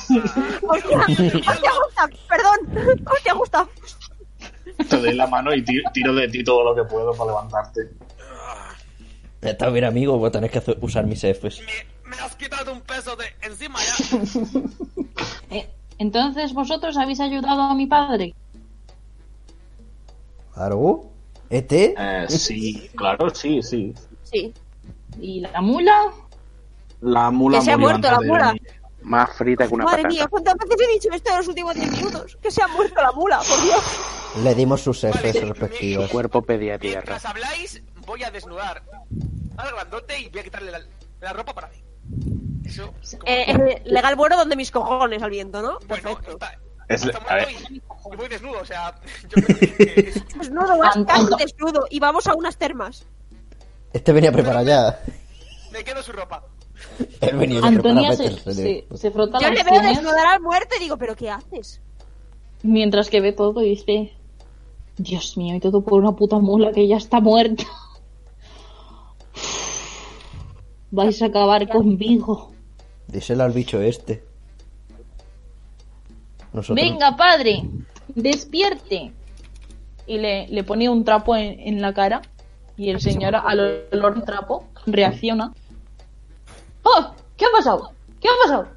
Speaker 4: ¡Hostia! ¡Hostia, Gustav! ¡Perdón! ¡Hostia, Gustav!
Speaker 3: Te doy la mano y ti- tiro de ti todo lo que puedo para levantarte.
Speaker 1: Está bien, amigo, voy a tener que hacer- usar mis Fs.
Speaker 9: Me, me has quitado un peso de encima ya.
Speaker 2: Eh, Entonces vosotros habéis ayudado a mi padre.
Speaker 1: Claro. ¿Este?
Speaker 3: Eh, sí, claro, sí, sí.
Speaker 4: Sí.
Speaker 2: ¿Y la mula?
Speaker 3: La mula
Speaker 4: Que se ha
Speaker 3: murió
Speaker 4: muerto
Speaker 3: antes
Speaker 4: la
Speaker 3: de
Speaker 4: mula.
Speaker 3: venir.
Speaker 7: Más frita que una
Speaker 4: Madre
Speaker 7: patata.
Speaker 4: mía, ¿cuántas veces he dicho esto en los últimos 10 minutos? Que se ha muerto la mula, por Dios.
Speaker 1: Le dimos sus Fs
Speaker 9: Vale,
Speaker 1: respectivos.
Speaker 7: Tu cuerpo pedía tierra.
Speaker 9: Mientras habláis, voy a desnudar al grandote y voy a quitarle la, la ropa para mí. Eso. como-
Speaker 4: Eh, eh, legal bueno donde mis cojones al viento, ¿no?
Speaker 9: bueno,
Speaker 4: Perfecto.
Speaker 9: está,
Speaker 3: Es-
Speaker 9: está
Speaker 3: a ver.
Speaker 9: muerto y, y voy desnudo, o sea, yo creo que
Speaker 4: Desnudo, vas
Speaker 2: Ando-
Speaker 4: casi
Speaker 2: ando-
Speaker 4: desnudo. Y vamos a unas termas.
Speaker 1: Este venía preparado ya.
Speaker 9: me quedo su ropa.
Speaker 1: Él venía ya preparado
Speaker 2: Antonia
Speaker 1: para
Speaker 2: se,
Speaker 1: meterse
Speaker 2: se-
Speaker 1: de-
Speaker 2: se frota
Speaker 4: Yo
Speaker 2: las
Speaker 4: le veo
Speaker 2: uñas.
Speaker 4: desnudar al muerto y digo, ¿pero qué haces?
Speaker 2: Mientras que ve todo y dice, Dios mío, y todo por una puta mula que ya está muerta. Vais a acabar conmigo.
Speaker 1: Díselo al bicho este. Nosotros...
Speaker 2: Venga, padre, despierte. Y le, le pone un trapo en, en la cara y el señor al olor de trapo reacciona. ¡Oh! ¿Qué ha pasado? ¿Qué ha pasado?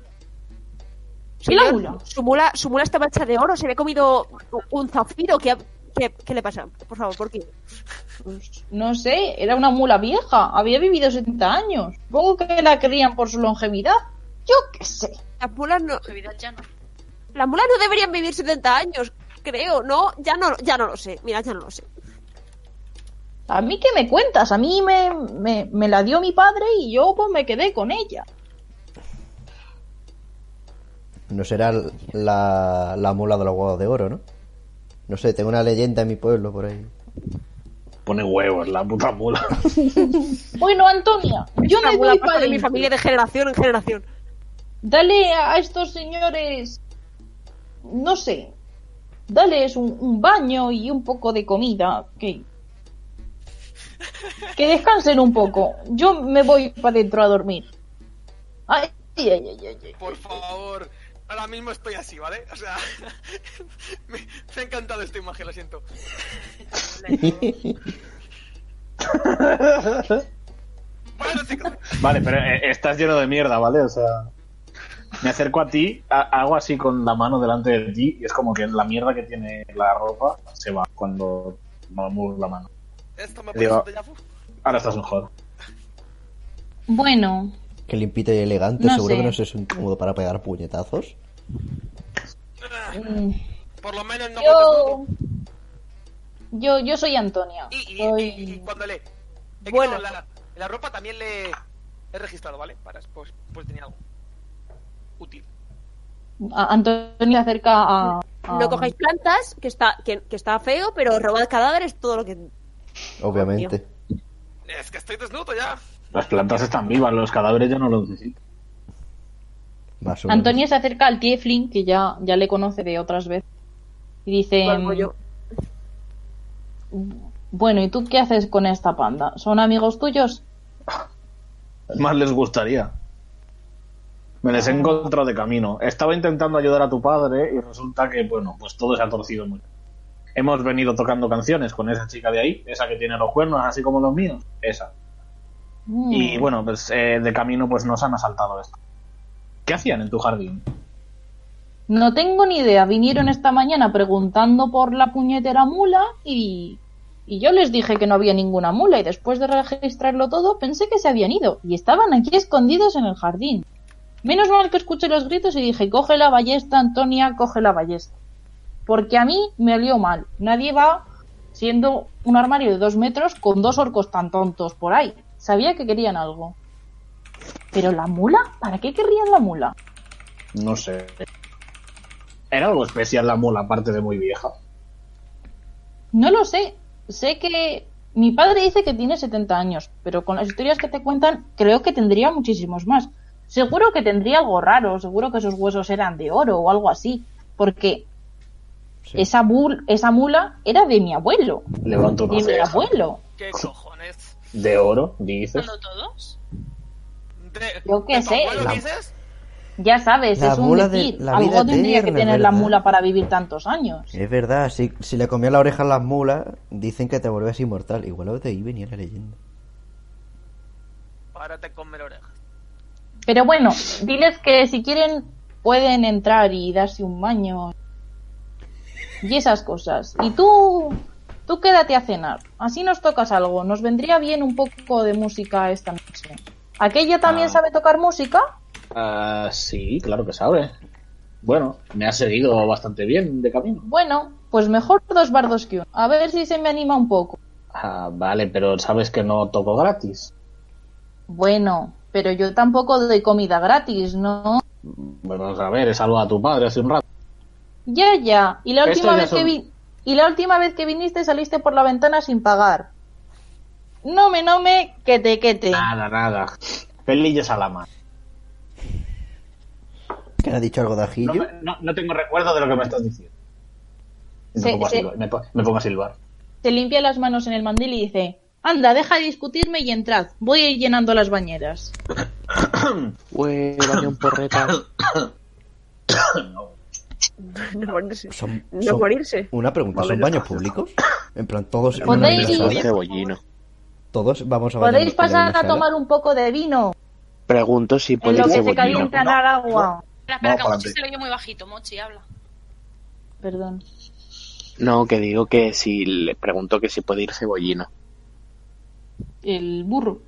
Speaker 4: Su
Speaker 2: ¿Y la
Speaker 4: mula-
Speaker 2: mula?
Speaker 4: Su mula, su mula está mancha de oro, se había comido un zafiro. ¿Qué, ha- qué, qué le pasa? Por favor, ¿por qué?
Speaker 2: Pues, no sé, era una mula vieja, había vivido 70 años. Supongo que la crían por su longevidad. Yo qué sé.
Speaker 4: Las mulas no,
Speaker 6: Longevidad ya no.
Speaker 4: las mulas no deberían vivir 70 años, creo, ¿no? Ya no, ya no lo sé. Mira, ya no lo sé.
Speaker 2: ¿A mí qué me cuentas? A mí me, me, me la dio mi padre y yo pues me quedé con ella.
Speaker 1: No será la, la mula de los huevos de oro, ¿no? No sé, tengo una leyenda en mi pueblo por ahí.
Speaker 3: Pone huevos la puta mula.
Speaker 2: Bueno, Antonia, yo
Speaker 4: La
Speaker 2: me
Speaker 4: mula
Speaker 2: voy
Speaker 4: pasa
Speaker 2: para
Speaker 4: de mi familia de generación en generación.
Speaker 2: Dale a estos señores, no sé, dales un, un baño y un poco de comida, que, que descansen un poco. Yo me voy para adentro a dormir. Ay, ay, ay, ay, ay, ay.
Speaker 9: Por favor. Ahora mismo estoy así, ¿vale? O sea, me, me ha encantado esta imagen, lo siento. Bueno, chicos,
Speaker 3: Vale, pero eh, estás lleno de mierda, ¿vale? O sea, me acerco a ti, ha- hago así con la mano delante de ti y es como que la mierda que tiene la ropa se va cuando no muevo la mano.
Speaker 9: esto me
Speaker 3: Digo-
Speaker 9: parece ya fu-
Speaker 3: Ahora estás mejor.
Speaker 2: Bueno,
Speaker 1: Que limpito y elegante,
Speaker 2: No
Speaker 1: seguro
Speaker 2: sé.
Speaker 1: que no es un cómodo para pegar puñetazos.
Speaker 2: mm,
Speaker 9: Por lo menos Eh, no botes
Speaker 2: yo,
Speaker 9: humo.
Speaker 2: yo, yo soy Antonia.
Speaker 9: Y, y- y- y
Speaker 2: Soy...
Speaker 9: cuando le. he
Speaker 4: Bueno.
Speaker 9: quitado La, la ropa también le he registrado, ¿vale? Para, pues, pues tenía algo útil.
Speaker 2: a- Antonia acerca a... a-
Speaker 4: No cojáis plantas, que está, que, que está feo, pero robad cadáveres, todo lo que.
Speaker 2: Em,
Speaker 1: Obviamente.
Speaker 9: Es que estoy desnudo ya.
Speaker 3: Las plantas están vivas, los cadáveres yo no los necesito.
Speaker 1: Más o menos.
Speaker 2: Antonia se acerca al Tiefling, que ya, ya le conoce de otras veces. Y dice:
Speaker 4: Bueno,
Speaker 9: pues
Speaker 4: yo-
Speaker 2: Bueno, ¿y tú qué haces con esta panda? ¿Son amigos tuyos?
Speaker 3: Más les gustaría. Me les he encontrado de camino. Estaba intentando ayudar a tu padre y resulta que, bueno, pues todo se ha torcido mucho. Hemos venido tocando canciones con esa chica de ahí, esa que tiene los cuernos, así como los míos. Esa. Y
Speaker 2: Mm,
Speaker 3: bueno, pues eh, de camino pues nos han asaltado esto. ¿Qué hacían en tu jardín?
Speaker 2: No tengo ni idea. Vinieron esta mañana preguntando por la puñetera mula y, y yo les dije que no había ninguna mula. Y después de registrarlo todo, pensé que se habían ido y estaban aquí escondidos en el jardín. Menos mal que escuché los gritos y dije: Coge la ballesta, Antonia, coge la ballesta. Porque a mí me olió mal. Nadie va siendo un armario de dos metros con dos orcos tan tontos por ahí. Sabía que querían algo. Pero la mula, ¿para qué querrían la mula?
Speaker 3: No sé. Era algo especial la mula, aparte de muy vieja.
Speaker 2: No lo sé. Sé que mi padre dice que tiene 70 años, pero con las historias que te cuentan creo que tendría muchísimos más. Seguro que tendría algo raro, seguro que sus huesos eran de oro o algo así, porque
Speaker 1: Sí.
Speaker 2: esa, bul- esa mula era de mi abuelo,
Speaker 3: Levanto una
Speaker 2: de mi
Speaker 3: ceja.
Speaker 2: abuelo.
Speaker 9: ¿Qué cojones?
Speaker 3: De oro, dices.
Speaker 6: ¿Cuándo todos?
Speaker 9: De-
Speaker 2: Yo qué
Speaker 9: ¿de tu
Speaker 2: sé.
Speaker 9: abuelo
Speaker 1: La-
Speaker 9: dices?
Speaker 2: Ya sabes,
Speaker 1: La
Speaker 2: es un
Speaker 1: mula de-
Speaker 2: decir.
Speaker 1: la
Speaker 2: algo
Speaker 1: vida
Speaker 2: tendría que
Speaker 1: eterna,
Speaker 2: tener la
Speaker 1: ¿verdad?
Speaker 2: mula para vivir tantos años.
Speaker 1: Es verdad, si, si le comías la oreja a las mulas, dicen que te vuelves inmortal. Igual de ahí venía la leyenda.
Speaker 9: Ahora te comer orejas.
Speaker 2: Pero bueno, diles que si quieren pueden entrar y darse un baño y esas cosas. Y tú, tú quédate a cenar. Así nos tocas algo. Nos vendría bien un poco de música esta noche. ¿Aquella también
Speaker 3: Ah.
Speaker 2: sabe tocar música?
Speaker 3: Ah, sí, claro que sabe. Bueno, me ha seguido bastante bien de camino.
Speaker 2: Bueno, pues mejor dos bardos que uno. A ver si se me anima un poco.
Speaker 3: Ah, vale, pero sabes que no toco gratis.
Speaker 2: Bueno, pero yo tampoco doy comida gratis, ¿no?
Speaker 3: Bueno, a ver, he saludado a tu padre hace un rato.
Speaker 2: Ya, ya. Y la
Speaker 3: Esto
Speaker 2: última
Speaker 3: ya
Speaker 2: vez
Speaker 3: son-
Speaker 2: que vi- y la última vez que viniste saliste por la ventana sin pagar. No me, no me, que te, que te.
Speaker 3: Nada, nada. Pelillos a la mano.
Speaker 1: ¿Que le ha dicho algo de
Speaker 3: No,
Speaker 1: ajillo?
Speaker 3: me- no- no tengo recuerdo de lo que me estás diciendo. Y Me,
Speaker 2: Se-
Speaker 3: pongo a
Speaker 2: se-
Speaker 3: silbar- me po- me pongo a silbar.
Speaker 2: Se limpia las manos en el mandil y dice, anda, deja de discutirme y entrad. Voy a ir llenando las bañeras.
Speaker 10: Ué, baño en porreta.
Speaker 4: No morirse.
Speaker 1: Son-
Speaker 4: No
Speaker 1: son-
Speaker 4: morirse.
Speaker 1: Una pregunta, ¿son baños públicos? En plan, todos... en una
Speaker 2: Podéis-
Speaker 1: misma
Speaker 10: Un
Speaker 1: sala?
Speaker 10: cebollino.
Speaker 1: Todos vamos a bañarnos
Speaker 2: Podéis
Speaker 1: en la
Speaker 2: pasar
Speaker 1: misma
Speaker 2: a
Speaker 1: sala?
Speaker 2: tomar un poco de vino
Speaker 10: Pregunto si
Speaker 2: en
Speaker 3: Pues
Speaker 10: podéis
Speaker 2: lo que se
Speaker 10: cebollino.
Speaker 2: calienta el agua.
Speaker 6: Espera,
Speaker 3: Vamos
Speaker 6: espera, que a
Speaker 3: para
Speaker 6: Mochi
Speaker 3: adelante.
Speaker 6: se lo oye muy bajito. Mochi, habla.
Speaker 2: Perdón.
Speaker 7: No, que digo que si le pregunto que si puede ir cebollino.
Speaker 2: El burro.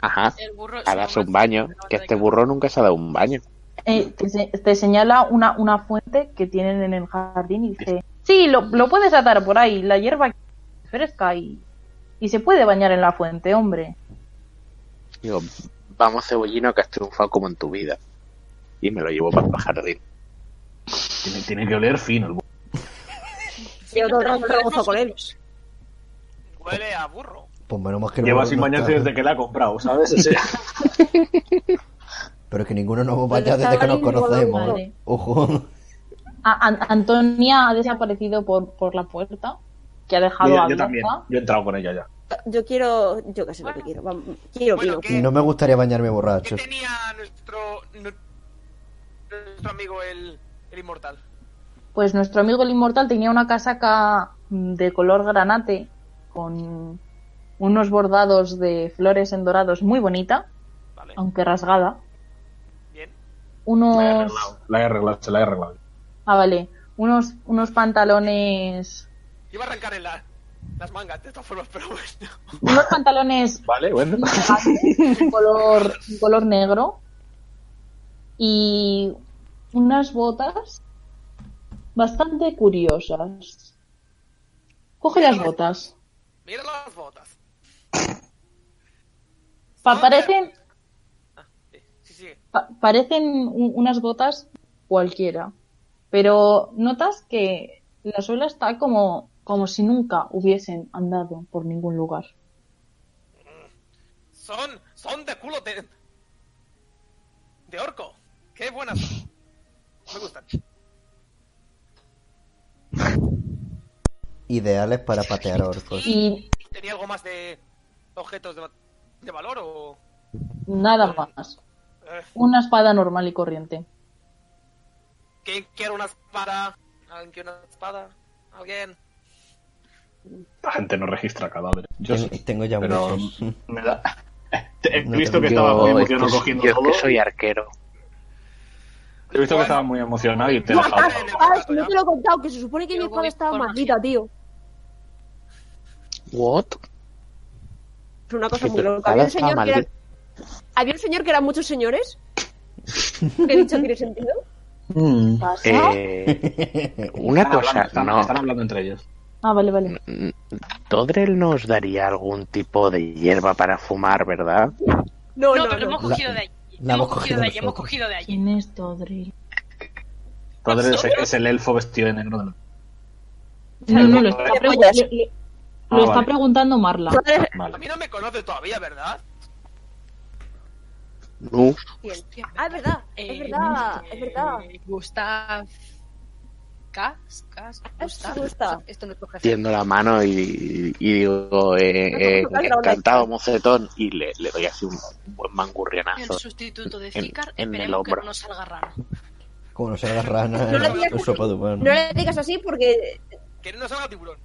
Speaker 7: Ajá.
Speaker 6: El burro...
Speaker 7: A darse un baño. Que este burro nunca se ha dado un baño.
Speaker 2: Eh, te, se- te señala una, una fuente que tienen en el jardín y dice, sí, lo, lo puedes atar por ahí, la hierba es fresca y, y se puede bañar en la fuente, hombre.
Speaker 7: Digo, vamos cebollino que has triunfado como en tu vida. Y me lo llevo para el jardín.
Speaker 3: Tiene, tiene que oler fino el bu-
Speaker 4: Llevo todo el rato rebozo con él.
Speaker 9: Huele a burro.
Speaker 1: Pues menos mal que
Speaker 3: Lleva
Speaker 1: ninguno
Speaker 3: sin
Speaker 1: no
Speaker 3: bañarse
Speaker 1: está-
Speaker 3: desde que la ha comprado, ¿sabes? O sea,
Speaker 1: Pero es que ninguno nos hemos bañado
Speaker 4: Pero
Speaker 1: desde que nos
Speaker 4: estaba
Speaker 1: conocemos.
Speaker 4: igual.
Speaker 1: Ojo.
Speaker 2: A- Ah, An- Antonia ha desaparecido por, por la puerta, que ha dejado
Speaker 3: yo, yo
Speaker 2: abierta.
Speaker 3: también. Yo he entrado con ella ya.
Speaker 4: Yo quiero. Yo qué sé lo que quiero. vamos, Quiero,
Speaker 9: Bueno,
Speaker 4: quiero.
Speaker 9: ¿qué,
Speaker 1: No me gustaría bañarme
Speaker 9: qué
Speaker 1: borracho.
Speaker 9: tenía nuestro, nu- nuestro amigo el, el inmortal?
Speaker 2: Pues nuestro amigo el inmortal tenía una casaca mm, de color granate con unos bordados de flores en dorados muy bonita,
Speaker 9: Vale,
Speaker 2: aunque rasgada.
Speaker 9: bien.
Speaker 3: La he
Speaker 2: Unos
Speaker 3: arreglado, la he arreglado, se la he arreglado.
Speaker 2: Ah, vale. Unos, unos pantalones.
Speaker 9: Iba a arrancar en la- las mangas, de todas formas, pero bueno.
Speaker 2: Unos pantalones
Speaker 3: Vale, bueno.
Speaker 2: de color, de color negro. Y unas botas bastante curiosas. Coge las botas.
Speaker 9: Mira las botas.
Speaker 2: Pa- parecen
Speaker 9: Sí, sí, sí.
Speaker 2: pa- parecen u- unas botas cualquiera. Pero notas que la suela está como, como si nunca hubiesen andado por ningún lugar.
Speaker 9: Son, son de culo de, de orco. Qué buenas. son. Me gustan.
Speaker 1: Ideales para patear orcos.
Speaker 2: Y
Speaker 9: ¿Tenía algo más de objetos de, va- de valor o...?
Speaker 2: Nada más.
Speaker 9: eh,
Speaker 2: Una espada normal y corriente.
Speaker 9: ¿Quién quiere una espada? ¿Alguien quiere una espada? ¿Alguien?
Speaker 3: La gente no registra cadáveres. Yo
Speaker 1: Tengo,
Speaker 3: sí,
Speaker 1: tengo ya
Speaker 3: pero
Speaker 1: muchos.
Speaker 3: me da... He
Speaker 1: No
Speaker 3: visto
Speaker 1: tengo-
Speaker 3: que
Speaker 1: Yo-
Speaker 3: estaba muy
Speaker 10: este,
Speaker 7: es que-
Speaker 3: emocionado cogiendo
Speaker 7: yo es
Speaker 3: todo.
Speaker 7: que soy arquero.
Speaker 3: He visto que estaba muy emocionado y te he dejado.
Speaker 9: Bueno.
Speaker 4: Ah, es que no te lo he contado, que se supone que mi
Speaker 6: Yo
Speaker 4: espada
Speaker 6: voy
Speaker 4: estaba
Speaker 6: por
Speaker 4: maldita, tío.
Speaker 7: What?
Speaker 4: Es una cosa
Speaker 7: Sí,
Speaker 4: muy
Speaker 7: pero
Speaker 4: loca. Había un
Speaker 7: estaba
Speaker 4: señor que era...
Speaker 7: maldita.
Speaker 4: Había un señor que eran muchos señores. ¿Qué he dicho tiene sentido?
Speaker 2: ¿Pasa?
Speaker 7: Eh, una
Speaker 3: Están ¿Ah? hablando-
Speaker 7: cosa,
Speaker 3: están,
Speaker 7: no.
Speaker 3: están hablando entre ellos.
Speaker 2: Ah, vale, vale.
Speaker 7: Mm, Todrel nos daría algún tipo de hierba para fumar, ¿verdad?
Speaker 4: No,
Speaker 6: no,
Speaker 4: no,
Speaker 6: pero
Speaker 4: no.
Speaker 6: hemos cogido de allí.
Speaker 1: la
Speaker 6: hemos cogido de allí, hemos
Speaker 1: nosotros.
Speaker 6: cogido de allí.
Speaker 2: ¿Quién es Todril?
Speaker 3: Padre es, es el elfo vestido de negro. del-
Speaker 2: No, no, lo está,
Speaker 4: ¿Qué
Speaker 2: pregun-
Speaker 4: pollas?
Speaker 2: le- le-
Speaker 3: Ah,
Speaker 2: lo está
Speaker 3: vale.
Speaker 2: preguntando
Speaker 6: Ah,
Speaker 2: Marla.
Speaker 9: A mí
Speaker 3: Vale.
Speaker 9: no me conoce todavía, ¿verdad?
Speaker 7: No.
Speaker 6: Hostia,
Speaker 4: Ah, es verdad, es
Speaker 6: eh,
Speaker 4: verdad,
Speaker 6: eh,
Speaker 4: es verdad.
Speaker 6: Gustav... ¿Cas? ¿Cas? Gustav.
Speaker 4: Gustav.
Speaker 6: Esto no es tu jefe.
Speaker 7: Tiendo la mano y, y digo, eh, eh,
Speaker 4: No, no, no, no, no.
Speaker 7: encantado, mocetón. Y le, le doy así un buen
Speaker 6: El
Speaker 7: mangurrianazo.
Speaker 6: sustituto de
Speaker 7: en-
Speaker 6: Zikar,
Speaker 7: en el
Speaker 6: esperemos que
Speaker 7: hombro.
Speaker 6: no salga raro.
Speaker 1: Como no se haga rana
Speaker 4: No le digas-
Speaker 1: o sopa de humano.
Speaker 4: No le digas así porque.
Speaker 9: Que no salga tiburón.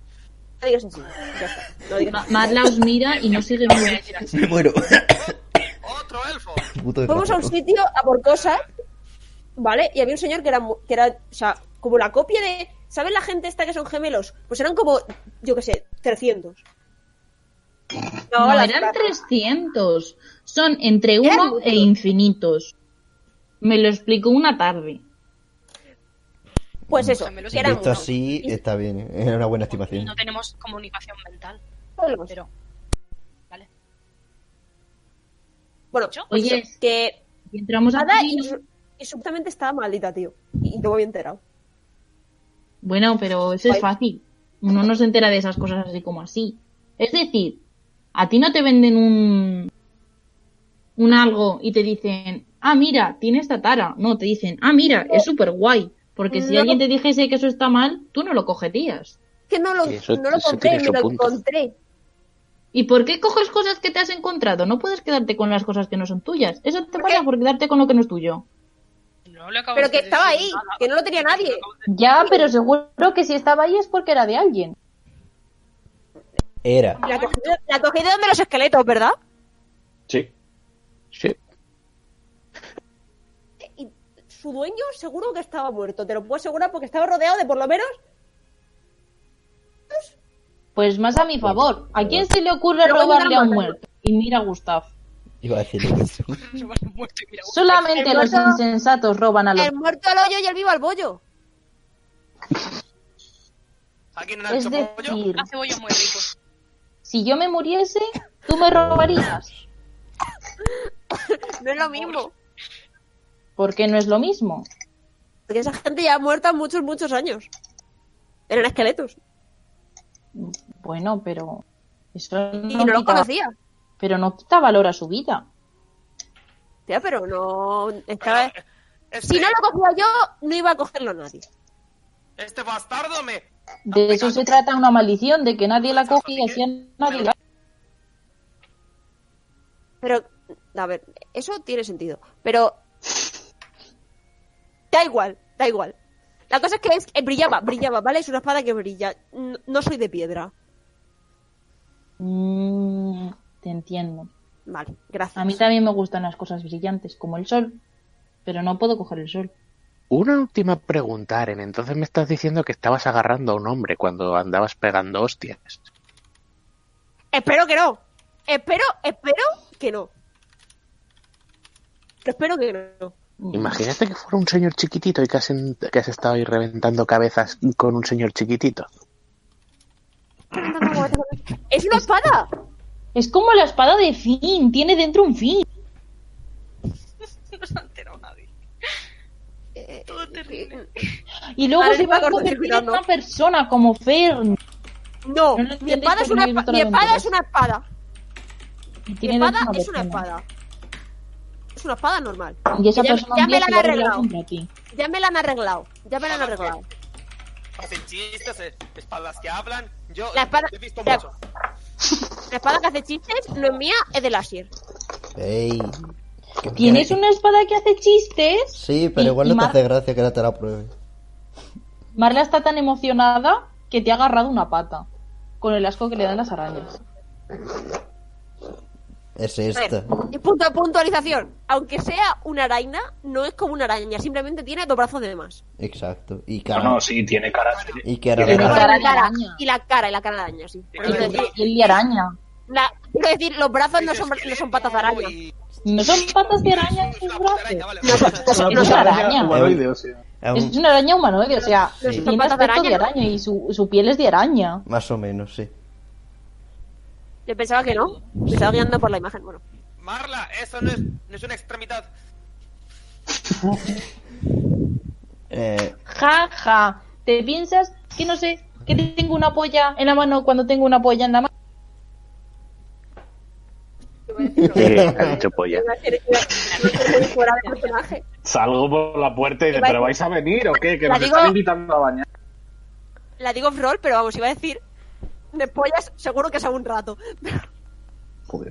Speaker 4: No digas así. Ya está. No digas
Speaker 2: Ma- Marla os mira y no sigue
Speaker 6: Voy a
Speaker 2: viendo.
Speaker 6: decir así.
Speaker 1: Me muero.
Speaker 9: ¡Otro elfo!
Speaker 1: Puto de
Speaker 4: Fuimos a un
Speaker 1: rata.
Speaker 4: sitio a por cosas, ¿vale? Y había un señor que era, mu- que era, o sea, como la copia de. ¿Sabes la gente esta que son gemelos? Pues eran como, yo qué sé, 300.
Speaker 2: No,
Speaker 4: la-
Speaker 2: eran 300. Son entre
Speaker 4: Eran
Speaker 2: uno
Speaker 4: muchos.
Speaker 2: e infinitos. Me lo explicó una tarde.
Speaker 4: Pues eso,
Speaker 6: Gemelos
Speaker 4: que eran uno.
Speaker 6: infinitos.
Speaker 1: Visto así, está bien. ¿eh? Era una buena estimación.
Speaker 6: No tenemos comunicación mental,
Speaker 4: Solos.
Speaker 6: pero... Vale.
Speaker 4: Bueno,
Speaker 6: ¿Yo?
Speaker 4: pues
Speaker 2: Oye.
Speaker 4: eso, que
Speaker 2: Y entramos
Speaker 4: nada
Speaker 2: aquí.
Speaker 4: y, su- y supuestamente estaba maldita, tío. Y yo me había enterado.
Speaker 2: Bueno, pero eso es fácil. Uno no se entera de esas cosas así como así. Es decir, a ti no te venden un un algo y te dicen, ah, mira, tiene esta tara. No, te dicen, ah, mira, es súper guay. Porque si
Speaker 4: No.
Speaker 2: alguien te dijese que eso está mal, tú no lo cogerías.
Speaker 4: Que no lo,
Speaker 7: Sí, eso-
Speaker 4: no lo
Speaker 7: eso
Speaker 4: compré,
Speaker 7: tiene
Speaker 4: me
Speaker 7: su
Speaker 4: lo
Speaker 7: punto.
Speaker 4: encontré.
Speaker 2: ¿Y por qué coges cosas que te has encontrado? No puedes quedarte con las cosas que no son tuyas. Eso te pasa por quedarte con lo que no es tuyo.
Speaker 6: No le acabo
Speaker 4: Pero
Speaker 6: de
Speaker 4: que
Speaker 6: decir Ah,
Speaker 4: estaba ahí,
Speaker 6: nada.
Speaker 4: que no lo tenía nadie.
Speaker 2: Ya, pero seguro que si estaba ahí es porque era de alguien.
Speaker 1: Era.
Speaker 4: La cogí, de- la cogí de donde los esqueletos, ¿verdad?
Speaker 3: Sí.
Speaker 7: Sí.
Speaker 4: Y su dueño seguro que estaba muerto. Te lo puedo asegurar porque estaba rodeado de por lo menos.
Speaker 2: Pues más a mi favor. ¿A quién se le ocurre
Speaker 4: Pero
Speaker 2: robarle a un
Speaker 4: cuéntame.
Speaker 2: muerto? Y mira a Gustav.
Speaker 1: Iba a decirle eso.
Speaker 6: uh,
Speaker 2: Solamente
Speaker 4: El
Speaker 2: los
Speaker 4: muerto-
Speaker 2: insensatos roban a los...
Speaker 4: El muerto al hoyo y el vivo al bollo.
Speaker 9: ¿Alguien no ha
Speaker 2: Es
Speaker 9: hecho pollo?
Speaker 2: decir,
Speaker 6: La cebolla es muy rico.
Speaker 2: si yo me muriese, tú me robarías.
Speaker 4: No es lo mismo.
Speaker 2: Porque no es lo mismo.
Speaker 4: Porque esa gente ya muerta muchos, muchos años. Eran esqueletos.
Speaker 2: Bueno, pero... Eso no,
Speaker 4: Y no lo
Speaker 2: quita,
Speaker 4: conocía.
Speaker 2: pero no quita valor a su vida.
Speaker 4: Tía, pero no.
Speaker 9: Pero,
Speaker 4: Estaba...
Speaker 9: eh, este,
Speaker 4: Si no lo cogía yo, no iba a cogerlo nadie.
Speaker 9: este bastardo me...
Speaker 2: De eso se trata una maldición, de que nadie la coge y así a nadie la...
Speaker 4: Pero, a ver, eso tiene sentido. Pero. Da igual, da igual. La cosa es que es- eh, brillaba, brillaba, ¿vale? Es una espada que brilla. No, no soy de piedra.
Speaker 2: Mm, te entiendo.
Speaker 4: Vale, gracias.
Speaker 2: A mí también me gustan las cosas brillantes, como el sol. Pero no puedo coger el sol.
Speaker 10: Una última pregunta, Aren. Entonces me estás diciendo que estabas agarrando a un hombre cuando andabas pegando hostias.
Speaker 4: Espero que no. Espero, espero que no. Pero espero que no.
Speaker 2: Mm.
Speaker 10: Imagínate que fuera un señor chiquitito y que has, en- que has estado ahí reventando cabezas con un señor chiquitito.
Speaker 4: ¡Es una espada!
Speaker 2: Es como la espada de Finn, tiene dentro un fin.
Speaker 6: No se ha enterado nadie. Todo terrible.
Speaker 2: Y luego
Speaker 4: Ahora
Speaker 2: se
Speaker 4: no
Speaker 2: va
Speaker 4: me
Speaker 2: a
Speaker 4: acuerdo
Speaker 2: convertir en
Speaker 4: del verano.
Speaker 2: una persona como Fern. No lo
Speaker 4: No, mi
Speaker 2: entendéis
Speaker 4: espada es
Speaker 2: porque no
Speaker 4: una,
Speaker 2: habéis visto
Speaker 4: espa- mi
Speaker 2: las
Speaker 4: espada
Speaker 2: aventuras.
Speaker 4: es una espada.
Speaker 2: Y
Speaker 4: Mi
Speaker 2: tiene
Speaker 4: espada
Speaker 2: dentro
Speaker 4: es una
Speaker 2: persona.
Speaker 4: espada. Es una espada normal.
Speaker 2: Y esa
Speaker 4: Ya-
Speaker 2: persona
Speaker 4: ya
Speaker 2: un día
Speaker 4: me la
Speaker 2: se
Speaker 4: han
Speaker 2: va a rebelar
Speaker 4: arreglado.
Speaker 2: contra ti.
Speaker 4: Ya me la han arreglado. Ya me la han arreglado.
Speaker 9: Hacen chistes, eh, espadas que hablan. Yo
Speaker 4: La espada-
Speaker 9: he visto
Speaker 4: la-
Speaker 9: mucho.
Speaker 4: La espada que hace chistes no es mía, es de Lasier.
Speaker 11: Ey. que-
Speaker 2: ¿Tienes una espada que hace chistes?
Speaker 11: Sí, pero
Speaker 2: Y-
Speaker 11: igual
Speaker 2: y
Speaker 11: no te
Speaker 2: Mar-
Speaker 11: hace gracia que ahora te la pruebe.
Speaker 2: Marla está tan emocionada que te ha agarrado una pata. Con el asco que le dan las arañas.
Speaker 11: Es
Speaker 4: A ver,
Speaker 11: esta.
Speaker 4: y punto de puntualización. Aunque sea una araña, no es como una araña. Simplemente tiene dos brazos de más.
Speaker 11: Exacto. Y
Speaker 7: No,
Speaker 11: cara.
Speaker 7: no, sí, tiene cara.
Speaker 11: Y cara
Speaker 7: Tiene
Speaker 11: de
Speaker 2: cara.
Speaker 4: Y
Speaker 11: cara.
Speaker 4: la
Speaker 2: de
Speaker 4: cara,
Speaker 2: araña.
Speaker 4: y la cara, y la cara de araña, sí.
Speaker 9: Y
Speaker 2: Y,
Speaker 4: Quiero
Speaker 9: la-
Speaker 4: decir,
Speaker 2: y el de araña.
Speaker 4: la- quiero decir, los brazos no
Speaker 9: Dice
Speaker 4: son, no son
Speaker 9: esqueleto
Speaker 4: patas de araña.
Speaker 9: y-
Speaker 2: No son patas de araña,
Speaker 9: y
Speaker 2: son
Speaker 9: una puta araña,
Speaker 2: brazos.
Speaker 9: vale.
Speaker 2: Es una araña.
Speaker 7: Humanoide, o sea.
Speaker 11: Aún-
Speaker 2: Es una araña humanoide, o sea,
Speaker 11: Sí.
Speaker 2: tiene
Speaker 4: Patas de
Speaker 2: aspecto de
Speaker 4: araña, ¿no?
Speaker 2: araña y su, su piel es de araña.
Speaker 11: Más o menos, sí.
Speaker 4: Yo pensaba que no. Me estaba guiando por la imagen. Bueno,
Speaker 9: Marla, eso no es, no es una extremidad.
Speaker 11: Eh,
Speaker 2: Ja, ja. ¿Te piensas que no sé, que tengo una polla en la mano cuando tengo una polla en la mano?
Speaker 10: Eh, ha dicho polla.
Speaker 4: iba a ser- iba a ser muy fuera de personaje.
Speaker 7: Salgo por la puerta y digo,
Speaker 4: Iba a-
Speaker 7: ¿pero vais a venir o qué? Que
Speaker 4: La
Speaker 7: nos
Speaker 4: digo-
Speaker 7: están invitando a bañar.
Speaker 4: La digo off-roll, pero vamos, iba a decir. De pollas, seguro que es a un rato.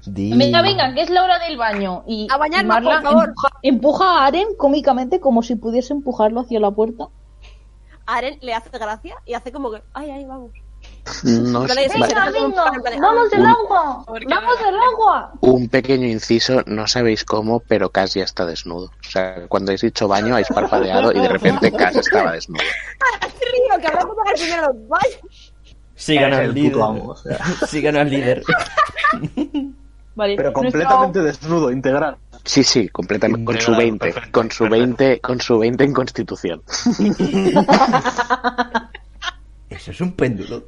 Speaker 11: di-
Speaker 2: Venga, venga, que es la hora del baño. Y
Speaker 4: A bañarnos,
Speaker 2: y Marla
Speaker 4: por favor.
Speaker 2: Empuja, empuja a Aren cómicamente como si pudiese empujarlo hacia la puerta.
Speaker 4: A Aren le hace gracia y hace como que. Ay, ay, vamos.
Speaker 10: No
Speaker 4: Vale,
Speaker 10: sé,
Speaker 4: sí,
Speaker 10: vale.
Speaker 4: venga, venga, vamos
Speaker 10: al
Speaker 2: agua!
Speaker 6: ¡Vamos
Speaker 2: al agua!
Speaker 10: Un pequeño inciso, no sabéis cómo, pero Cass ya está desnudo. O sea, cuando habéis dicho baño, habéis parpadeado y de repente Cass estaba desnudo.
Speaker 4: Río, que habrá que pagar primero los baños.
Speaker 1: Sigan
Speaker 7: Eres
Speaker 1: al
Speaker 7: el
Speaker 1: líder.
Speaker 7: puto amo, o sea.
Speaker 1: Sigan al líder.
Speaker 2: Vale,
Speaker 7: Pero
Speaker 2: nuestro-
Speaker 7: completamente desnudo, integral.
Speaker 10: Sí, sí, completamente. Con su 20, con su 20, con su 20 en constitución.
Speaker 1: Eso es un péndulo.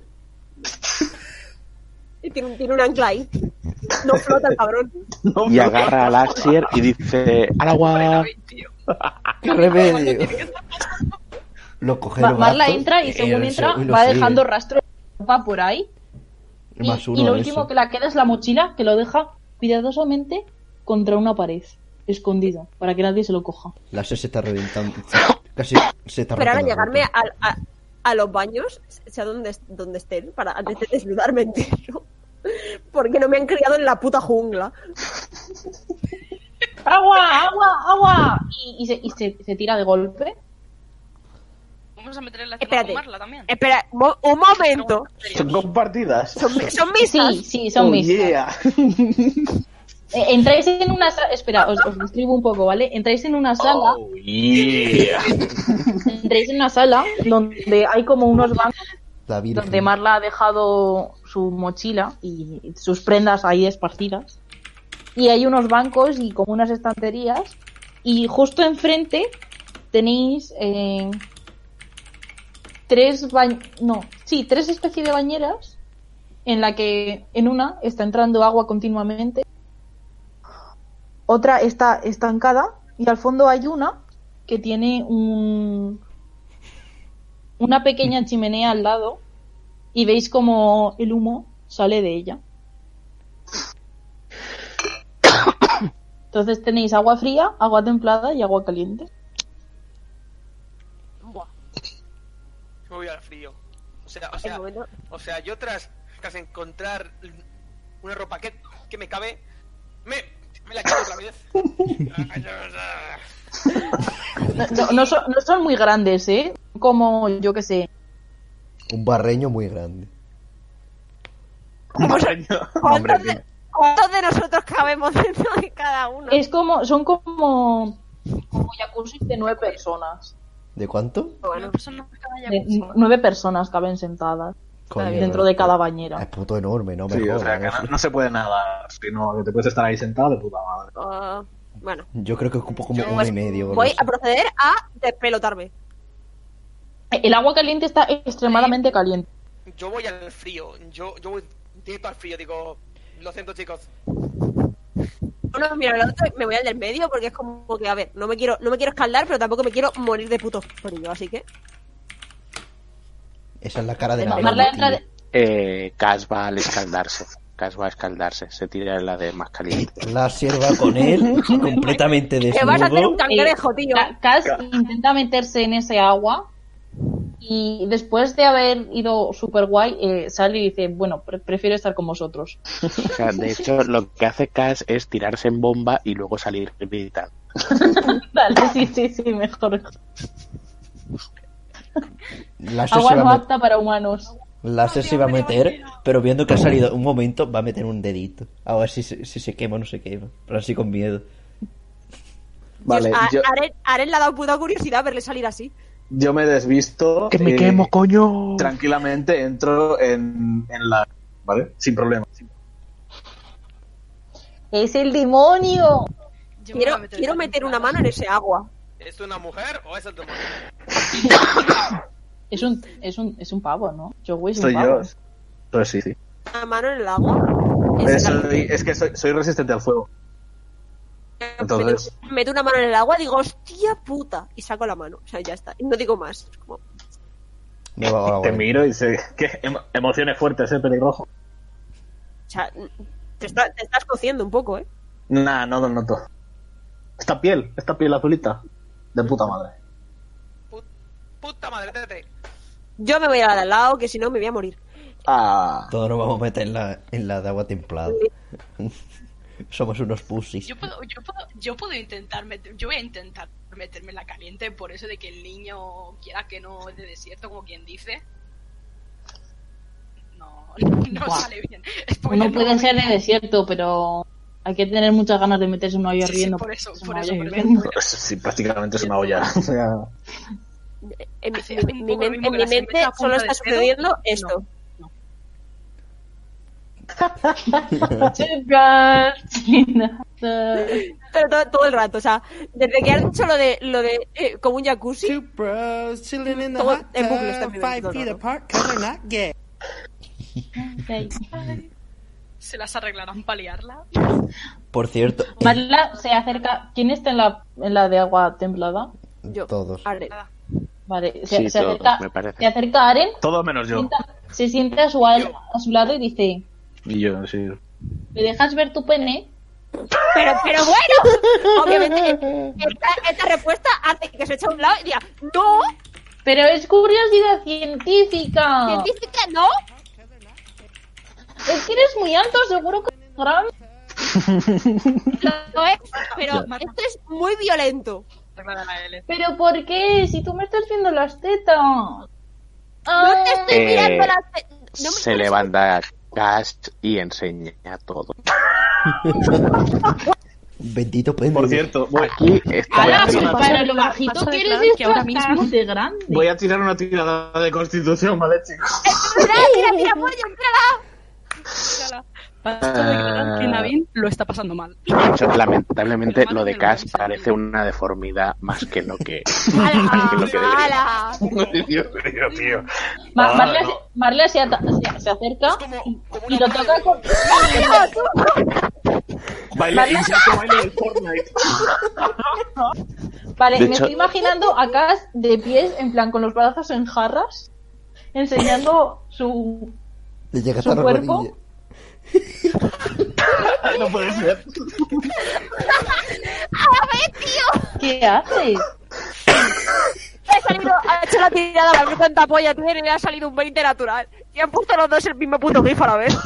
Speaker 4: Y tiene, un- tiene un ancla ahí. No flota el cabrón.
Speaker 10: Y agarra a Laxier y dice, al agua.
Speaker 1: ¡Qué remedio! Lo coge
Speaker 2: Ma-
Speaker 1: los
Speaker 2: Marla
Speaker 1: gatos,
Speaker 2: entra y según
Speaker 1: el
Speaker 2: entra
Speaker 1: segundo
Speaker 2: va
Speaker 1: sigue.
Speaker 2: dejando rastro de ropa por ahí. Y,
Speaker 1: Más uno
Speaker 2: y lo
Speaker 1: de
Speaker 2: último
Speaker 1: eso.
Speaker 2: que la queda es la mochila que lo deja cuidadosamente contra una pared, escondido, para que nadie se lo coja.
Speaker 1: La S se está reventando. Casi se está
Speaker 4: Pero ahora
Speaker 1: rompiendo la
Speaker 4: llegarme
Speaker 1: boca.
Speaker 4: a, a, a los baños, sea donde, est- donde estén, para antes de desnudarme entero. Porque no me han criado en la puta jungla.
Speaker 2: ¡Agua, agua, agua! Y, y se, y se- se tira de golpe.
Speaker 6: Vamos a meter en la
Speaker 4: Espérate.
Speaker 6: cena con Marla también.
Speaker 4: Espera, mo- un momento.
Speaker 7: Son compartidas.
Speaker 1: Oh,
Speaker 4: Son, mi- son misas.
Speaker 2: Sí, sí, son mis.
Speaker 7: yeah.
Speaker 2: Eh, Entráis en una sala. Espera, os, os describo un poco, ¿vale? Entráis en una sala.
Speaker 3: Oh.
Speaker 2: Entráis en una sala donde hay como unos bancos
Speaker 1: La Virgen.
Speaker 2: donde Marla ha dejado su mochila y sus prendas ahí esparcidas. Y hay unos bancos y como unas estanterías. Y justo enfrente tenéis eh, tres ba- no, sí, tres especies de bañeras en la que en una está entrando agua continuamente. Otra está estancada y al fondo hay una que tiene un una pequeña chimenea al lado y veis como el humo sale de ella. Entonces tenéis agua fría, agua templada y agua caliente.
Speaker 9: Me voy al frío. O sea, o
Speaker 4: El
Speaker 9: sea,
Speaker 4: momento-
Speaker 9: o sea, yo tras, tras encontrar una ropa que, que me cabe, me, me la quito otra vez.
Speaker 2: No, no- no son, no son muy grandes, ¿eh? Como, yo que sé,
Speaker 1: Un barreño muy grande.
Speaker 4: ¿Cuántos de, cuántos de nosotros cabemos dentro de cada uno?
Speaker 2: es como, son como, como jacuzzis de nueve personas.
Speaker 1: ¿De cuánto?
Speaker 4: Bueno,
Speaker 2: De- n- nueve personas caben sentadas dentro de cada bañera.
Speaker 1: Es puto enorme, no me
Speaker 3: Sí, o
Speaker 1: jodas.
Speaker 3: sea, que no, no se puede nadar, sino que te puedes estar ahí sentado de puta madre.
Speaker 4: ah, bueno.
Speaker 1: Yo creo que ocupo como
Speaker 4: Yo,
Speaker 1: uno
Speaker 4: pues,
Speaker 1: y medio. o
Speaker 4: Voy
Speaker 1: algo
Speaker 4: a
Speaker 1: así.
Speaker 4: proceder a despelotarme.
Speaker 2: El agua caliente está extremadamente caliente.
Speaker 9: Yo voy al frío, yo, yo voy directo al frío, digo, lo siento chicos.
Speaker 4: Uno mira al otro, me voy al del medio porque es como que, a ver, no me quiero, no me quiero escaldar, pero tampoco me quiero morir de puto frío, así que.
Speaker 1: Esa es la cara de la
Speaker 2: Marla entra de-
Speaker 10: Eh, Cas va al escaldarse. Cas va a escaldarse. Se tira la de más caliente.
Speaker 1: La sierva con él, completamente
Speaker 4: Que vas a hacer un
Speaker 1: desnudo.
Speaker 6: Eh,
Speaker 4: cangrejo, tío.
Speaker 2: Eh, Ca- Cass intenta meterse en ese agua y después de haber ido super guay, eh, sale y dice, bueno, pre- prefiero estar con vosotros.
Speaker 10: O sea, de hecho, lo que hace Cas es tirarse en bomba y luego salir gritando.
Speaker 2: Dale, sí, sí, sí, mejor.
Speaker 1: Láser
Speaker 2: Agua
Speaker 1: se
Speaker 2: no
Speaker 1: va a met-
Speaker 2: apta para humanos.
Speaker 1: Láser se va a meter, pero viendo que ha salido un momento, va a meter un dedito. A ver si se, si se quema o no se quema. Pero así con miedo.
Speaker 3: Vale,
Speaker 4: Dios, a-
Speaker 3: yo,
Speaker 4: Aren, Aren le ha dado puta curiosidad verle salir así.
Speaker 3: yo me desvisto.
Speaker 10: ¡Que me
Speaker 3: eh,
Speaker 10: quemo, coño!
Speaker 3: Tranquilamente entro en, en la. ¿Vale? Sin problema.
Speaker 2: ¡Es el demonio!
Speaker 6: Yo me
Speaker 4: Quiero,
Speaker 6: voy a meter
Speaker 4: quiero
Speaker 6: en la
Speaker 4: meter una
Speaker 6: temporada.
Speaker 4: mano en ese agua.
Speaker 9: ¿Es una mujer o es el demonio?
Speaker 2: Es un, es un, es un pavo, ¿no? Yo es un
Speaker 3: Soy yo.
Speaker 2: pavo.
Speaker 3: Pues sí, sí.
Speaker 4: Una mano en el agua.
Speaker 3: Eh,
Speaker 4: Ese
Speaker 3: soy- es que soy, soy resistente al fuego. Entonces,
Speaker 4: meto una mano en el agua, digo, hostia puta, y saco la mano. O sea, ya está. Y no digo más. Es como,
Speaker 10: Ah,
Speaker 1: Me va a
Speaker 3: te
Speaker 1: ahora.
Speaker 3: miro y dice: ¿Qué? Em- Emociones fuertes, ¿eh? Pelirrojo.
Speaker 4: o sea, te, está- te estás cociendo un poco, ¿eh?
Speaker 3: Nah, no lo noto. Esta piel, esta piel azulita. De puta madre.
Speaker 9: Put- puta madre, tete.
Speaker 4: Yo me voy a la de al lado, que si no me voy a morir.
Speaker 3: Ah.
Speaker 1: Todos nos vamos a meter en la, en la de agua templada. Somos unos pussies.
Speaker 4: pues-
Speaker 6: Yo puedo, yo puedo, yo puedo intentar meter- yo voy a intentar meterme en la caliente por eso de que el niño quiera que no es de desierto, como quien dice. No, no
Speaker 2: Buah.
Speaker 6: sale bien. Spoiler,
Speaker 2: No puede
Speaker 6: me-
Speaker 2: ser de desierto, pero hay que tener muchas ganas de meterse en un hoyo
Speaker 6: Sí, sí,
Speaker 2: riendo.
Speaker 6: por eso, por eso, por eso.
Speaker 3: Pues sí, prácticamente es una olla. O sea,
Speaker 4: En mi,
Speaker 6: Hace
Speaker 4: mi-
Speaker 6: un
Speaker 4: mi
Speaker 6: poco lo
Speaker 4: men-
Speaker 6: mismo
Speaker 4: en
Speaker 6: que
Speaker 4: mi
Speaker 6: la
Speaker 4: mente
Speaker 6: cerveza a punta
Speaker 4: solo
Speaker 6: de
Speaker 4: está
Speaker 6: cero.
Speaker 4: sucediendo
Speaker 6: No.
Speaker 4: esto. Pero todo, todo el rato, o sea, desde que han dicho lo de, lo de eh, como un jacuzzi, Todo en bucle está viviendo todo el rato.
Speaker 6: Se las arreglarán para liarla.
Speaker 1: Por cierto, eh,
Speaker 2: Marla se acerca. ¿Quién está en la, en la de agua templada?
Speaker 4: yo.
Speaker 1: todos.
Speaker 4: Aren.
Speaker 2: Vale, se,
Speaker 10: Sí,
Speaker 2: se
Speaker 10: todos,
Speaker 2: acerca,
Speaker 10: me parece.
Speaker 2: se acerca a Aren,
Speaker 3: todo menos yo.
Speaker 2: sienta- se sienta a su, al- a su lado y dice:
Speaker 3: Y yo, sí.
Speaker 2: ¿Me dejas ver tu pene?
Speaker 4: Pero, pero bueno, obviamente, eh, esta, esta respuesta hace que se eche a un lado y diga, no,
Speaker 2: Pero es curiosidad científica.
Speaker 4: ¿quién dice que no?
Speaker 2: Es que eres muy alto, seguro que es grande.
Speaker 4: No es, pero esto es muy violento.
Speaker 6: Arreglarán a él.
Speaker 2: ¿Pero por qué? Si tú me estás viendo las tetas.
Speaker 4: No
Speaker 2: Ah,
Speaker 4: te estoy
Speaker 10: Eh,
Speaker 4: mirando las... No me
Speaker 10: Se
Speaker 4: estás-
Speaker 10: levanta Cas y enseña todo.
Speaker 1: Bendito pendejo.
Speaker 3: Por cierto, voy,
Speaker 10: Aquí está
Speaker 2: Ahora,
Speaker 10: la
Speaker 2: pues,
Speaker 10: fiesta.
Speaker 2: para lo
Speaker 6: Vas a
Speaker 2: bajito que eres,
Speaker 6: declarar
Speaker 2: esto
Speaker 6: que ahora
Speaker 2: es
Speaker 6: mismo-
Speaker 2: bastante grande.
Speaker 3: voy a tirar una tirada de constitución, ¿vale, chicos?
Speaker 4: ¡Tira, tira, tira, pollo, tírala!
Speaker 6: Basta de declarar
Speaker 4: Ah.
Speaker 6: que Navin lo está pasando mal.
Speaker 10: De hecho, lamentablemente lo de Cass parece una deformidad más que lo que. más que lo que debería.
Speaker 4: ¡Hala! ¡Hala!
Speaker 3: Dios mío, tío.
Speaker 2: Ma-
Speaker 3: Ah,
Speaker 2: Marla,
Speaker 3: no.
Speaker 2: se- Marla se, ata- se- se acerca
Speaker 9: Es como- como
Speaker 2: y
Speaker 9: una
Speaker 2: lo
Speaker 9: madre.
Speaker 2: toca con...
Speaker 3: Baile, inserto baile del Fortnite.
Speaker 2: Vale,
Speaker 10: De
Speaker 2: me
Speaker 10: hecho-
Speaker 2: estoy imaginando a Cass de pies, en plan, con los brazos en jarras, enseñando su...
Speaker 1: Le llegas
Speaker 2: ¿Su
Speaker 1: a la
Speaker 2: cuerpo?
Speaker 1: rodilla.
Speaker 3: Ah, No puede ser.
Speaker 2: ¿Qué haces?
Speaker 4: Ha salido, ha hecho la tirada para ver cuánta polla tiene y ha salido un 20 natural. Y han puesto los dos el mismo puto gif a la vez.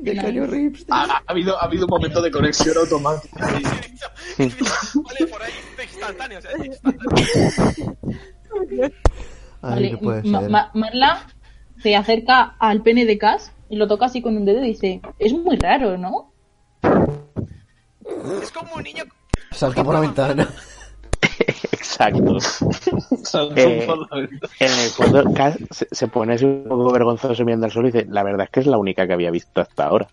Speaker 1: Le cayó rips.
Speaker 3: Ha, ha habido, ha habido un momento de conexión automática. ahí.
Speaker 9: Vale, por ahí instantáneo, o sea, instantáneo.
Speaker 1: Ay, no puede
Speaker 2: Ma-
Speaker 1: ser.
Speaker 2: Ma- Marla se acerca al pene de Cass y lo toca así con un dedo y dice, es muy raro, ¿no?
Speaker 9: Es como un niño
Speaker 1: Salta por la ventana.
Speaker 10: Exacto.
Speaker 3: Saltó
Speaker 10: Eh,
Speaker 3: por la ventana.
Speaker 10: En el fondo, Cass se- se pone así un poco vergonzoso mirando al sol y dice: La verdad es que es la única que había visto hasta ahora.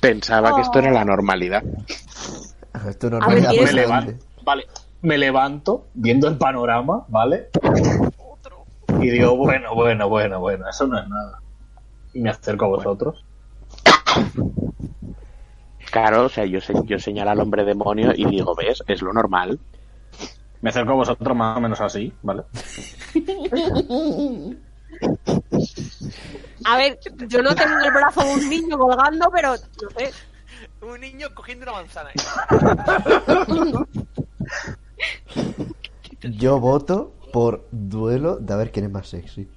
Speaker 10: Pensaba que esto era la normalidad.
Speaker 1: Ah, Esto no
Speaker 4: A ver,
Speaker 1: es
Speaker 3: me
Speaker 4: ¿quieres-
Speaker 3: levanto, vale, me levanto viendo el panorama, ¿vale? Y digo, bueno, bueno, bueno, bueno, eso no es nada. Y me acerco a vosotros.
Speaker 10: Claro, o sea, yo, se- yo señalo al hombre demonio y digo: ¿Ves? Es lo normal.
Speaker 3: Me acerco a vosotros más o menos así, ¿vale?
Speaker 4: A ver, yo no tengo el brazo de un niño colgando, pero no sé.
Speaker 9: Un niño cogiendo una manzana.
Speaker 1: Yo voto por duelo de a ver quién es más sexy.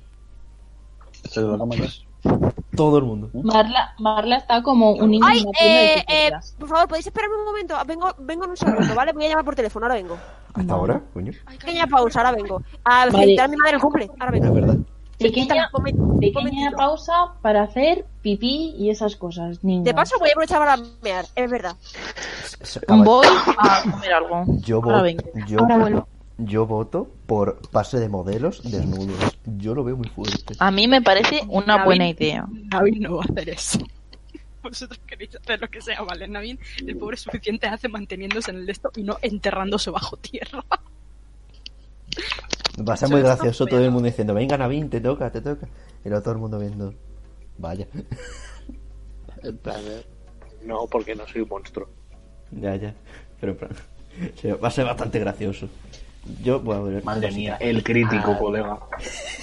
Speaker 1: Pues, Todo el mundo.
Speaker 9: ¿Eh?
Speaker 2: Marla, Marla está como un niño...
Speaker 4: Ay,
Speaker 2: en una tienda de
Speaker 4: eh, eh,
Speaker 2: chucherías.
Speaker 4: por favor, ¿podéis esperarme un momento? Ah, Vengo, vengo en un segundo, ¿vale? Voy a llamar por teléfono, ahora vengo.
Speaker 1: ¿Hasta ahora, coño?
Speaker 4: Pequeña pausa, ahora vengo. A
Speaker 2: Vale.
Speaker 4: felicitar a mi madre el cumple, ahora
Speaker 1: La
Speaker 4: vengo.
Speaker 1: verdad.
Speaker 2: Pequeña,
Speaker 4: Un momento, un
Speaker 2: pequeña
Speaker 4: momentito.
Speaker 2: pausa para hacer pipí y esas cosas, niños.
Speaker 4: De paso voy a aprovechar para mear, es verdad.
Speaker 1: Se acaba-
Speaker 2: Ah, Voy a comer algo.
Speaker 1: Yo
Speaker 2: Ahora
Speaker 1: voto,
Speaker 2: vengo.
Speaker 1: yo,
Speaker 2: Ahora vuelvo.
Speaker 1: yo voto por pase de modelos desnudos. Yo lo veo muy fuerte.
Speaker 2: A mí me parece una
Speaker 6: David.
Speaker 2: buena idea.
Speaker 6: Navin no va a hacer eso. Vosotros queréis hacer lo que sea, ¿vale? Navin, el pobre suficiente hace manteniéndose en el esto y no enterrándose bajo tierra.
Speaker 1: Va a ser
Speaker 6: eso
Speaker 1: muy
Speaker 6: está
Speaker 1: gracioso
Speaker 6: feo.
Speaker 1: todo el mundo diciendo, venga Navin, te toca, te toca. Y luego todo el mundo viendo. Vaya.
Speaker 10: En plan de, No, porque no soy un monstruo.
Speaker 12: Ya, ya. Pero en plan, se- va a ser bastante gracioso. Yo voy a ver.
Speaker 3: Madre mía, el crítico, colega.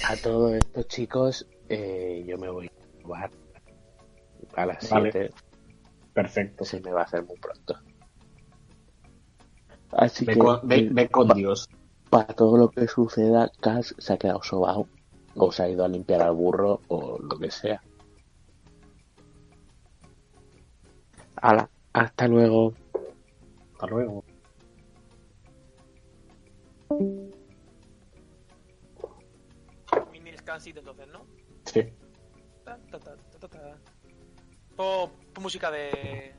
Speaker 10: A todo esto, chicos, eh, yo me voy a jugar a las
Speaker 3: Vale.
Speaker 10: 7.
Speaker 3: Perfecto.
Speaker 10: Se me va a hacer muy pronto. Así
Speaker 3: Ve
Speaker 10: que,
Speaker 3: con, ve- ve con
Speaker 10: pa-
Speaker 3: Dios.
Speaker 10: para todo lo que suceda, Cass se ha quedado sobao. O se ha ido a limpiar al burro o lo que sea. Hala, hasta luego.
Speaker 3: Hasta luego.
Speaker 9: Mini descansito entonces, ¿no?
Speaker 3: Sí.
Speaker 9: Ta, ta, ta, ta, ta, ta. Pon pon música de...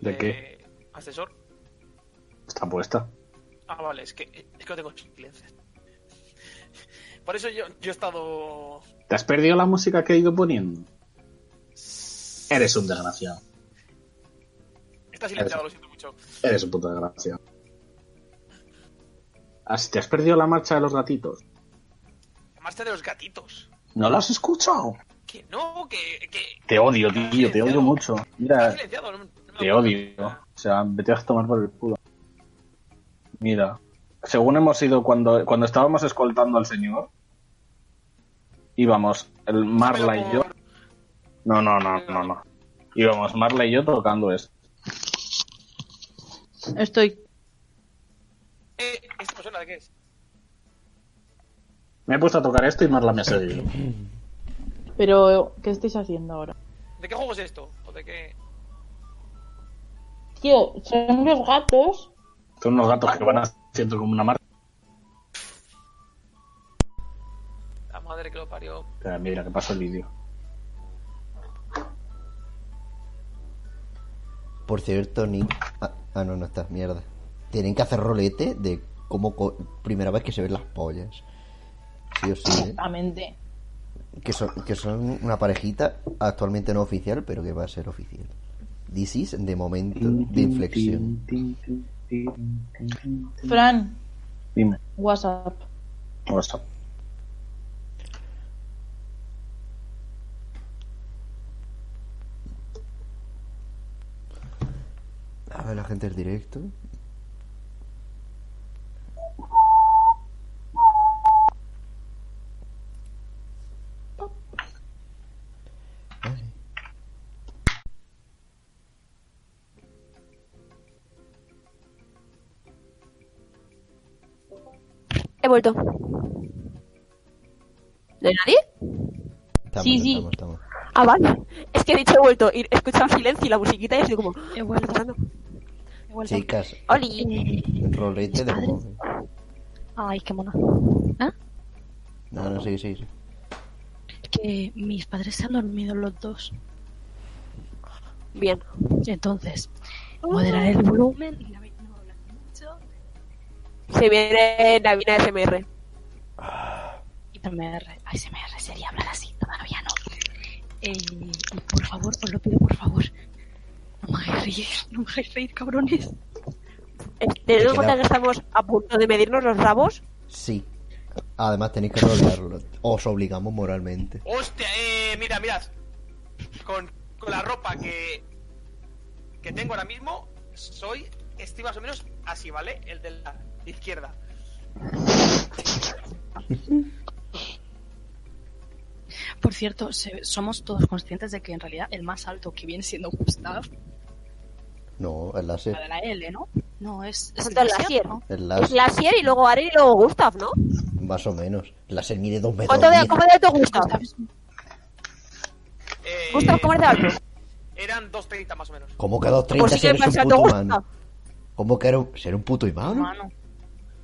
Speaker 3: ¿De
Speaker 9: Asesor.
Speaker 3: Está puesta.
Speaker 9: Ah, vale, es que, es que no tengo silencio. Por eso yo, yo he estado...
Speaker 3: ¿Te has perdido la música que he ido poniendo? Eres un desgraciado.
Speaker 9: Está silenciado, lo siento mucho.
Speaker 3: Eres un puto desgraciado. Has- ¿Te has perdido la marcha de los gatitos?
Speaker 9: La marcha de los gatitos.
Speaker 3: ¿No lo has escuchado?
Speaker 9: Que no, que... que...
Speaker 3: Te odio, tío, te odio mucho.
Speaker 9: Está
Speaker 3: Mira,
Speaker 9: silenciado, no, me- no me
Speaker 3: Ah. te
Speaker 9: acuerdo.
Speaker 3: odio. O sea, vete a tomar por el culo. Mira, según hemos ido cuando, cuando estábamos escoltando al señor, íbamos, el Marla y yo. No, no, no, no, no. Íbamos Marla y yo tocando esto.
Speaker 2: Estoy.
Speaker 9: Eh, ¿Esta persona de qué es?
Speaker 3: Me he puesto a tocar esto y Marla me ha seguido.
Speaker 2: Pero, ¿qué estáis haciendo ahora?
Speaker 9: ¿De qué juego es esto? ¿O de qué...?
Speaker 2: Tío, son los gatos.
Speaker 3: Son unos gatos que van haciendo como una marcha.
Speaker 9: La madre que lo parió.
Speaker 3: Mira, que paso el vídeo.
Speaker 1: Por cierto, Nick. Ah, ah, no, no está, mierda. Tienen que hacer rolete de cómo. co- Primera vez que se ven las pollas. Sí o sí. ¿eh?
Speaker 2: Exactamente.
Speaker 1: Que son, que son una parejita actualmente no oficial, pero que va a ser oficial. This is de momento de inflexión.
Speaker 2: Fran,
Speaker 3: Dime.
Speaker 2: WhatsApp.
Speaker 3: WhatsApp.
Speaker 1: A ver, la gente del directo.
Speaker 4: He vuelto. ¿No hay nadie?
Speaker 1: Estamos,
Speaker 2: Sí, sí.
Speaker 1: estamos, estamos.
Speaker 4: Ah, vale. Es que he dicho he vuelto y escuchan silencio y la musiquita y estoy como.
Speaker 6: He vuelto.
Speaker 4: "Fernando,
Speaker 6: He vuelto.
Speaker 1: Chicas,
Speaker 4: ¡Oli!
Speaker 1: rolete de cómo.
Speaker 6: Ay, qué mona.
Speaker 1: No, no, sí, sí. sí.
Speaker 6: Que mis padres se han dormido los dos.
Speaker 4: Bien.
Speaker 6: Entonces, moderaré el volumen y la veis no hablar mucho.
Speaker 4: Se viene Navina SMR.
Speaker 6: Y ASMR, ASMR sería hablar así, todavía no. Eh, y por favor, os lo pido por favor. No me hagáis reír, no me hagáis reír, cabrones.
Speaker 4: Eh, Teniendo en
Speaker 1: Queda-
Speaker 4: cuenta que estamos a punto de medirnos los rabos,
Speaker 1: Sí. Además tenéis que rolearlo. Os obligamos moralmente.
Speaker 9: Hostia, eh, mira, mirad. Con, con la ropa que, que tengo ahora mismo, soy, estoy más o menos así, ¿vale? El de la izquierda.
Speaker 6: Por cierto, se- somos todos conscientes de que en realidad el más alto que viene siendo Gustav,
Speaker 1: No, el láser.
Speaker 6: la de la L, ¿no? No, es. es
Speaker 4: Falta el
Speaker 6: Glacier,
Speaker 4: Glacier.
Speaker 6: ¿no?
Speaker 1: El
Speaker 4: es
Speaker 1: láser,
Speaker 4: Glacier Pues y luego Aren y luego Gustav, ¿no?
Speaker 1: más o menos. El láser mide dos metros.
Speaker 4: ¿Cuánto de,
Speaker 1: diez.
Speaker 4: ¿Cómo de alto Gustav?
Speaker 6: Gustav es-
Speaker 9: Eh,
Speaker 4: Gustav, ¿cómo es de alto?
Speaker 9: Eran 2.30 más o menos.
Speaker 1: ¿Cómo que a dos
Speaker 4: Pues
Speaker 1: treinta
Speaker 4: sí que
Speaker 1: si
Speaker 4: me
Speaker 1: eres
Speaker 4: parece
Speaker 1: un
Speaker 4: alto
Speaker 1: puto
Speaker 4: Gustav.
Speaker 1: humano? ¿Cómo que eres ser un puto humano?
Speaker 6: humano.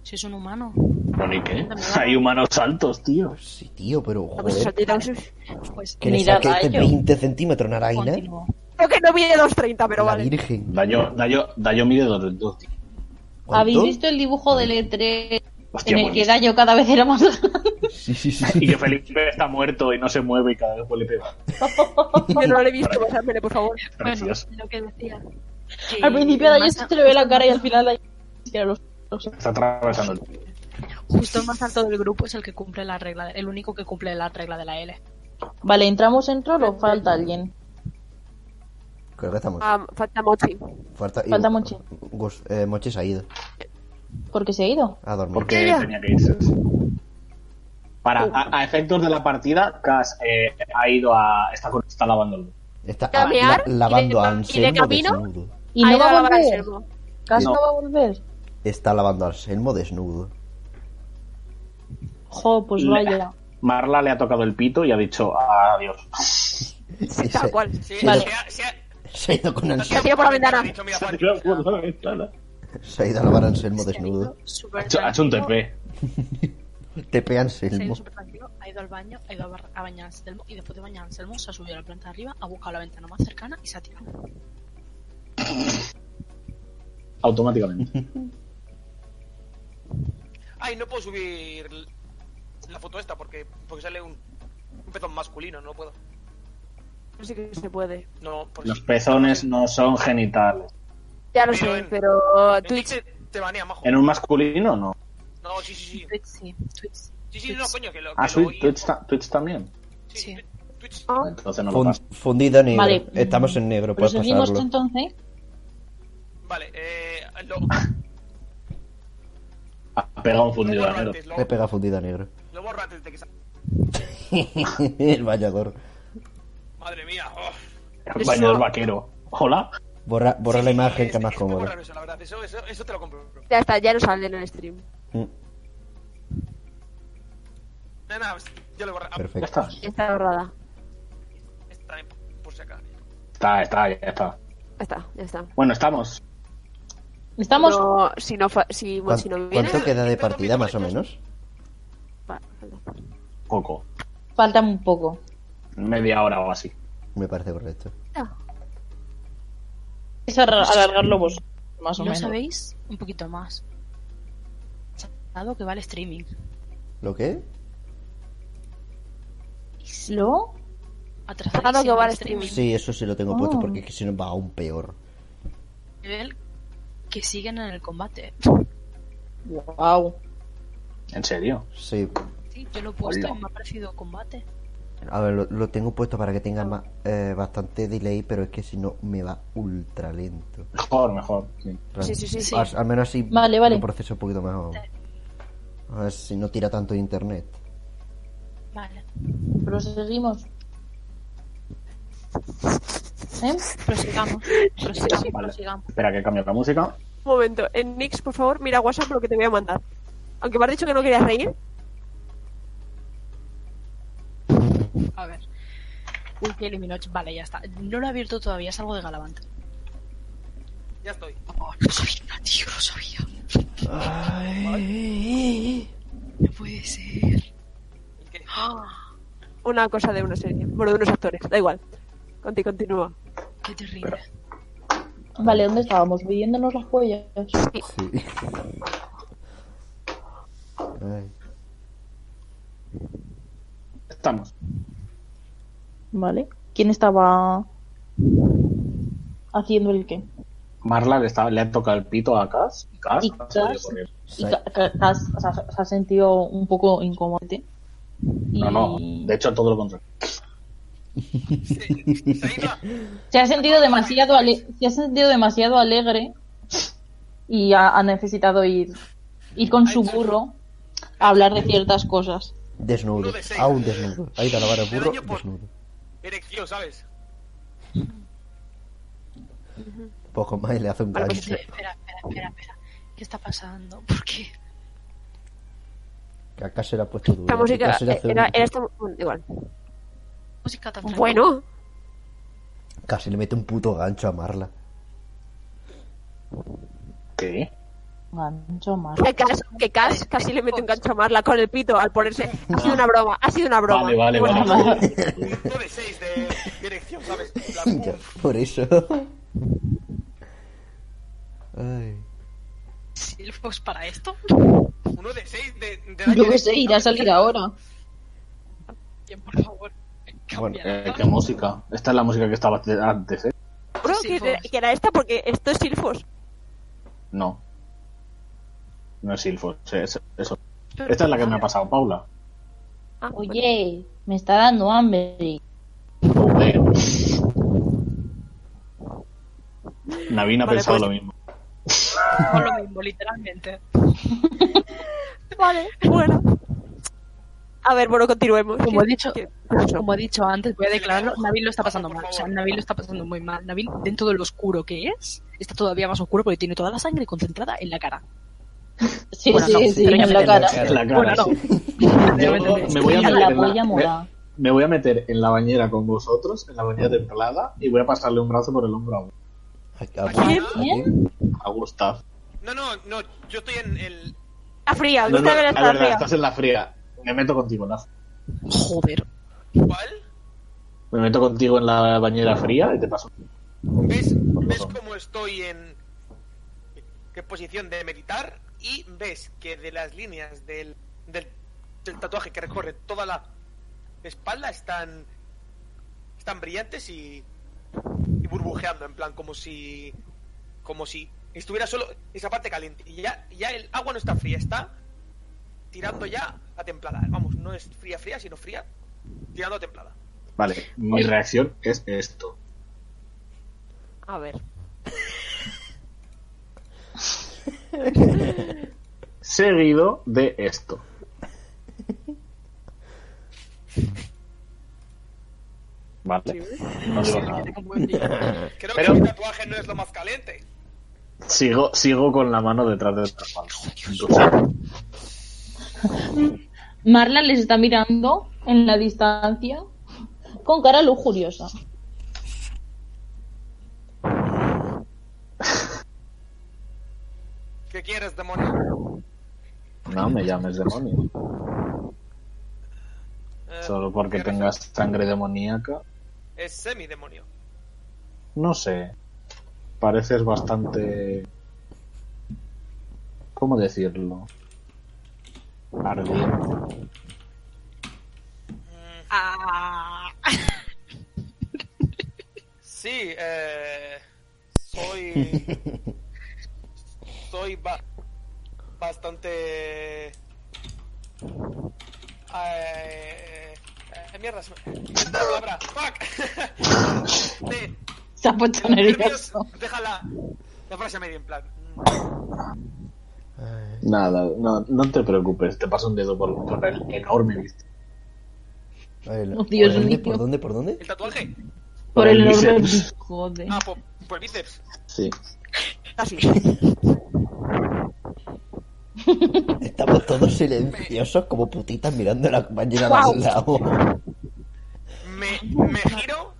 Speaker 6: Si es un humano.
Speaker 3: ¿Pero qué? ¿eh? Hay humanos altos, tío.
Speaker 1: Sí, tío, pero
Speaker 4: No, pues,
Speaker 1: joder.
Speaker 4: saltita, pues,
Speaker 6: Pues
Speaker 1: Que le
Speaker 2: Mirad a
Speaker 1: saqué de
Speaker 2: ello.
Speaker 1: 20 centímetros Naraina.
Speaker 6: continúo.
Speaker 4: Creo que no mide 2.30, pero
Speaker 1: La
Speaker 4: vale.
Speaker 1: virgen.
Speaker 3: Dayo, Dayo, Dayo mide dos, dos, tío.
Speaker 1: ¿Cuánto?
Speaker 2: ¿Habéis visto el dibujo del E3
Speaker 3: Hostia,
Speaker 2: en el
Speaker 3: pues,
Speaker 2: que Dayo cada vez era más grande?
Speaker 1: Sí, sí, sí.
Speaker 3: Y que Felipe está muerto y no se mueve y cada vez huele peor.
Speaker 4: Yo no lo he visto, pasármelo, por favor.
Speaker 6: Bueno,
Speaker 3: Precioso.
Speaker 6: lo que decía. que
Speaker 2: Al principio a Dayo
Speaker 6: más-
Speaker 2: se le ve la cara y al final Dayo se queda los- los-
Speaker 3: Está atravesando el
Speaker 6: Justo el más alto del grupo es el que cumple la regla, el único que cumple la regla de la L.
Speaker 2: Vale, ¿entramos en troll o falta alguien?
Speaker 1: Creo que estamos.
Speaker 4: Ah, falta Mochi.
Speaker 1: Falta,
Speaker 2: falta
Speaker 1: y-
Speaker 2: Monchi.
Speaker 1: Gus- eh, Monchi se ha ido
Speaker 2: Porque se ha ido.
Speaker 1: a dormir.
Speaker 3: Porque tenía que irse. Para, a, a efectos de la partida, Cass eh, ha ido a. Está, con- está lavando el.
Speaker 1: Está ah,
Speaker 4: Camear,
Speaker 1: la- lavando
Speaker 4: y
Speaker 1: a
Speaker 4: de- y de
Speaker 1: Anselmo
Speaker 4: camino.
Speaker 1: desnudo.
Speaker 2: ¿Y no
Speaker 4: Ahí
Speaker 2: va a
Speaker 4: la barra de
Speaker 2: volver?
Speaker 4: Selmo.
Speaker 2: ¿Cas no.
Speaker 3: No.
Speaker 2: va a volver?
Speaker 1: Está lavando a Anselmo desnudo.
Speaker 2: Jo, pues
Speaker 3: Le-
Speaker 2: vaya.
Speaker 3: Marla le ha tocado el pito y ha dicho adiós.
Speaker 1: Sí,
Speaker 4: Tal cual.
Speaker 9: Sí,
Speaker 2: Vale.
Speaker 9: se ha- se ha-
Speaker 1: Se ha ido con
Speaker 9: se ha
Speaker 1: Anselmo.
Speaker 4: tira por la ventana.
Speaker 9: Ha dicho, mira, Juan,
Speaker 3: "Ah,
Speaker 1: Se ha ido a lavar a Anselmo desnudo.
Speaker 3: Ha hecho, ha hecho un TP.
Speaker 1: Tepe
Speaker 6: Se ha ido
Speaker 1: Anselmo.
Speaker 6: súper tranquilo, ha ido al baño, ha ido a, bar- a bañar a Anselmo y después de bañar a Anselmo se ha subido a la planta de arriba, ha buscado la ventana más cercana y se ha tirado.
Speaker 3: Automáticamente.
Speaker 9: Ay, no puedo subir la foto esta porque, porque sale un, un pezón masculino, no puedo.
Speaker 4: Sí que se puede.
Speaker 9: No, por
Speaker 3: Los pezones no son genitales.
Speaker 4: Ya lo
Speaker 9: Pero
Speaker 4: sé,
Speaker 9: en-
Speaker 4: pero
Speaker 9: En
Speaker 4: Twitch.
Speaker 9: Twitch te banea, majo.
Speaker 3: En un masculino, no.
Speaker 9: No, sí, sí, sí.
Speaker 6: Twitch, sí, Twitch.
Speaker 9: Sí, sí, no, coño, que lo.
Speaker 3: Ah,
Speaker 9: que
Speaker 3: Twitch,
Speaker 9: lo oí.
Speaker 3: Twitch ta- Twitch también.
Speaker 9: Sí,
Speaker 6: sí.
Speaker 9: Twitch- Twitch.
Speaker 4: Ah,
Speaker 3: Entonces no lo
Speaker 1: Fun-
Speaker 3: pasa.
Speaker 1: fundido negro.
Speaker 2: Vale.
Speaker 1: Estamos en negro, puedes
Speaker 2: ¿Proseguimos
Speaker 1: pasarlo.
Speaker 2: entonces?
Speaker 9: Vale, eh. Lo,
Speaker 3: Ha pegado un
Speaker 9: lo
Speaker 3: fundido
Speaker 9: borro
Speaker 3: a Ah, negro.
Speaker 9: antes, lo,
Speaker 1: Le pega fundido a negro.
Speaker 9: lo borro antes de que salga.
Speaker 1: El vallador.
Speaker 9: Madre mía, oh.
Speaker 3: Bañador vaquero. Hola.
Speaker 1: Borra, borra la imagen
Speaker 9: Es-
Speaker 1: que es más
Speaker 9: es muy
Speaker 1: cómoda.
Speaker 9: raro eso, la verdad. Eso, eso, eso te lo compro.
Speaker 4: Ya está, ya no sale en el stream.
Speaker 1: Mm,
Speaker 9: Nada, nada, yo lo borro. Ah,
Speaker 3: Ya
Speaker 1: Perfecto.
Speaker 3: está.
Speaker 4: Ya está borrada.
Speaker 9: esta también, por si acaso.
Speaker 3: Está, está, ya está.
Speaker 4: Ya está, ya está.
Speaker 3: Bueno, estamos.
Speaker 2: Estamos.
Speaker 4: No, si no, fa- si,
Speaker 1: ¿Cuán-
Speaker 4: si no viene.
Speaker 1: ¿Cuánto queda de partida, más o menos?
Speaker 4: Vale, falta.
Speaker 3: Coco.
Speaker 2: Falta un poco.
Speaker 3: Media hora o así.
Speaker 1: Me parece correcto.
Speaker 4: Ah,
Speaker 2: es arra- alargarlo vos, más o
Speaker 6: ¿Lo
Speaker 2: menos.
Speaker 6: sabéis? Un poquito más. Dado que va el streaming.
Speaker 1: ¿Lo qué?
Speaker 2: ¿Lo?
Speaker 6: Atrasado
Speaker 4: Dado que va el
Speaker 1: Sí, eso sí lo tengo puesto
Speaker 2: Oh.
Speaker 1: porque es que si no va aún peor.
Speaker 6: Nivel que siguen en el combate.
Speaker 2: Wow.
Speaker 3: ¿En serio?
Speaker 1: Sí.
Speaker 6: Sí, yo lo he puesto
Speaker 3: Hola.
Speaker 6: y me ha parecido combate.
Speaker 1: A ver, lo, lo tengo puesto para que tenga ma- eh, bastante delay, pero es que si no me va ultra lento.
Speaker 3: Mejor, mejor. sí.
Speaker 1: Plan,
Speaker 4: Sí, sí, sí, sí.
Speaker 1: Al, al menos así
Speaker 2: Vale, vale.
Speaker 1: lo proceso un poquito mejor. A ver si no tira tanto de internet.
Speaker 6: Vale.
Speaker 2: Proseguimos. ¿Eh?
Speaker 6: Prosigamos. Prosigamos, prosigamos.
Speaker 3: Espera que cambio la música.
Speaker 4: Un momento. En Nix, por favor, mira WhatsApp lo que te voy a mandar. Aunque me has dicho que no querías reír.
Speaker 6: A ver. Uy, que eliminó. Vale, ya está. No lo he abierto todavía, es algo de Galavant.
Speaker 9: Ya estoy.
Speaker 6: Oh, no sabía, tío, no sabía. No puede ser.
Speaker 9: ¿El qué?
Speaker 6: Ah,
Speaker 4: Una cosa de una serie. Bueno, de unos actores. Da igual. Conti, continúa.
Speaker 6: qué terrible.
Speaker 2: Vale, ¿dónde estábamos? Viéndonos las pollas.
Speaker 1: Sí. Ay.
Speaker 3: Estamos.
Speaker 2: Vale. ¿Quién estaba haciendo el qué?
Speaker 3: Marla le, está, le ha tocado el pito a Cass. y Cass
Speaker 2: Y
Speaker 3: ha salido
Speaker 2: Cass.
Speaker 3: corriendo.
Speaker 2: Y ca- ca- ca- se ha- se ha sentido un poco incómodo. ¿eh? Y
Speaker 3: No, no. De hecho, todo lo contrario.
Speaker 9: Sí, se iba.
Speaker 2: Se ha sentido demasiado, ale- se ha sentido demasiado alegre y ha, ha necesitado ir, ir con su burro a hablar de ciertas cosas.
Speaker 1: Desnudo.
Speaker 9: Uno de seis.
Speaker 1: Aún desnudo. Ahí te la vara,
Speaker 9: Le
Speaker 1: burro.
Speaker 9: daño por-
Speaker 1: Desnudo.
Speaker 9: Erección, ¿sabes?
Speaker 1: Poco más y le hace un
Speaker 4: Vale, pues
Speaker 1: gancho.
Speaker 6: Espera, espera, espera, espera. ¿Qué está pasando? ¿Por qué?
Speaker 1: Que acá se le ha puesto duro.
Speaker 4: Esta música.
Speaker 1: Acá se le hace
Speaker 4: Era,
Speaker 1: un-
Speaker 4: era esta. bueno, da igual.
Speaker 6: Música tan
Speaker 4: Bueno.
Speaker 1: Casi le mete un puto gancho a Marla.
Speaker 3: ¿Qué?
Speaker 2: Gancho más.
Speaker 4: Que Cass, que Cass casi le mete un gancho a Marla con el pito al ponerse. Ha sido una broma. Ha sido una broma.
Speaker 3: Vale, vale,
Speaker 4: Bueno,
Speaker 3: vale.
Speaker 9: 9 6 de dirección, ¿sabes? En plan,
Speaker 1: Ya,
Speaker 9: uf,
Speaker 1: por eso. Ay.
Speaker 6: ¿Silfos para esto?
Speaker 9: un 9 6 de, de
Speaker 2: Yo qué sé, irá a salir ahora.
Speaker 6: Bien, por favor.
Speaker 1: Bueno,
Speaker 6: Cambia.
Speaker 3: Eh, ¿Qué música? Esta es la música que estaba antes, ¿eh?
Speaker 4: Creo que,
Speaker 6: Silfos.
Speaker 4: era, que era esta porque esto es Silfos.
Speaker 3: No. No es Silfos. es- es- eso. Esta es la que me ha pasado Paula.
Speaker 4: Ah, bueno.
Speaker 2: Oye, me está dando hambre.
Speaker 3: Joder. Navina ha
Speaker 4: Vale,
Speaker 3: pensado
Speaker 4: pues-
Speaker 3: lo mismo.
Speaker 6: No lo mismo, literalmente.
Speaker 4: Vale, bueno. A ver, bueno, continuemos.
Speaker 6: Como he
Speaker 4: ¿Qué-
Speaker 6: dicho,
Speaker 4: qué- qué pasó?
Speaker 6: como he dicho antes, voy a declararlo. Nabil lo está pasando mal. O sea, Nabil lo está pasando muy mal. Nabil, dentro de lo oscuro que es, está todavía más oscuro porque tiene toda la sangre concentrada en la cara.
Speaker 2: Sí,
Speaker 6: Bueno,
Speaker 2: sí,
Speaker 6: no,
Speaker 2: sí,
Speaker 6: pero ya
Speaker 2: en
Speaker 6: me
Speaker 2: la cara.
Speaker 3: En la cara,
Speaker 6: Bueno, no.
Speaker 3: sí.
Speaker 6: Ya me
Speaker 3: Yo
Speaker 6: entendéis.
Speaker 3: me voy a
Speaker 2: Y
Speaker 3: meter
Speaker 2: la
Speaker 3: en
Speaker 2: polla
Speaker 3: la, me-
Speaker 2: morada.
Speaker 3: me voy a meter en la bañera con vosotros, en la bañera templada, y voy a pasarle un brazo por el hombro a-
Speaker 1: ¿A, a-
Speaker 9: ¿A quién?
Speaker 1: ¿a quién?
Speaker 3: a, Gustav.
Speaker 9: No, no, no, yo estoy en el.
Speaker 4: La fría,
Speaker 3: No, no,
Speaker 4: Gustavo
Speaker 3: es
Speaker 4: está la
Speaker 3: verdad,
Speaker 4: fría.
Speaker 3: estás en la fría. Me meto contigo, Laz.
Speaker 6: Joder.
Speaker 9: ¿Cuál?
Speaker 3: Me meto contigo en la bañera fría y te paso.
Speaker 9: ¿Ves,
Speaker 3: Por
Speaker 9: ves
Speaker 3: favor.
Speaker 9: cómo estoy en. qué posición de meditar? Y ves que de las líneas del, del, del tatuaje que recorre toda la espalda están. están brillantes y. y burbujeando, en plan, como si. como si estuviera solo esa parte caliente. Y ya, ya el agua no está fría, está tirando ya a templada. Vamos, no es fría, fría, sino fría, tirando a templada.
Speaker 3: Vale, mi reacción es esto.
Speaker 4: A ver.
Speaker 3: Seguido de esto. Vale. No digo nada.
Speaker 9: Creo
Speaker 3: Pero-
Speaker 9: que el tatuaje no es lo más caliente.
Speaker 3: Sigo, sigo con la mano detrás de la espalda. Entonces,
Speaker 2: Marla les está mirando en la distancia con cara lujuriosa.
Speaker 9: ¿Qué quieres, demonio?
Speaker 3: No me llames demonio.
Speaker 9: Eh,
Speaker 3: Solo porque
Speaker 9: ¿qué
Speaker 3: tengas sangre demoníaca.
Speaker 9: Es semidemonio.
Speaker 3: No sé. pareces bastante. ¿Cómo decirlo? Ardiente.
Speaker 13: Ah,
Speaker 9: Sí, eh, soy. soy ba- bastante. eh, eh, mierda, se me- la palabra. ¡Fuck! De-
Speaker 2: Se ha puesto
Speaker 9: nervios,
Speaker 2: nervioso.
Speaker 9: déjala. La frase media en plan. mm,
Speaker 3: Nada, no, no te preocupes, te paso un dedo por, por el enorme bíceps.
Speaker 14: A ver,
Speaker 2: Oh, Dios
Speaker 14: ¿por dónde,
Speaker 2: mío.
Speaker 14: ¿Por dónde? ¿Por dónde?
Speaker 9: ¿El tatuaje?
Speaker 2: Por el enorme
Speaker 3: bíceps.
Speaker 2: joder.
Speaker 9: Ah, por, por el bíceps.
Speaker 3: Sí.
Speaker 4: Casi.
Speaker 14: Estamos todos silenciosos como putitas mirando la compañera de al lado.
Speaker 9: Me, me giro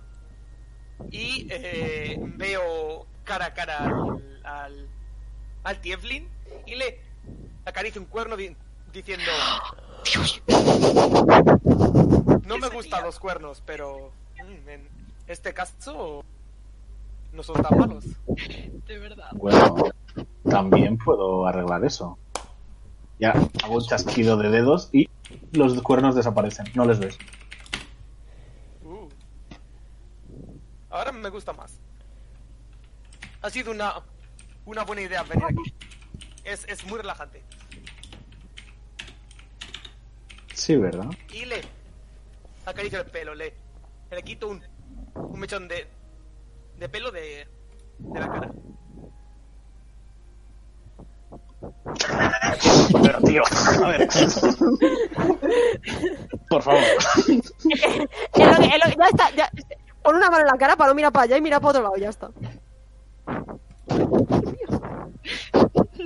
Speaker 9: y eh, veo cara a cara al, al, al Tiefling y le acaricio un cuerno di- diciendo... No me gustan los cuernos, pero mm, en este caso no son tan malos.
Speaker 13: de verdad.
Speaker 3: Bueno, también puedo arreglar eso. Ya hago un chasquido de dedos y los cuernos desaparecen, no les ves.
Speaker 9: Uh. Ahora me gusta más. Ha sido una, una buena idea venir aquí. Es, es muy relajante.
Speaker 3: Sí, ¿verdad?
Speaker 9: Y le acaricio el pelo, le, le quito un, un mechón de, de pelo de, de la cara.
Speaker 3: Pero tío, a ver. Por favor.
Speaker 4: Es lo que- es lo que- ya está, ya. Pon una mano en la cara para no mirar para allá y mirar para otro lado, ya está.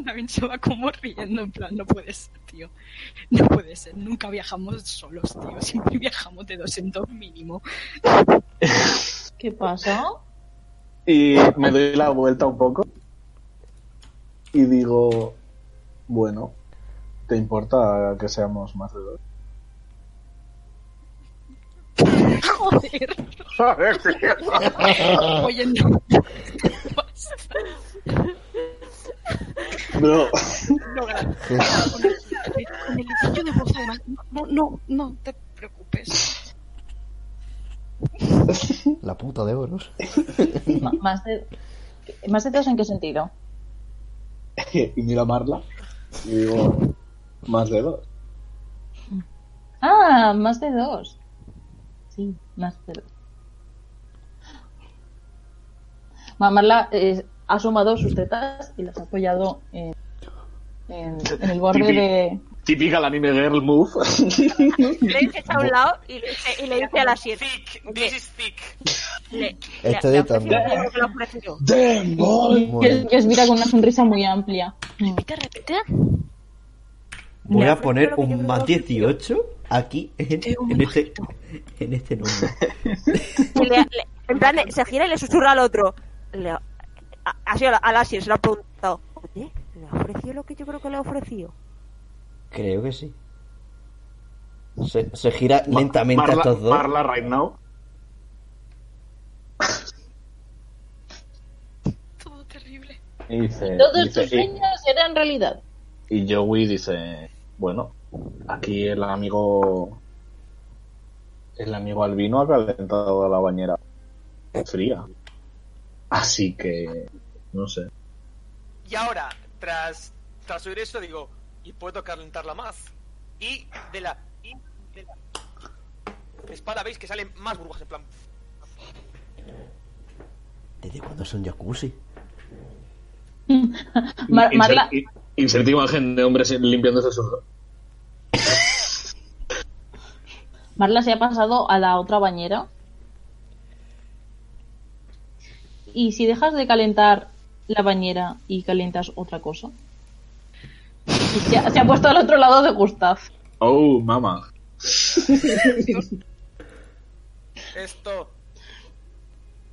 Speaker 13: Navin se va como riendo, en plan, no puede ser, tío. No puede ser, nunca viajamos solos, tío. Siempre viajamos de dos en dos mínimo.
Speaker 2: ¿Qué pasa?
Speaker 3: Y me doy la vuelta un poco. Y digo, bueno, ¿te importa que seamos más de dos?
Speaker 13: Joder. Oye, no. Basta.
Speaker 3: Bro.
Speaker 13: No, gra- con el- con el ladrillo de voz, además. No, no, no te preocupes.
Speaker 14: La puta de oros.
Speaker 2: Ma- Más de... ¿Más de dos en qué sentido?
Speaker 3: y miro a Marla y digo, más de dos.
Speaker 2: Ah, más de dos. Sí, más de dos. Mamarla eh, ha sumado sus tetas y las ha apoyado en, en- en el borde de...
Speaker 3: Típica el anime girl move.
Speaker 4: Le he echado a un lado y le, hice- y le hice a las 7.
Speaker 9: Thick, this is thick.
Speaker 14: Estoy editando.
Speaker 3: Damn, boy.
Speaker 14: Muy
Speaker 2: Que,
Speaker 14: bien.
Speaker 2: que os mira con una sonrisa muy amplia.
Speaker 6: Repite, repite.
Speaker 1: Voy
Speaker 4: Ya,
Speaker 1: a poner
Speaker 4: pero que yo
Speaker 1: un
Speaker 4: no
Speaker 1: más
Speaker 4: lo
Speaker 1: 18 aquí en, en este, en este nombre.
Speaker 4: Y le- le- en plan, le- se gira y le susurra al otro. Le, a- así a, la- a Lassie, se lo ha preguntado. Oye, ¿le ha ofrecido lo que yo creo que le ha ofrecido?
Speaker 1: Creo que sí. Se, se gira lentamente a
Speaker 3: Marla,
Speaker 1: estos dos.
Speaker 3: Marla right now.
Speaker 13: Todo terrible.
Speaker 3: Y dice,
Speaker 2: Todos
Speaker 3: dice-
Speaker 2: tus sueños serán realidad.
Speaker 3: y, y Joey dice, bueno, aquí el amigo... El amigo albino ha calentado la bañera fría. Así que... No sé.
Speaker 9: Y ahora, tras, tras oír esto, digo, y puedo calentarla más. Y de la, y de la espada veis que salen más burbujas en plan.
Speaker 1: ¿Desde cuándo es un jacuzzi?
Speaker 2: Mar-
Speaker 3: Insert-
Speaker 2: Marla,
Speaker 3: i- insert imagen de hombres limpiándose sus...
Speaker 2: Marla se ha pasado a la otra bañera. Y si dejas de calentar la bañera y calentas otra cosa. Y Se ha, se ha puesto al otro lado de Gustav.
Speaker 3: Oh, mamá.
Speaker 9: Esto.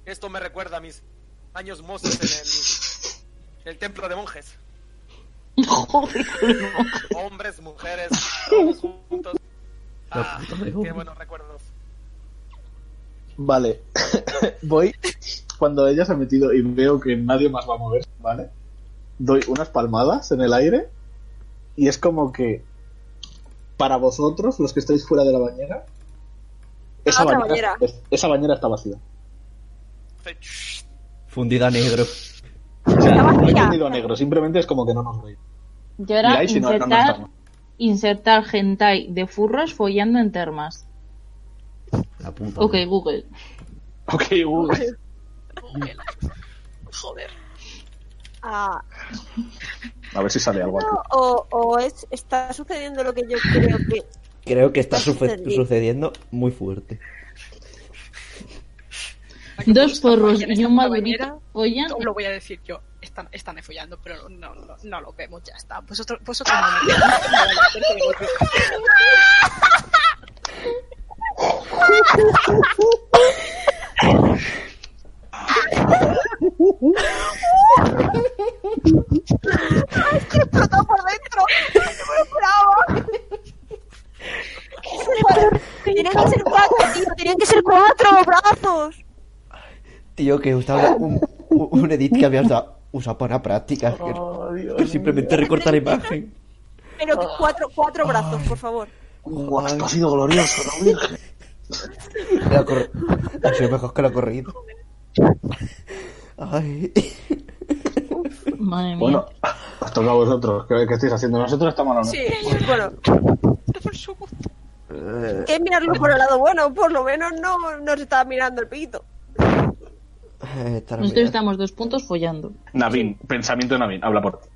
Speaker 9: Esto me recuerda a mis años mozos en el, el templo de monjes. Hombres, mujeres, todos juntos. Ah, qué buenos recuerdos.
Speaker 3: Vale. Voy cuando ella se ha metido y veo que nadie más va a mover, ¿vale? Doy unas palmadas en el aire y es como que para vosotros, los que estáis fuera de la bañera, esa,
Speaker 4: otra
Speaker 3: bañera,
Speaker 4: bañera.
Speaker 3: esa bañera está vacía.
Speaker 9: Hace-
Speaker 15: Fundida a negro.
Speaker 3: O sea,
Speaker 4: Está
Speaker 3: no he
Speaker 4: vacía.
Speaker 3: entendido negro, simplemente es como que no nos veis.
Speaker 2: Yo era
Speaker 3: Miráis y no- no- no
Speaker 2: insertar,
Speaker 3: estamos.
Speaker 2: insertar hentai de furros follando en termas.
Speaker 15: La puta.
Speaker 2: Ok, Google.
Speaker 3: Ok, uh. Google.
Speaker 16: Joder.
Speaker 4: Ah,
Speaker 3: A ver si sale algo aquí.
Speaker 4: o, o es, está sucediendo lo que yo creo que.
Speaker 15: Creo que está
Speaker 4: Está
Speaker 15: sufe-
Speaker 4: sucediendo.
Speaker 15: sucediendo muy fuerte.
Speaker 2: Dos furros
Speaker 16: Follan
Speaker 2: y
Speaker 16: esta
Speaker 2: un
Speaker 16: puta
Speaker 2: madurito
Speaker 16: bañera.
Speaker 2: follan.
Speaker 16: No lo voy a decir yo. Están, están ahí follando, pero no, no, no lo vemos, ya está. Vosotros, vosotros no me
Speaker 4: explotó por dentro! ¡No me lo esperaba! Tenían que ser cuatro, tío, tenían que ser cuatro brazos.
Speaker 1: Tío, que usaba un, un- un edit que había usa- usado para prácticas. que- que simplemente recorta la imagen.
Speaker 4: Pero que cuatro, cuatro brazos, por favor.
Speaker 3: Guau, esto ha sido glorioso, la Virgen.
Speaker 1: La cor- Ha sido mejor que la corrida. Ay.
Speaker 2: Madre mía.
Speaker 3: Bueno, os toca a vosotros. ¿Qué, qué estáis haciendo? Nosotros estamos hablando.
Speaker 16: Sí,
Speaker 4: Bueno,
Speaker 16: por su gusto.
Speaker 1: Eh,
Speaker 4: que mirarlo por el lado bueno, por lo menos no nos está mirando el pito.
Speaker 1: eh, estar
Speaker 2: Nosotros
Speaker 1: mirando.
Speaker 2: estamos dos puntos follando.
Speaker 3: Navin, pensamiento de Navin, habla por ti.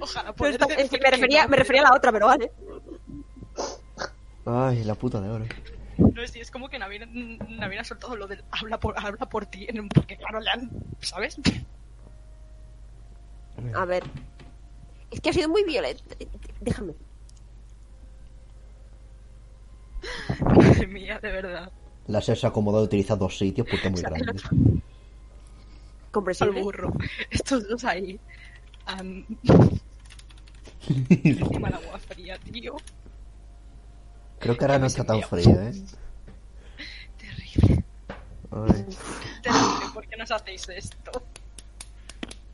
Speaker 16: Ojalá
Speaker 4: Pero
Speaker 6: Pues
Speaker 16: pudiera
Speaker 4: está- es que
Speaker 16: decir
Speaker 4: me refería, me refería a la otra, pero vale.
Speaker 1: Ay, la puta de oro.
Speaker 16: No sé, es como que Navina, Navina ha soltado lo del habla por, habla por ti, en un- porque claro, le han, ¿sabes?
Speaker 4: A ver. Es que ha sido muy violento. Déjame.
Speaker 16: Madre mía, de verdad.
Speaker 1: La ser se ha acomodado y utiliza dos sitios porque es muy grande.
Speaker 16: Al
Speaker 4: Comprensible.
Speaker 16: burro. Estos dos ahí. am, encima el agua fría, tío.
Speaker 1: Creo que ahora no está tan fría, ¿eh?
Speaker 16: Terrible.
Speaker 1: Ay.
Speaker 16: Terrible, ¿por qué nos hacéis esto?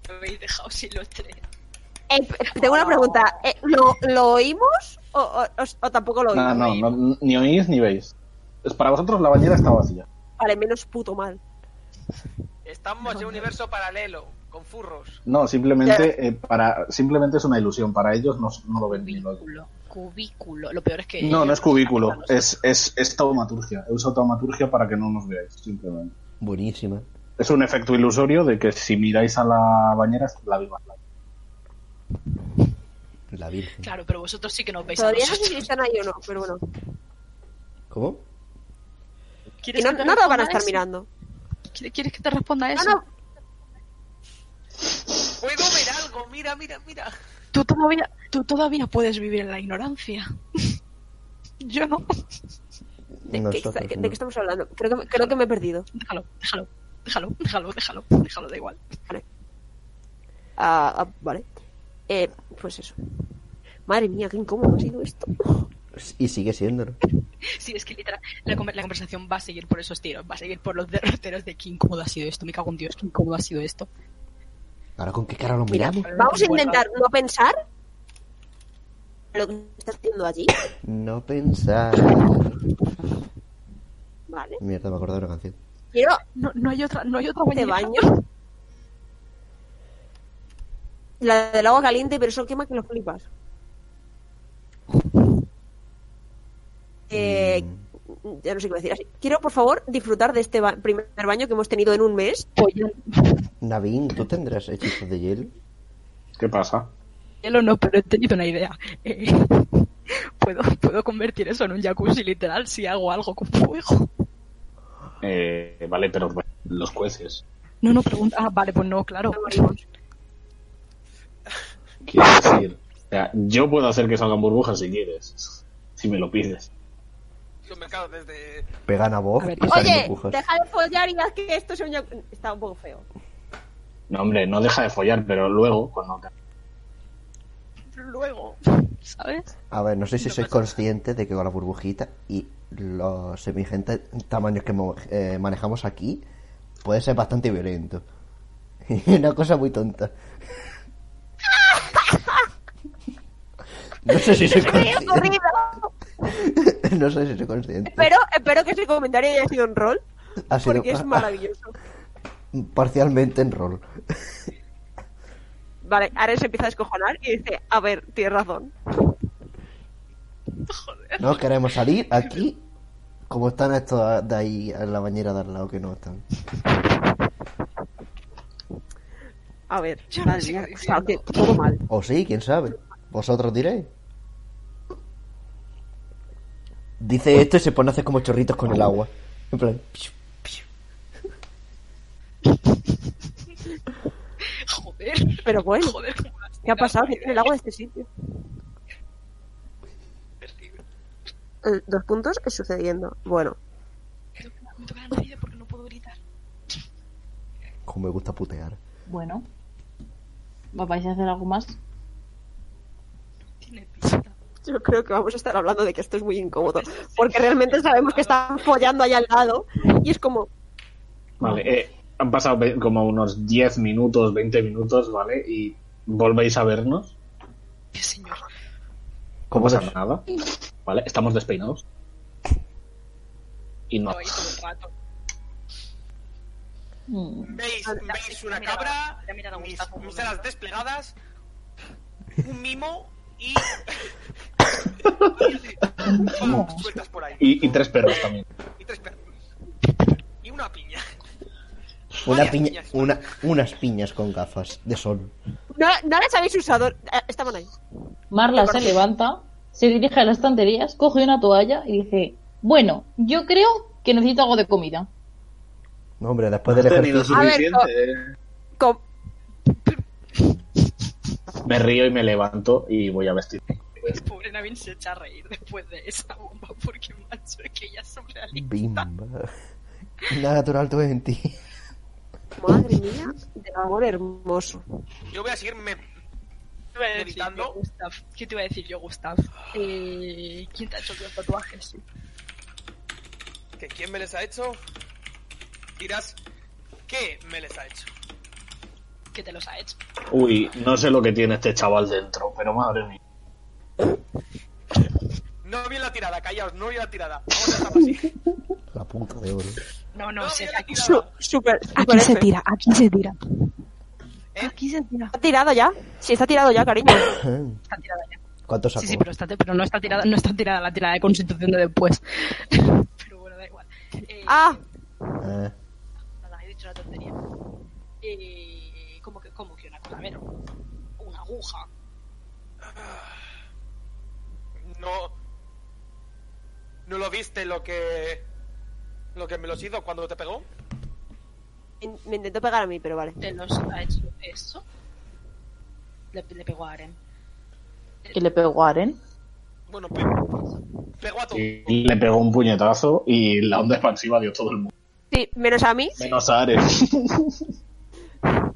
Speaker 16: Me habéis dejado sin los tres.
Speaker 4: Eh, p- tengo una pregunta. Eh, ¿lo, lo oímos o, o- o- o tampoco lo
Speaker 3: No,
Speaker 4: oímos?
Speaker 3: no, no, ni oís ni veis. Es para vosotros la bañera está vacía.
Speaker 4: Vale, menos puto mal.
Speaker 9: Estamos en un universo paralelo, con furros.
Speaker 3: No, simplemente eh, para simplemente es una ilusión. Para ellos no, no lo ven. Pues ni lo oyen.
Speaker 6: Cubículo. Cubículo. Lo peor es que.
Speaker 3: No, no es cubículo, es, es, es taumaturgia. He usado taumaturgia para que no nos veáis, simplemente.
Speaker 1: Buenísima.
Speaker 3: Es un efecto ilusorio de que si miráis a la bañera, la viva.
Speaker 1: La virgen.
Speaker 6: Claro, pero vosotros sí que nos veis. Pues a
Speaker 4: Todavía no sé
Speaker 6: nosotros.
Speaker 4: si están ahí o no, pero bueno.
Speaker 1: ¿Cómo?
Speaker 4: Y no, no nos van a estar mirando.
Speaker 6: ¿Quiere- ¿Quieres que te responda
Speaker 4: No,
Speaker 6: eso?
Speaker 4: no.
Speaker 9: Puedo ver algo, mira, mira, mira.
Speaker 6: Tú todavía, tú todavía puedes vivir en la ignorancia. Yo no.
Speaker 4: ¿De, qué,
Speaker 1: Nosotros,
Speaker 4: está- de
Speaker 1: no.
Speaker 4: qué estamos hablando? Creo que, me- creo que me he perdido.
Speaker 6: Déjalo, déjalo, déjalo, déjalo, déjalo, déjalo, da igual.
Speaker 4: Ah, ah, vale. Eh, pues eso. Madre mía, qué incómodo ha sido esto.
Speaker 1: Y sigue siéndolo.
Speaker 6: Sí, es que literal, la, conver- la conversación va a seguir por esos tiros, va a seguir por los derroteros de qué incómodo ha sido esto, me cago en Dios, qué incómodo ha sido esto.
Speaker 1: ¿Ahora con qué cara lo
Speaker 4: Mira,
Speaker 1: miramos?
Speaker 4: vamos a intentar no pensar lo que estás haciendo allí.
Speaker 1: No pensar.
Speaker 4: Vale.
Speaker 1: Mierda, me acordé de una canción.
Speaker 4: Quiero
Speaker 6: No, no hay otra, no hay otra
Speaker 4: de
Speaker 6: bañera.
Speaker 4: baño. La del agua caliente, pero eso quema que los flipas. Eh, ya no sé qué decir así. Quiero, por favor, disfrutar de este ba- primer baño que hemos tenido en un mes.
Speaker 1: Navin, ¿tú tendrás hechizos de hielo?
Speaker 3: ¿Qué pasa?
Speaker 6: Hielo no, pero he tenido una idea. Eh, puedo, puedo convertir eso en un jacuzzi literal si hago algo con fuego.
Speaker 3: Eh, vale, pero los jueces.
Speaker 6: No, no pregunta. Ah, vale, pues no, claro.
Speaker 3: Quiero decir, o sea, yo puedo hacer que salgan burbujas si quieres, si me lo pides.
Speaker 9: Los mercados desde.
Speaker 1: Pegan a vos
Speaker 6: A ver,
Speaker 1: y salen
Speaker 4: Oye,
Speaker 1: burbujas.
Speaker 4: deja de follar y haz que esto sea un... yac- Está un poco feo.
Speaker 3: No, hombre, no deja de follar, pero luego, cuando te-
Speaker 16: Luego,
Speaker 17: ¿sabes?
Speaker 1: A ver, no sé si sois conscientes de que con la burbujita y los semigentes tamaños que mo- eh, manejamos aquí puede ser bastante violento. Y una cosa muy tonta. No sé si soy
Speaker 4: ¡Qué
Speaker 1: consciente.
Speaker 4: horrible!
Speaker 1: No sé si soy consciente.
Speaker 4: Espero, espero que este comentario haya sido un rol,
Speaker 1: Ha sido-
Speaker 4: porque es maravilloso.
Speaker 1: Parcialmente en rol.
Speaker 4: Vale, Ares empieza a descojonar y dice, a ver, tienes razón.
Speaker 1: No queremos salir aquí como están estos de ahí en la bañera de al lado que no están.
Speaker 4: A ver,
Speaker 17: Yo no
Speaker 4: madre
Speaker 17: sigo
Speaker 4: mía, o sea, que todo mal.
Speaker 1: O sí, quién sabe. Vosotros diréis. Dice esto y se pone a hacer como chorritos con el agua. En plan, piu, piu.
Speaker 17: Joder,
Speaker 4: Pero bueno,
Speaker 17: joder, cómo lo has
Speaker 4: ¿qué ha
Speaker 17: tirado,
Speaker 4: pasado?
Speaker 17: María.
Speaker 4: El agua de este sitio. Eh, Dos puntos es sucediendo. Bueno,
Speaker 17: Me toca la nariz porque no puedo gritar.
Speaker 1: Como me gusta putear.
Speaker 2: Bueno. ¿Vais a hacer algo más?
Speaker 17: Tiene pinta.
Speaker 4: yo creo que vamos a estar hablando de que esto es muy incómodo, porque realmente sabemos que está follando allá al lado y es como,
Speaker 3: Vale, eh, han pasado ve- como unos 10 minutos, 20 minutos, ¿vale? Y volvéis a vernos.
Speaker 17: Qué señor.
Speaker 3: No
Speaker 1: ¿Cómo
Speaker 3: pasa
Speaker 1: se-
Speaker 3: nada. ¿Vale? Estamos despeinados. Y no.
Speaker 6: Ahí todo el rato.
Speaker 2: Mm,
Speaker 9: ¿Veis, veis una
Speaker 6: Mira,
Speaker 9: cabra?
Speaker 6: mira, mira,
Speaker 9: mis,
Speaker 6: Gustavo,
Speaker 9: mis
Speaker 6: ¿no?
Speaker 9: alas desplegadas. Un mimo y.
Speaker 2: mimo.
Speaker 9: sueltas por ahí.
Speaker 3: Y, y tres perros también.
Speaker 9: Y tres perros. Y una piña.
Speaker 1: Una
Speaker 9: Varias
Speaker 1: piña,
Speaker 9: piñas.
Speaker 1: una, unas piñas con gafas de sol.
Speaker 4: no, no las habéis usado, Eh, estaban ahí.
Speaker 2: Marla se levanta, se dirige a las estanterías, coge una toalla y dice, bueno, yo creo que necesito algo de comida.
Speaker 1: No, hombre, después del ejercicio.
Speaker 4: A ver, co- co-
Speaker 3: Me río y me levanto y voy a vestir.
Speaker 6: Pues pobre Navin se echa a reír después de esa bomba porque macho es que ya es surrealista.
Speaker 1: Bimba. Natural 20.
Speaker 4: madre mía, de amor hermoso.
Speaker 9: Yo voy a seguirme.
Speaker 6: ¿Qué te iba a decir
Speaker 9: Meditando.
Speaker 6: yo, Gustav? ¿Qué te iba a decir yo, Gustav? Eh, ¿Quién te ha hecho los tatuajes?
Speaker 9: ¿Que quién me les ha hecho? Dirás, ¿qué me les ha hecho?
Speaker 6: ¿Qué te los ha hecho?
Speaker 3: Uy, no sé lo que tiene este chaval dentro, pero madre mía.
Speaker 9: No vi la tirada, callaos, no vi la tirada. Vamos a dejarlo así.
Speaker 1: La puta de oro.
Speaker 6: No, no,
Speaker 9: No
Speaker 6: sé.
Speaker 9: vi la
Speaker 6: Aquí,
Speaker 4: Su-
Speaker 9: tirada.
Speaker 4: Super, super
Speaker 17: Aquí se
Speaker 4: F.
Speaker 17: tira, aquí se tira.
Speaker 9: ¿Eh?
Speaker 17: Aquí se tira.
Speaker 4: ¿Está tirado ya? Sí, está tirado ya, cariño.
Speaker 6: está tirada ya.
Speaker 1: ¿Cuánto sacó?
Speaker 6: Sí, sí, pero, está, pero no, está tirada, no está tirada la tirada de constitución de después. pero bueno, da igual. Eh,
Speaker 4: Ah,
Speaker 1: Ah,
Speaker 6: Nada, he dicho la tontería. Eh, ¿cómo, que, ¿Cómo que una cosa? A ver, una aguja.
Speaker 9: No. ¿No lo viste lo que. lo que me los hizo cuando te pegó?
Speaker 4: in- me intentó pegar a mí, pero vale.
Speaker 6: ¿Te los ha hecho eso? Le, le pegó a Aren.
Speaker 2: Que le pegó a Aren.
Speaker 9: Bueno, pegó. Pegó a todo.
Speaker 3: Y le pegó un puñetazo y la onda expansiva dio todo el mundo.
Speaker 4: Sí, menos a mí,
Speaker 3: Menos a Ares.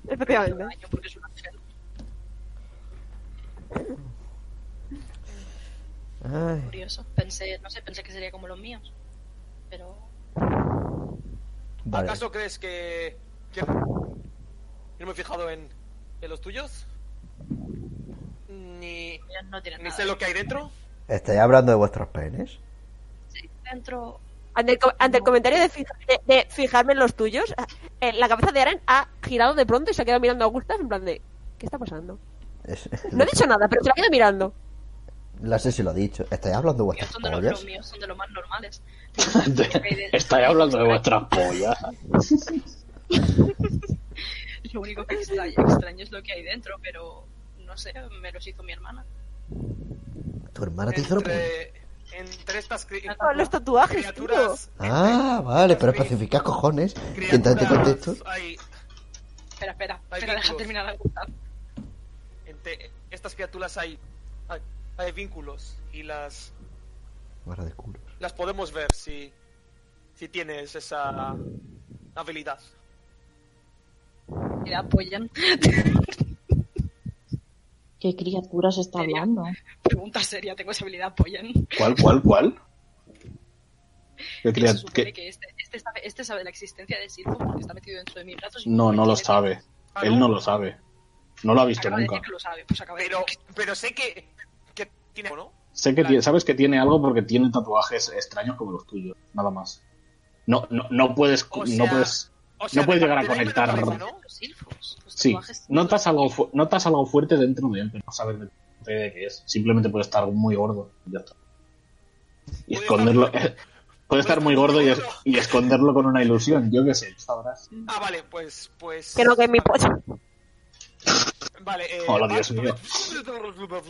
Speaker 4: efectivamente.
Speaker 6: Daño porque es un ángel.
Speaker 1: ay.
Speaker 6: Curioso. Pensé, no sé, pensé que sería como los míos. Pero
Speaker 1: Vale.
Speaker 9: ¿Acaso crees que. que no me he fijado en. en los tuyos? Ni.
Speaker 6: ellos no tienen
Speaker 9: ni
Speaker 6: nada.
Speaker 9: sé lo que hay dentro.
Speaker 1: ¿Estáis hablando de vuestros penes?
Speaker 6: Sí, dentro.
Speaker 4: Ante el, co- ante el comentario de, fija- de- de fijarme en los tuyos, eh, la cabeza de Aren ha girado de pronto y se ha quedado mirando a Gustav en plan de... ¿Qué está pasando?
Speaker 1: Es-
Speaker 4: No he dicho nada, pero se la ha quedado mirando.
Speaker 1: No sé si lo he dicho. ¿Estáis hablando de
Speaker 6: Ellos
Speaker 1: vuestras
Speaker 6: son de los, los
Speaker 1: pollas?
Speaker 6: míos, son de los más normales.
Speaker 3: Estáis hablando de vuestras pollas.
Speaker 6: Lo único que extraño, extraño es lo que hay dentro, pero no sé, me los hizo mi hermana.
Speaker 1: ¿Tu hermana te hizo una polla?
Speaker 9: Entre. entre estas cri-
Speaker 4: Con Ah, los tatuajes, tío.
Speaker 9: criaturas.
Speaker 1: Ah, vale, pero
Speaker 9: entre
Speaker 1: especificas cojones.
Speaker 9: criaturas
Speaker 1: En tanto contexto.
Speaker 9: hay-
Speaker 6: Espera, espera,
Speaker 9: Hay
Speaker 6: espera, deja
Speaker 9: vínculos.
Speaker 6: terminar la puta.
Speaker 9: entre estas criaturas hay, hay, hay vínculos y las
Speaker 1: Barra de culo.
Speaker 9: las podemos ver si si tienes esa habilidad.
Speaker 6: Y la apoyan.
Speaker 2: ¿Qué criaturas está hablando?
Speaker 6: Pregunta seria, tengo esa habilidad, Poyen.
Speaker 3: ¿Cuál, cuál, cuál? ¿Qué
Speaker 6: Se
Speaker 3: creas?
Speaker 6: supone
Speaker 3: ¿Qué?
Speaker 6: que este, este sabe, este sabe la existencia de Silfo porque está metido dentro de mis brazos. y
Speaker 3: No,
Speaker 6: me
Speaker 3: no lo
Speaker 6: quiere-
Speaker 3: sabe.
Speaker 9: Ah,
Speaker 3: Él no lo sabe. No lo ha visto
Speaker 6: Acaba de
Speaker 3: nunca.
Speaker 6: decir que lo sabe, pues acaba de
Speaker 9: Pero,
Speaker 6: decir que-
Speaker 9: pero sé que, que tiene algo, ¿no?
Speaker 3: Sé que tiene- sabes que tiene algo porque tiene tatuajes extraños como los tuyos, nada más. No, no, no puedes,
Speaker 9: O
Speaker 3: no
Speaker 9: sea,
Speaker 3: puedes.
Speaker 9: O sea,
Speaker 3: No puede
Speaker 9: de
Speaker 3: llegar a
Speaker 9: parte de
Speaker 3: conectar.
Speaker 9: la cabeza, ¿no?
Speaker 6: Los silfos, los
Speaker 3: Sí,
Speaker 6: tatuajes-
Speaker 3: notas algo, fu- notas algo fuerte dentro de él, pero no sabes de, de qué es. Simplemente puede estar muy gordo. y ya está. Y
Speaker 9: Puede
Speaker 3: esconderlo.
Speaker 9: estar-
Speaker 3: Puede estar muy gordo y, es- y esconderlo con una ilusión. Yo qué sé, tú sabrás.
Speaker 9: Ah, vale, pues. pues
Speaker 4: Que no, que es mi polla.
Speaker 9: Vale, eh.
Speaker 3: Hola,
Speaker 9: vale,
Speaker 3: Dios mío.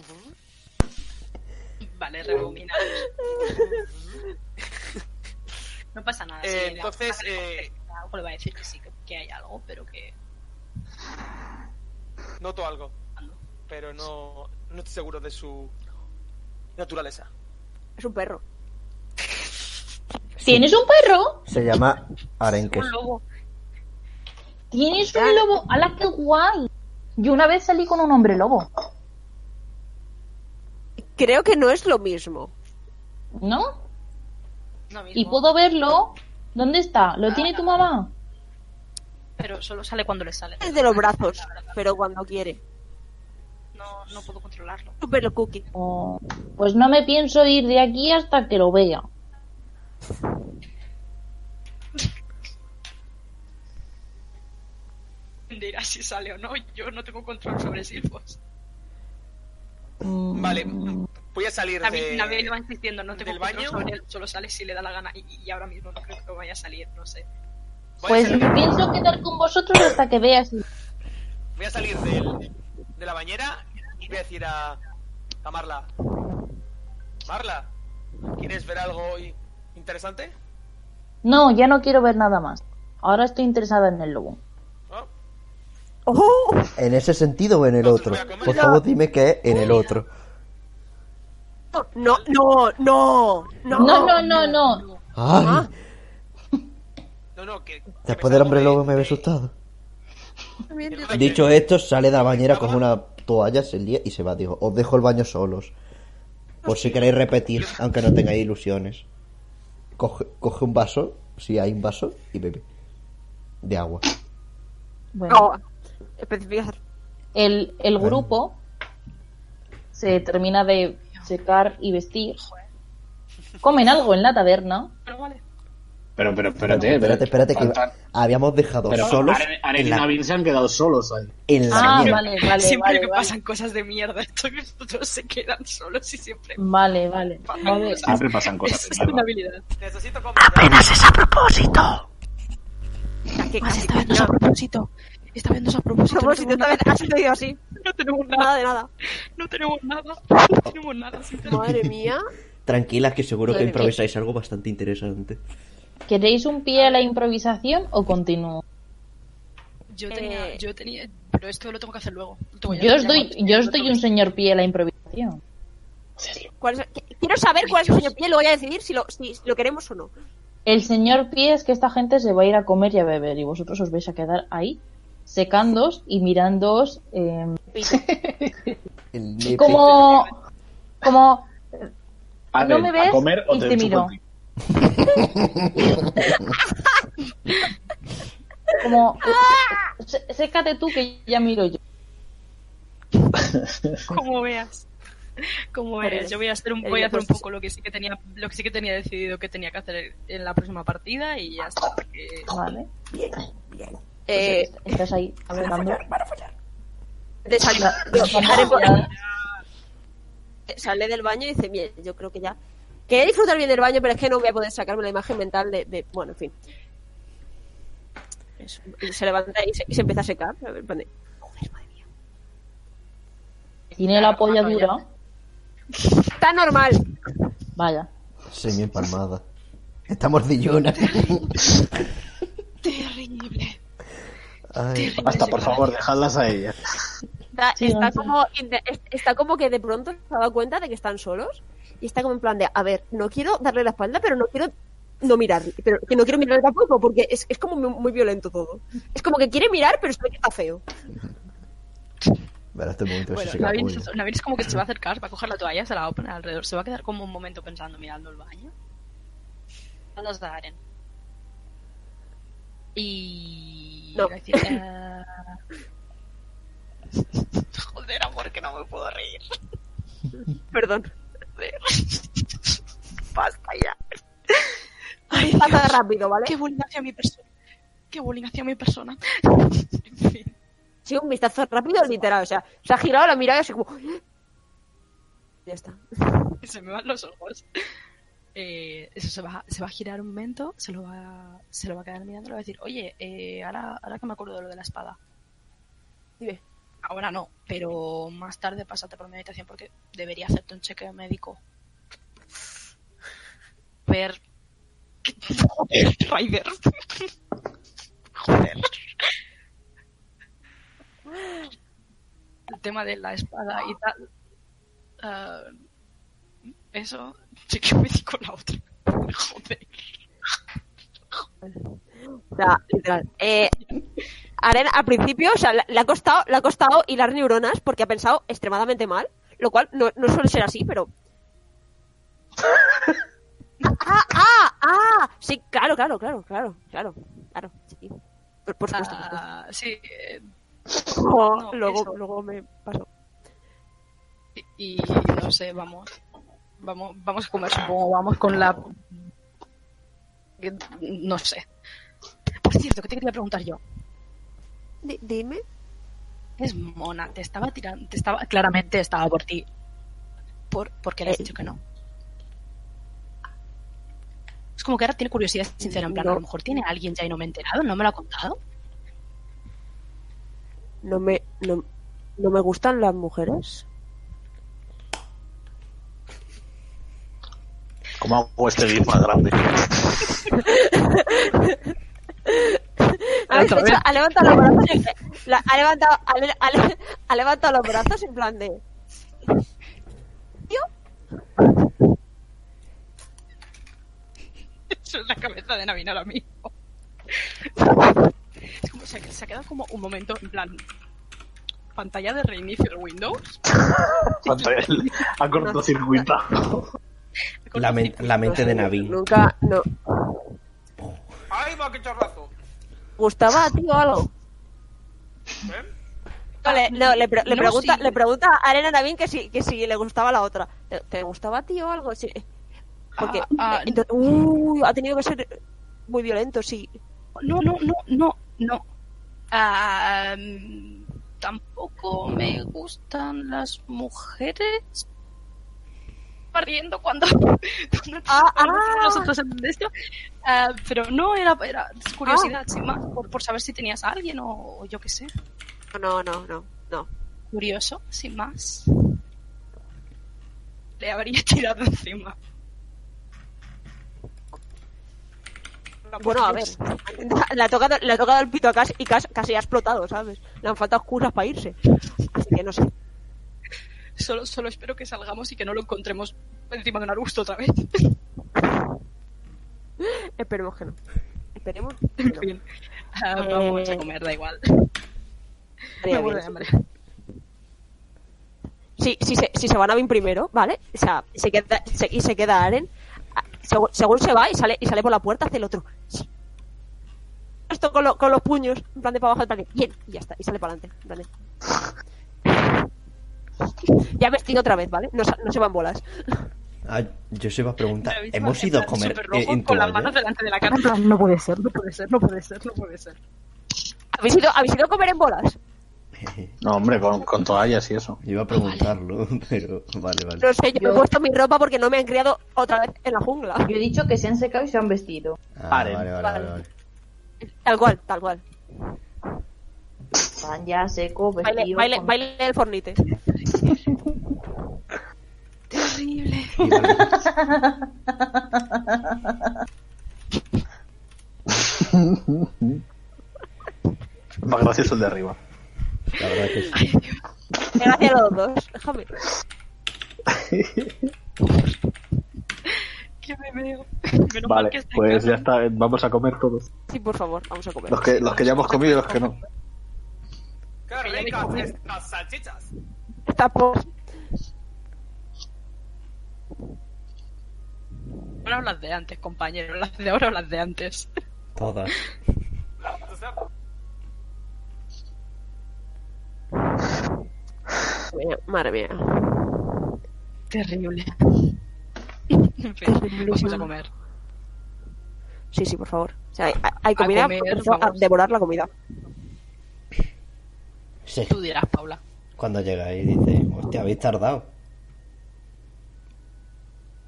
Speaker 6: Vale, rebobinamos. No pasa nada.
Speaker 9: Eh,
Speaker 6: sí,
Speaker 9: entonces,
Speaker 6: la-
Speaker 9: eh,
Speaker 6: algo le va a decir que sí, que, que hay algo, pero que.
Speaker 9: Noto algo, pero no, no estoy seguro de su naturaleza.
Speaker 4: Es un perro.
Speaker 2: ¿Tienes un perro?
Speaker 1: Se llama Arenques.
Speaker 6: Un lobo.
Speaker 2: ¿Tienes un lobo? ¡Hala, qué guay! Yo una vez salí con un hombre lobo,
Speaker 4: Creo que no es lo mismo.
Speaker 2: ¿no?
Speaker 6: No mismo,
Speaker 2: Y puedo verlo. ¿Dónde está? ¿Lo tiene tu mamá?
Speaker 6: Pero solo sale cuando le sale.
Speaker 4: Es de los brazos, pero cuando quiere.
Speaker 6: No, no puedo controlarlo.
Speaker 4: Super lo cookie.
Speaker 2: O- Pues no me pienso ir de aquí hasta que lo vea.
Speaker 6: Dirá si sale o no. Yo no tengo control sobre silfos.
Speaker 2: Mm,
Speaker 9: Vale, voy a salir de.
Speaker 6: Nabil va insistiendo, no tengo
Speaker 9: del
Speaker 6: control
Speaker 9: baño.
Speaker 6: sobre él. Solo sale si le da la gana. Y, y ahora mismo no creo que vaya a salir, no sé.
Speaker 9: voy a
Speaker 2: Pues
Speaker 9: salir-
Speaker 2: pienso quedar con vosotros hasta que veas.
Speaker 9: Voy a salir del, de la bañera y voy a decir a, a Marla. Marla, ¿quieres ver algo hoy interesante?
Speaker 2: No, ya no quiero ver nada más. Ahora estoy interesada en el lobo.
Speaker 9: ¿No?
Speaker 4: ¡Oh!
Speaker 1: ¿En ese sentido o en el otro? Por favor, dime que es en el otro.
Speaker 4: No, no, no, no.
Speaker 2: No, no, no, no.
Speaker 9: Ah.
Speaker 1: ¡Ay!
Speaker 9: No, no, que... que
Speaker 1: Después
Speaker 9: me
Speaker 1: del
Speaker 9: salgo
Speaker 1: hombre
Speaker 9: de-
Speaker 1: lobo me había
Speaker 9: de-
Speaker 1: asustado.
Speaker 9: del baño.
Speaker 1: Dicho esto, sale de la bañera con una toalla, se lía y se va. Dijo, os dejo el baño solos. Por si queréis repetir, aunque no tengáis ilusiones. Coge, coge un vaso, si hay un vaso, y bebe. De agua.
Speaker 2: Bueno,
Speaker 4: No. Especificar.
Speaker 2: el, el grupo se termina de secar y vestir. Comen algo en la taberna.
Speaker 6: Pero vale.
Speaker 3: Pero, pero, espérate,
Speaker 1: espérate, espérate, que
Speaker 3: Faltan-
Speaker 1: habíamos dejado
Speaker 3: Pero
Speaker 1: solos
Speaker 3: Aren- Aren
Speaker 1: en
Speaker 3: y
Speaker 1: la,
Speaker 3: Navin se han quedado solos ahí.
Speaker 1: en la
Speaker 2: Ah,
Speaker 1: mierda.
Speaker 2: vale, vale.
Speaker 6: siempre
Speaker 2: vale,
Speaker 6: que
Speaker 2: vale.
Speaker 6: pasan cosas de mierda, estos todos se quedan solos y siempre
Speaker 2: Vale, vale.
Speaker 6: pasan
Speaker 2: vale.
Speaker 10: Ah,
Speaker 6: cosas.
Speaker 3: Siempre pasan cosas de
Speaker 6: Esa es
Speaker 3: mierda.
Speaker 6: una habilidad.
Speaker 9: Necesito comida.
Speaker 4: Que
Speaker 18: Pues
Speaker 4: casi
Speaker 18: esta vez no es a propósito. Esta vez no es a propósito.
Speaker 4: Como si tú también has entendido así.
Speaker 6: No tenemos nada,
Speaker 4: Nada de nada.
Speaker 6: no tenemos nada, no tenemos nada, sinceramente.
Speaker 4: Madre mía.
Speaker 19: Tranquila, que seguro que
Speaker 4: Madre mía.
Speaker 19: improvisáis algo bastante interesante.
Speaker 2: ¿Queréis un pie a la improvisación o continúo?
Speaker 6: Yo tenía,
Speaker 4: Eh.
Speaker 6: yo tenía, pero esto lo tengo que hacer luego. Lo tengo ya-
Speaker 2: Yo
Speaker 6: ya
Speaker 2: os doy,
Speaker 6: cuando-
Speaker 2: yo os doy un señor pie a la improvisación.
Speaker 4: ¿Cuál es- qu- Quiero saber cuál es el señor piel. Lo voy a decidir si lo, si lo queremos o no.
Speaker 2: El señor pie es que esta gente se va a ir a comer y a beber y vosotros os vais a quedar ahí secándoos y mirándoos eh,
Speaker 1: El nepe.
Speaker 2: como como
Speaker 3: A
Speaker 2: ¿No
Speaker 3: ver,
Speaker 2: me ves?
Speaker 3: ¿A comer o
Speaker 2: Y
Speaker 3: te,
Speaker 2: te miro.
Speaker 3: chupo el pito?
Speaker 2: como sé- sécate tú que ya miro yo.
Speaker 6: Como veas. Como veas, yo voy a hacer un,
Speaker 4: Pero
Speaker 6: voy a
Speaker 4: yo
Speaker 6: hacer un
Speaker 4: pues-
Speaker 6: poco lo que sí que tenía, lo que sí que tenía decidido que tenía que hacer en la próxima partida y ya está. porque-
Speaker 2: Vale.
Speaker 4: Eh,
Speaker 2: Estás ahí hablando.
Speaker 4: desayuno. Haré por- Sale del baño y dice, bien, yo creo que ya. Quería disfrutar bien del baño, pero es que no voy a poder sacarme la imagen mental de... de- Bueno, en fin. Eso. Y se levanta y se, y se empieza a secar. A ver, pone, Joder, madre mía.
Speaker 2: Tiene la polla dura.
Speaker 4: Está normal.
Speaker 2: Vaya.
Speaker 1: Semi empalmada. Está mordillona.
Speaker 18: Terrible.
Speaker 1: Ay,
Speaker 3: Basta, por favor, dejadlas a ellas.
Speaker 4: Está,
Speaker 2: Sí,
Speaker 4: está
Speaker 2: once.
Speaker 4: como, inte- es- está como que de pronto se ha dado cuenta de que están solos y está como en plan de, a ver, no quiero darle la espalda, pero no quiero no mirar, pero que no quiero mirar tampoco porque es, es como muy, muy violento todo. Es como que quiere mirar, pero sabe que está feo.
Speaker 11: Verás este momento que
Speaker 6: Bueno,
Speaker 11: se
Speaker 6: Navin,
Speaker 11: escapa,
Speaker 6: Navin es como que se va a acercar, va a coger la toalla, se la va a poner alrededor, se va a quedar como un momento pensando, mirando el baño. Mirando a Aren. Y...
Speaker 4: No.
Speaker 6: va a decir, eh, Joder, amor, que no me puedo reír.
Speaker 4: Perdón.
Speaker 6: Joder. Basta ya. Ay,
Speaker 4: Pasa
Speaker 6: Dios.
Speaker 4: rápido, ¿vale?
Speaker 6: Qué bullying hacia mi persona. Qué bullying hacia mi persona. en fin.
Speaker 4: Sí, un vistazo rápido, literal. O sea, se ha girado la mirada y así como. Ya está.
Speaker 6: se me van los ojos. Eh, eso se va, se va a girar un momento, se lo va, se lo va a quedar mirando, le va a decir, oye, eh, ahora, ahora que me acuerdo de lo de la espada.
Speaker 4: Dime.
Speaker 6: Ahora no, pero más tarde pásate por mi habitación porque debería hacerte un chequeo médico. Ver. Joder, Ryder. Joder. El tema de la espada y tal. Ah, eso, chequeo médico la otra. Joder.
Speaker 4: O sea, literal. Eh, Aren, al principio, o sea, le le ha costado, le ha costado hilar neuronas porque ha pensado extremadamente mal, lo cual no, no suele ser así, pero. ¡Ah, ah, ah! Sí, claro, claro, claro, claro, claro, claro, sí. Por, por supuesto, por supuesto.
Speaker 6: Ah, sí, eh, no,
Speaker 4: luego,
Speaker 6: eso.
Speaker 4: luego me paso.
Speaker 6: y no sé, vamos. Vamos, vamos a comer, supongo, vamos con la... que- No sé. Por cierto, ¿qué te quería preguntar yo?
Speaker 4: Di- dime.
Speaker 6: Es mona, te estaba tirando, te estaba, claramente estaba por ti. Por, porque le has
Speaker 4: Eh.
Speaker 6: dicho que no. Es como que ahora tiene curiosidad sincera, en plan,
Speaker 4: No.
Speaker 6: a lo mejor tiene alguien ya y no me he enterado, no me lo ha contado.
Speaker 4: No me, no, no me gustan las mujeres.
Speaker 7: ¿Cómo hago este vídeo más grande?
Speaker 4: A ver, de
Speaker 6: Otra
Speaker 4: hecho,
Speaker 6: vez.
Speaker 4: ha levantado los brazos. la- ha, levantado, ha, le- ha le- ha levantado los brazos en plan de.
Speaker 6: Eso es la cabeza de Navin ahora mismo. Es como, se, ha- se ha quedado como un momento en plan. Pantalla de reinicio de Windows.
Speaker 7: A cortocircuitado.
Speaker 1: La, men- la mente de Navi.
Speaker 4: Nunca, no.
Speaker 9: ¡Ay, va, qué chorrazo!
Speaker 4: ¿Gustaba a ti o algo?
Speaker 9: ¿Eh?
Speaker 4: Vale, no, le, pre- le
Speaker 6: No,
Speaker 4: pregunta,
Speaker 6: sí.
Speaker 4: le pregunta a Arena Navin que si, que si le gustaba la otra. ¿Te, te gustaba a ti o algo? Sí. Porque. eh,
Speaker 6: Ah, ah,
Speaker 4: entonces- uy, ha tenido que ser muy violento, sí.
Speaker 6: No, no, no, no, no. Ah, mm, tampoco me gustan las mujeres. Partiendo cuando. cuando
Speaker 4: Ah, ah.
Speaker 6: Nosotros en esto. Ah, pero no era, era curiosidad, sin más, por, por saber si tenías a alguien o, o yo qué sé.
Speaker 4: No, no, no. no.
Speaker 6: curioso, sin más. Le habría tirado encima.
Speaker 4: Bueno, a ver. Le ha tocado, le ha tocado el pito a Cass y Cass casi ha explotado, ¿sabes? Le han faltado excusas para irse. Así que no sé.
Speaker 6: Solo, solo espero que salgamos y que no lo encontremos encima de un arbusto otra vez.
Speaker 4: Esperemos que no. Esperemos. que
Speaker 6: En
Speaker 4: no.
Speaker 6: fin. Ah, vamos a comer, da igual. Me
Speaker 4: Estaría
Speaker 6: muero
Speaker 4: bien.
Speaker 6: de hambre.
Speaker 4: Sí, sí, se- si se van a Vin primero, ¿vale? O sea, se queda, se- y se queda Aren. ah, Según, según se va y sale, y sale por la puerta, hace el otro. Sí. Esto con, lo- con los puños, en plan de para abajo, en plan de bien, y ya está, y sale para adelante. en plan de- Ya vestido otra vez, ¿vale? No, sa- no se van bolas.
Speaker 1: Ah, yo se iba a preguntar,
Speaker 6: Me avisa,
Speaker 1: ¿hemos
Speaker 6: en
Speaker 1: ido a
Speaker 6: plan
Speaker 1: comer
Speaker 6: superrojo,
Speaker 1: eh, en
Speaker 6: con las
Speaker 1: toalla?
Speaker 6: manos delante de la cara. en plan, No puede ser, no puede ser, no puede ser, no puede ser.
Speaker 4: ¿Habéis ido, habéis ido a comer en bolas?
Speaker 7: No, hombre, con, con toallas y eso.
Speaker 1: Yo iba a preguntarlo, pero vale, vale.
Speaker 4: No sé, yo me he
Speaker 2: Yo-
Speaker 4: puesto mi ropa porque no me han criado otra vez en la jungla.
Speaker 2: Yo he dicho que se han secado y se han vestido.
Speaker 1: Ah,
Speaker 7: Paren.
Speaker 1: vale, vale, vale, vale.
Speaker 4: Tal cual, tal cual.
Speaker 2: Están ya secos,
Speaker 4: Baile,
Speaker 2: vestidos.
Speaker 4: baile,
Speaker 2: con-
Speaker 4: baile el fornite.
Speaker 6: Terrible.
Speaker 1: Y vale.
Speaker 7: Más gracioso el de arriba.
Speaker 1: La verdad que sí.
Speaker 4: Gracias a los dos. Déjame.
Speaker 6: Que me veo. Menos mal
Speaker 7: Vale,
Speaker 6: que está en
Speaker 7: pues
Speaker 6: casa.
Speaker 7: ya está. eh, Vamos a comer todos.
Speaker 4: Sí, por favor, vamos a comer.
Speaker 7: Los que, los que ya hemos comido y los que no.
Speaker 6: Que
Speaker 9: ¡Qué
Speaker 6: ya ni
Speaker 9: ricas
Speaker 6: comer.
Speaker 9: estas salchichas!
Speaker 4: Tapos.
Speaker 6: Ahora o las de antes, compañero. Las de ahora o las de antes.
Speaker 1: Todas.
Speaker 9: O sea,
Speaker 4: Mira, Madre mía.
Speaker 5: Terrible.
Speaker 6: En fin, vamos a comer.
Speaker 4: Sí, sí, por favor. O sea, hay, hay comida,
Speaker 6: comer,
Speaker 4: pero empezó a
Speaker 6: vamos.
Speaker 4: devorar la comida.
Speaker 1: Sí.
Speaker 6: Tú dirás, Paula.
Speaker 1: Cuando llegáis dice, hostia, habéis tardado.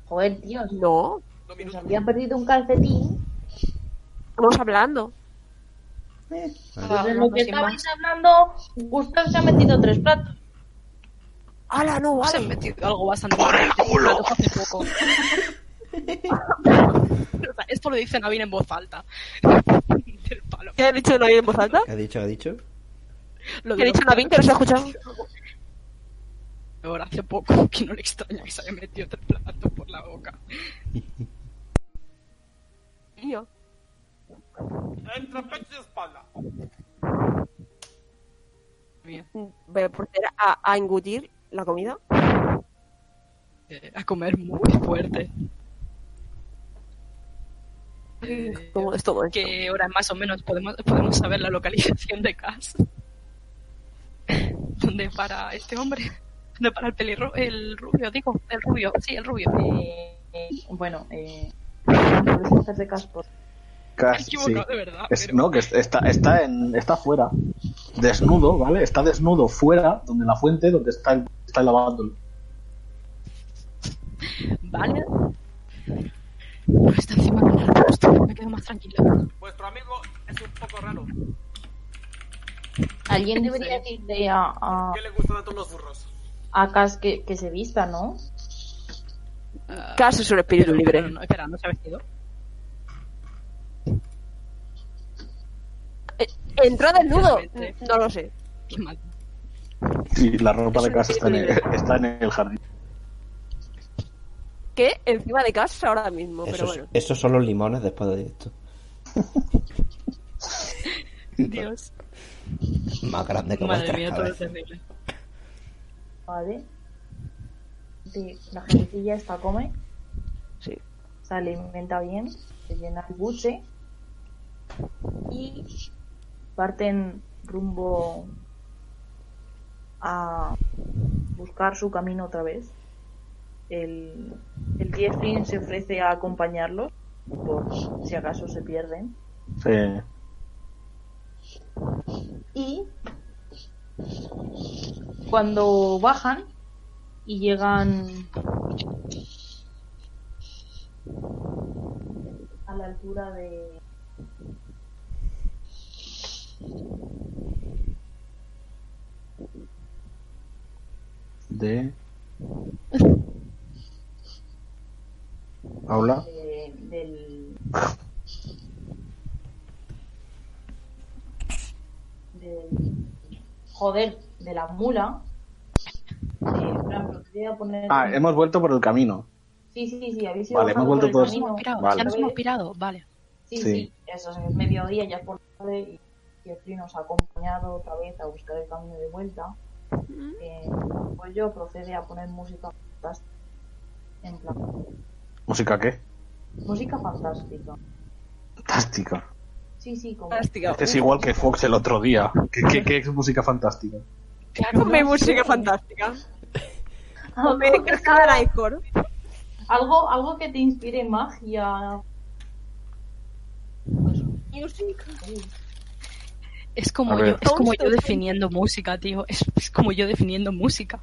Speaker 2: Joder, tío, si
Speaker 4: No,
Speaker 9: dos
Speaker 2: nos
Speaker 9: minutos.
Speaker 2: había perdido un calcetín.
Speaker 4: estamos hablando.
Speaker 2: Pues en lo
Speaker 5: hablando
Speaker 2: que
Speaker 5: sin
Speaker 2: estabais hablando, Gustav se ha metido tres platos.
Speaker 4: ¡Hala, no,
Speaker 6: Se han
Speaker 4: vale!
Speaker 6: metido algo bastante ¡Por el culo! Hace poco. O sea, Esto lo dice Navin en voz alta. Del palo.
Speaker 4: ¿Qué ha dicho Navin en voz alta?
Speaker 1: ¿Qué ha dicho? ¿Qué ha dicho?
Speaker 6: Lo
Speaker 4: ¿Qué ha dicho Navin que no se ha escuchado?
Speaker 6: Ahora hace poco que no le extraña que se haya metido tres platos por la boca.
Speaker 4: Niño.
Speaker 9: Entre pecho y espalda.
Speaker 6: Bien,
Speaker 4: Voy a proceder a, a engullir la comida.
Speaker 6: eh, a comer muy fuerte. Eh,
Speaker 4: ¿Cómo es todo esto?
Speaker 6: ¿Qué hora más o menos podemos, podemos saber la localización de Cas? ¿Dónde para este hombre? ¿Dónde para el pelirro? El rubio, digo. El rubio, sí, el rubio.
Speaker 2: Eh, eh, bueno, eh. los dulces de caspo.
Speaker 3: Ah,
Speaker 6: Me he
Speaker 7: Casi, sí.
Speaker 6: equivocado de verdad.
Speaker 7: Es-
Speaker 6: pero-
Speaker 7: no, que es- está, está, en, está fuera. Desnudo, ¿vale? Está desnudo fuera, donde la fuente, donde está, el- está lavándolo.
Speaker 6: Vale. Pero está encima con el arbusto, me quedo más tranquila.
Speaker 9: Vuestro amigo es un poco raro.
Speaker 2: Alguien debería decirle a, a,
Speaker 9: ¿Qué le gustan a todos los burros?
Speaker 2: a Cas que, que se vista, ¿no?
Speaker 6: Ah,
Speaker 4: Casi es un espíritu
Speaker 6: pero- pero
Speaker 4: libre.
Speaker 6: no, espera, ¿no se ha vestido?
Speaker 4: Eh, ¿Entró desnudo?
Speaker 6: Realmente.
Speaker 4: No lo sé.
Speaker 6: Qué mal.
Speaker 7: Sí, la ropa de
Speaker 6: Es
Speaker 7: casa
Speaker 6: un
Speaker 7: está en, el,
Speaker 6: peligro.
Speaker 7: está en el jardín.
Speaker 4: ¿Qué? Encima de casa ahora mismo, pero
Speaker 1: Esos,
Speaker 4: bueno.
Speaker 1: esos son los limones después de esto.
Speaker 6: Dios.
Speaker 11: Más grande que
Speaker 6: Madre
Speaker 11: vuestras
Speaker 6: mía, todo es
Speaker 11: cabezas.
Speaker 6: terrible.
Speaker 2: Vale. Sí, la gentecilla esta come,
Speaker 4: Sí.
Speaker 2: se alimenta bien, se llena el buche y parten rumbo a buscar su camino otra vez. El, el Tiefling se ofrece a acompañarlos por si acaso se pierden.
Speaker 7: Sí.
Speaker 2: Y cuando bajan y llegan a la altura de...
Speaker 7: De. Paula.
Speaker 2: de- del... del- Joder, de la mula. Eh, Fran, ¿pero te voy a poner-
Speaker 7: Ah, hemos vuelto por el camino.
Speaker 2: Sí, sí, sí, habéis ido
Speaker 7: Vale,
Speaker 2: bajando
Speaker 7: hemos
Speaker 2: por
Speaker 7: vuelto
Speaker 2: el
Speaker 7: todos.
Speaker 2: camino.
Speaker 6: Pirado,
Speaker 7: Vale.
Speaker 6: Ya nos hemos pirado, vale.
Speaker 2: Sí,
Speaker 7: Sí.
Speaker 2: sí, eso es mediodía, ya es por tarde y Jeffrey nos ha acompañado otra vez a buscar el camino de vuelta. Eh, pues yo procede a poner música fantástica. En plan,
Speaker 7: ¿Música qué?
Speaker 2: música fantástica.
Speaker 7: Fantástica.
Speaker 2: Sí, sí, como
Speaker 4: Fantástica.
Speaker 7: Este es igual que Fox el otro día. ¿Qué, qué, qué es música fantástica?
Speaker 6: Claro,
Speaker 4: Ponme
Speaker 6: no,
Speaker 4: música
Speaker 6: sí.
Speaker 4: fantástica. Ponme
Speaker 2: algo, que,
Speaker 4: cascada de Icor.
Speaker 2: algo, algo que te inspire magia. Pues,
Speaker 4: Music.
Speaker 6: Es como
Speaker 10: A
Speaker 6: yo,
Speaker 10: ver.
Speaker 6: es como yo definiendo música, tío. Es, es como yo definiendo música.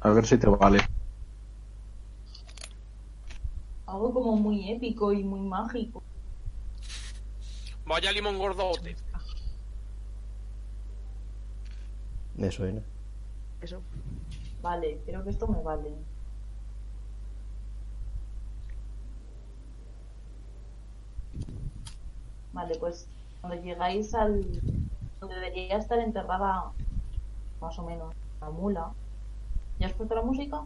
Speaker 7: A ver si te vale.
Speaker 2: algo como muy épico y muy mágico.
Speaker 9: Vaya limón gordote.
Speaker 1: Me suena.
Speaker 4: Eso.
Speaker 2: Vale, creo que esto me vale. Vale, pues cuando llegáis al... donde debería estar enterrada más o menos la mula. ¿Ya has puesto la música?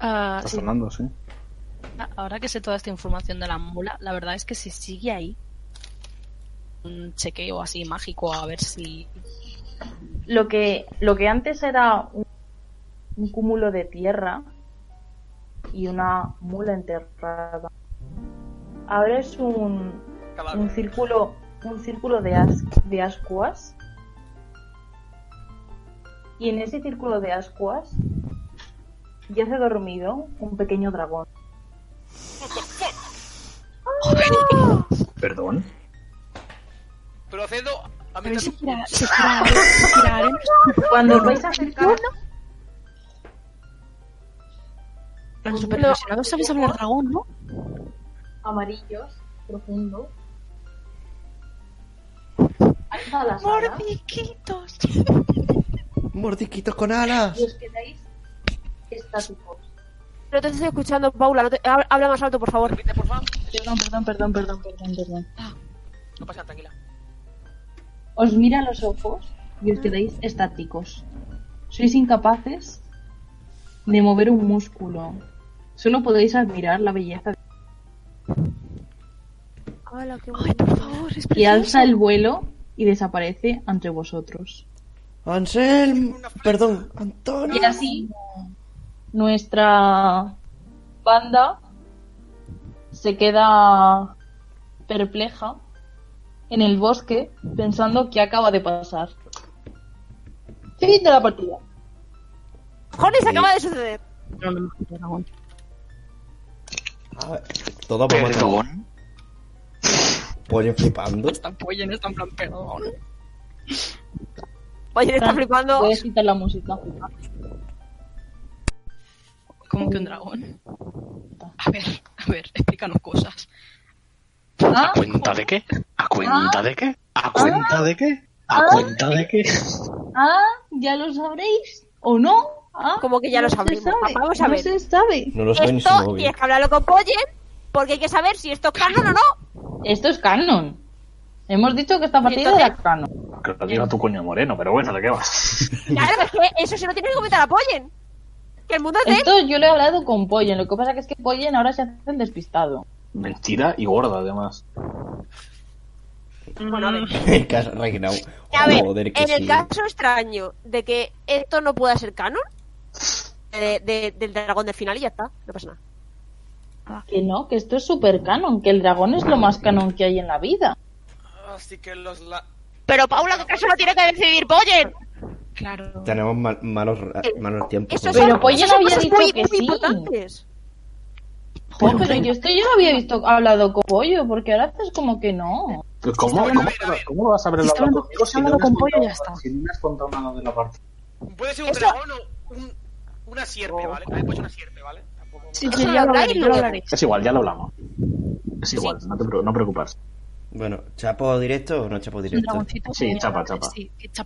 Speaker 6: Ah,
Speaker 7: Está
Speaker 6: sí.
Speaker 7: sonando, sí.
Speaker 6: Ahora que sé toda esta información de la mula, la verdad es que si sigue ahí, un chequeo así mágico a ver si.
Speaker 2: Lo que, lo que antes era un, un cúmulo de tierra y una mula enterrada, ahora es un,
Speaker 9: Cadáver.
Speaker 2: un círculo un círculo de, as- de ascuas y en ese círculo de ascuas yace dormido un pequeño dragón
Speaker 3: Perdón.
Speaker 9: Procedo a
Speaker 6: A ver si
Speaker 9: meter
Speaker 6: tira- si tira- si tira-
Speaker 2: cuando os vais a acercar
Speaker 6: Los superlesionados sabéis hablar dragón, ¿no?
Speaker 2: amarillos profundo alza las alas
Speaker 6: ¡Mordiquitos!
Speaker 1: Mordiquitos con alas.
Speaker 2: y os quedáis estáticos
Speaker 4: No te estoy escuchando, Paula. no te- hab- Habla más alto, por favor.
Speaker 9: Repite, por favor.
Speaker 2: perdón perdón perdón perdón perdón perdón
Speaker 9: No pasa nada, tranquila.
Speaker 2: os mira a los ojos y os quedáis estáticos. Sois incapaces de mover un músculo. Solo podéis admirar la belleza
Speaker 4: Hola, qué
Speaker 6: ¡Ay, por favor! Es
Speaker 2: y
Speaker 6: precioso.
Speaker 2: alza el vuelo y desaparece ante vosotros.
Speaker 1: Anselm. Perdón, Antonio.
Speaker 2: Y así nuestra banda se queda perpleja en el bosque pensando qué acaba de pasar. Fin de la partida.
Speaker 4: cojones acaba de suceder?
Speaker 6: No, no, no, dragón.
Speaker 1: A ver, Todo vamos a acabar.
Speaker 20: Pues
Speaker 1: Pollo flipando.
Speaker 6: Están pollen, están en plan, perdón.
Speaker 4: Oye, le está
Speaker 2: Fran,
Speaker 4: flipando.
Speaker 2: Puedes quitar la música.
Speaker 6: ¿Cómo que un dragón?
Speaker 4: Ah.
Speaker 6: A ver, a ver, explícanos cosas.
Speaker 2: Ah,
Speaker 21: ¿A cuenta de qué? ¿A cuenta de qué? ¿A cuenta de qué? ¿A
Speaker 2: Ah.
Speaker 21: cuenta de qué?
Speaker 2: Ah, ya lo sabréis. ¿O no? Ah,
Speaker 4: Como que ya lo
Speaker 2: no se
Speaker 4: sabremos.
Speaker 2: sabe,
Speaker 4: Vamos a
Speaker 2: no
Speaker 4: ver.
Speaker 2: se sabe.
Speaker 1: No lo
Speaker 20: pues
Speaker 1: sabe ni su
Speaker 4: Esto
Speaker 1: novio.
Speaker 4: tienes que hablarlo con Pollen porque hay que saber si esto es canon o no.
Speaker 2: Esto es canon. Hemos dicho que esta partida
Speaker 4: Entonces-
Speaker 2: era canon.
Speaker 3: Que lo diga tu coño moreno, pero bueno, ¿de qué vas?
Speaker 4: Claro, es que eso se lo tienes que comentar a Pollen. Que el mundo es de él.
Speaker 2: Esto yo lo he hablado con Pollen. Lo que pasa que es que Pollen ahora se hace el despistado.
Speaker 3: Mentira y gorda, además.
Speaker 4: Bueno, a ver.
Speaker 20: El caso right now.
Speaker 4: A ver,
Speaker 20: Joder, que
Speaker 4: en el
Speaker 20: sí.
Speaker 4: caso extraño de que esto no pueda ser canon, de- de- del dragón del final y ya está, no pasa nada.
Speaker 2: Que no, que esto es super canon. Que el dragón es lo más canon que hay en la vida.
Speaker 9: Así que los la...
Speaker 4: Pero Paula, ¿qué caso lo tiene que decidir Pollen?
Speaker 6: Mm. Claro.
Speaker 20: Tenemos mal- malos, ra- malos tiempos.
Speaker 4: Eh, Eso
Speaker 20: ¿no?
Speaker 2: Pero Pollen
Speaker 4: esos son
Speaker 2: había
Speaker 4: cosas
Speaker 2: dicho
Speaker 4: muy,
Speaker 2: que
Speaker 4: muy
Speaker 2: sí.
Speaker 4: importantes.
Speaker 2: Jo, pero yo esto yo no había visto hablado con Pollo, porque ahora haces como que no.
Speaker 3: Pues, ¿Cómo,
Speaker 9: Está
Speaker 3: cómo,
Speaker 9: bien, a ver.
Speaker 3: cómo vas a ver el
Speaker 6: Está
Speaker 3: hablado
Speaker 6: hablando-
Speaker 3: conmigo si
Speaker 6: está
Speaker 3: no,
Speaker 6: hablando
Speaker 3: me has
Speaker 6: con pollo y ya
Speaker 3: contado-
Speaker 6: está.
Speaker 3: si no me has contado nada de la parte?
Speaker 9: Puede ser un
Speaker 4: Eso-
Speaker 9: dragón o un, una sierpe, ¿vale? A ver, pues una sierpe, ¿vale? Tampoco...
Speaker 6: Sí,
Speaker 4: Eso
Speaker 6: sí,
Speaker 4: lo
Speaker 6: ya lo
Speaker 4: habláis
Speaker 6: hablaré, ya lo
Speaker 4: luego.
Speaker 6: hablaré.
Speaker 3: Es igual, ya lo hablamos. Es igual, no te pre- no preocuparse.
Speaker 20: Bueno, ¿chapo directo o no chapo
Speaker 6: Un
Speaker 20: directo?
Speaker 6: dragoncito.
Speaker 3: Sí,
Speaker 6: tenía-
Speaker 3: chapa, chapa.
Speaker 6: Sí, que chapa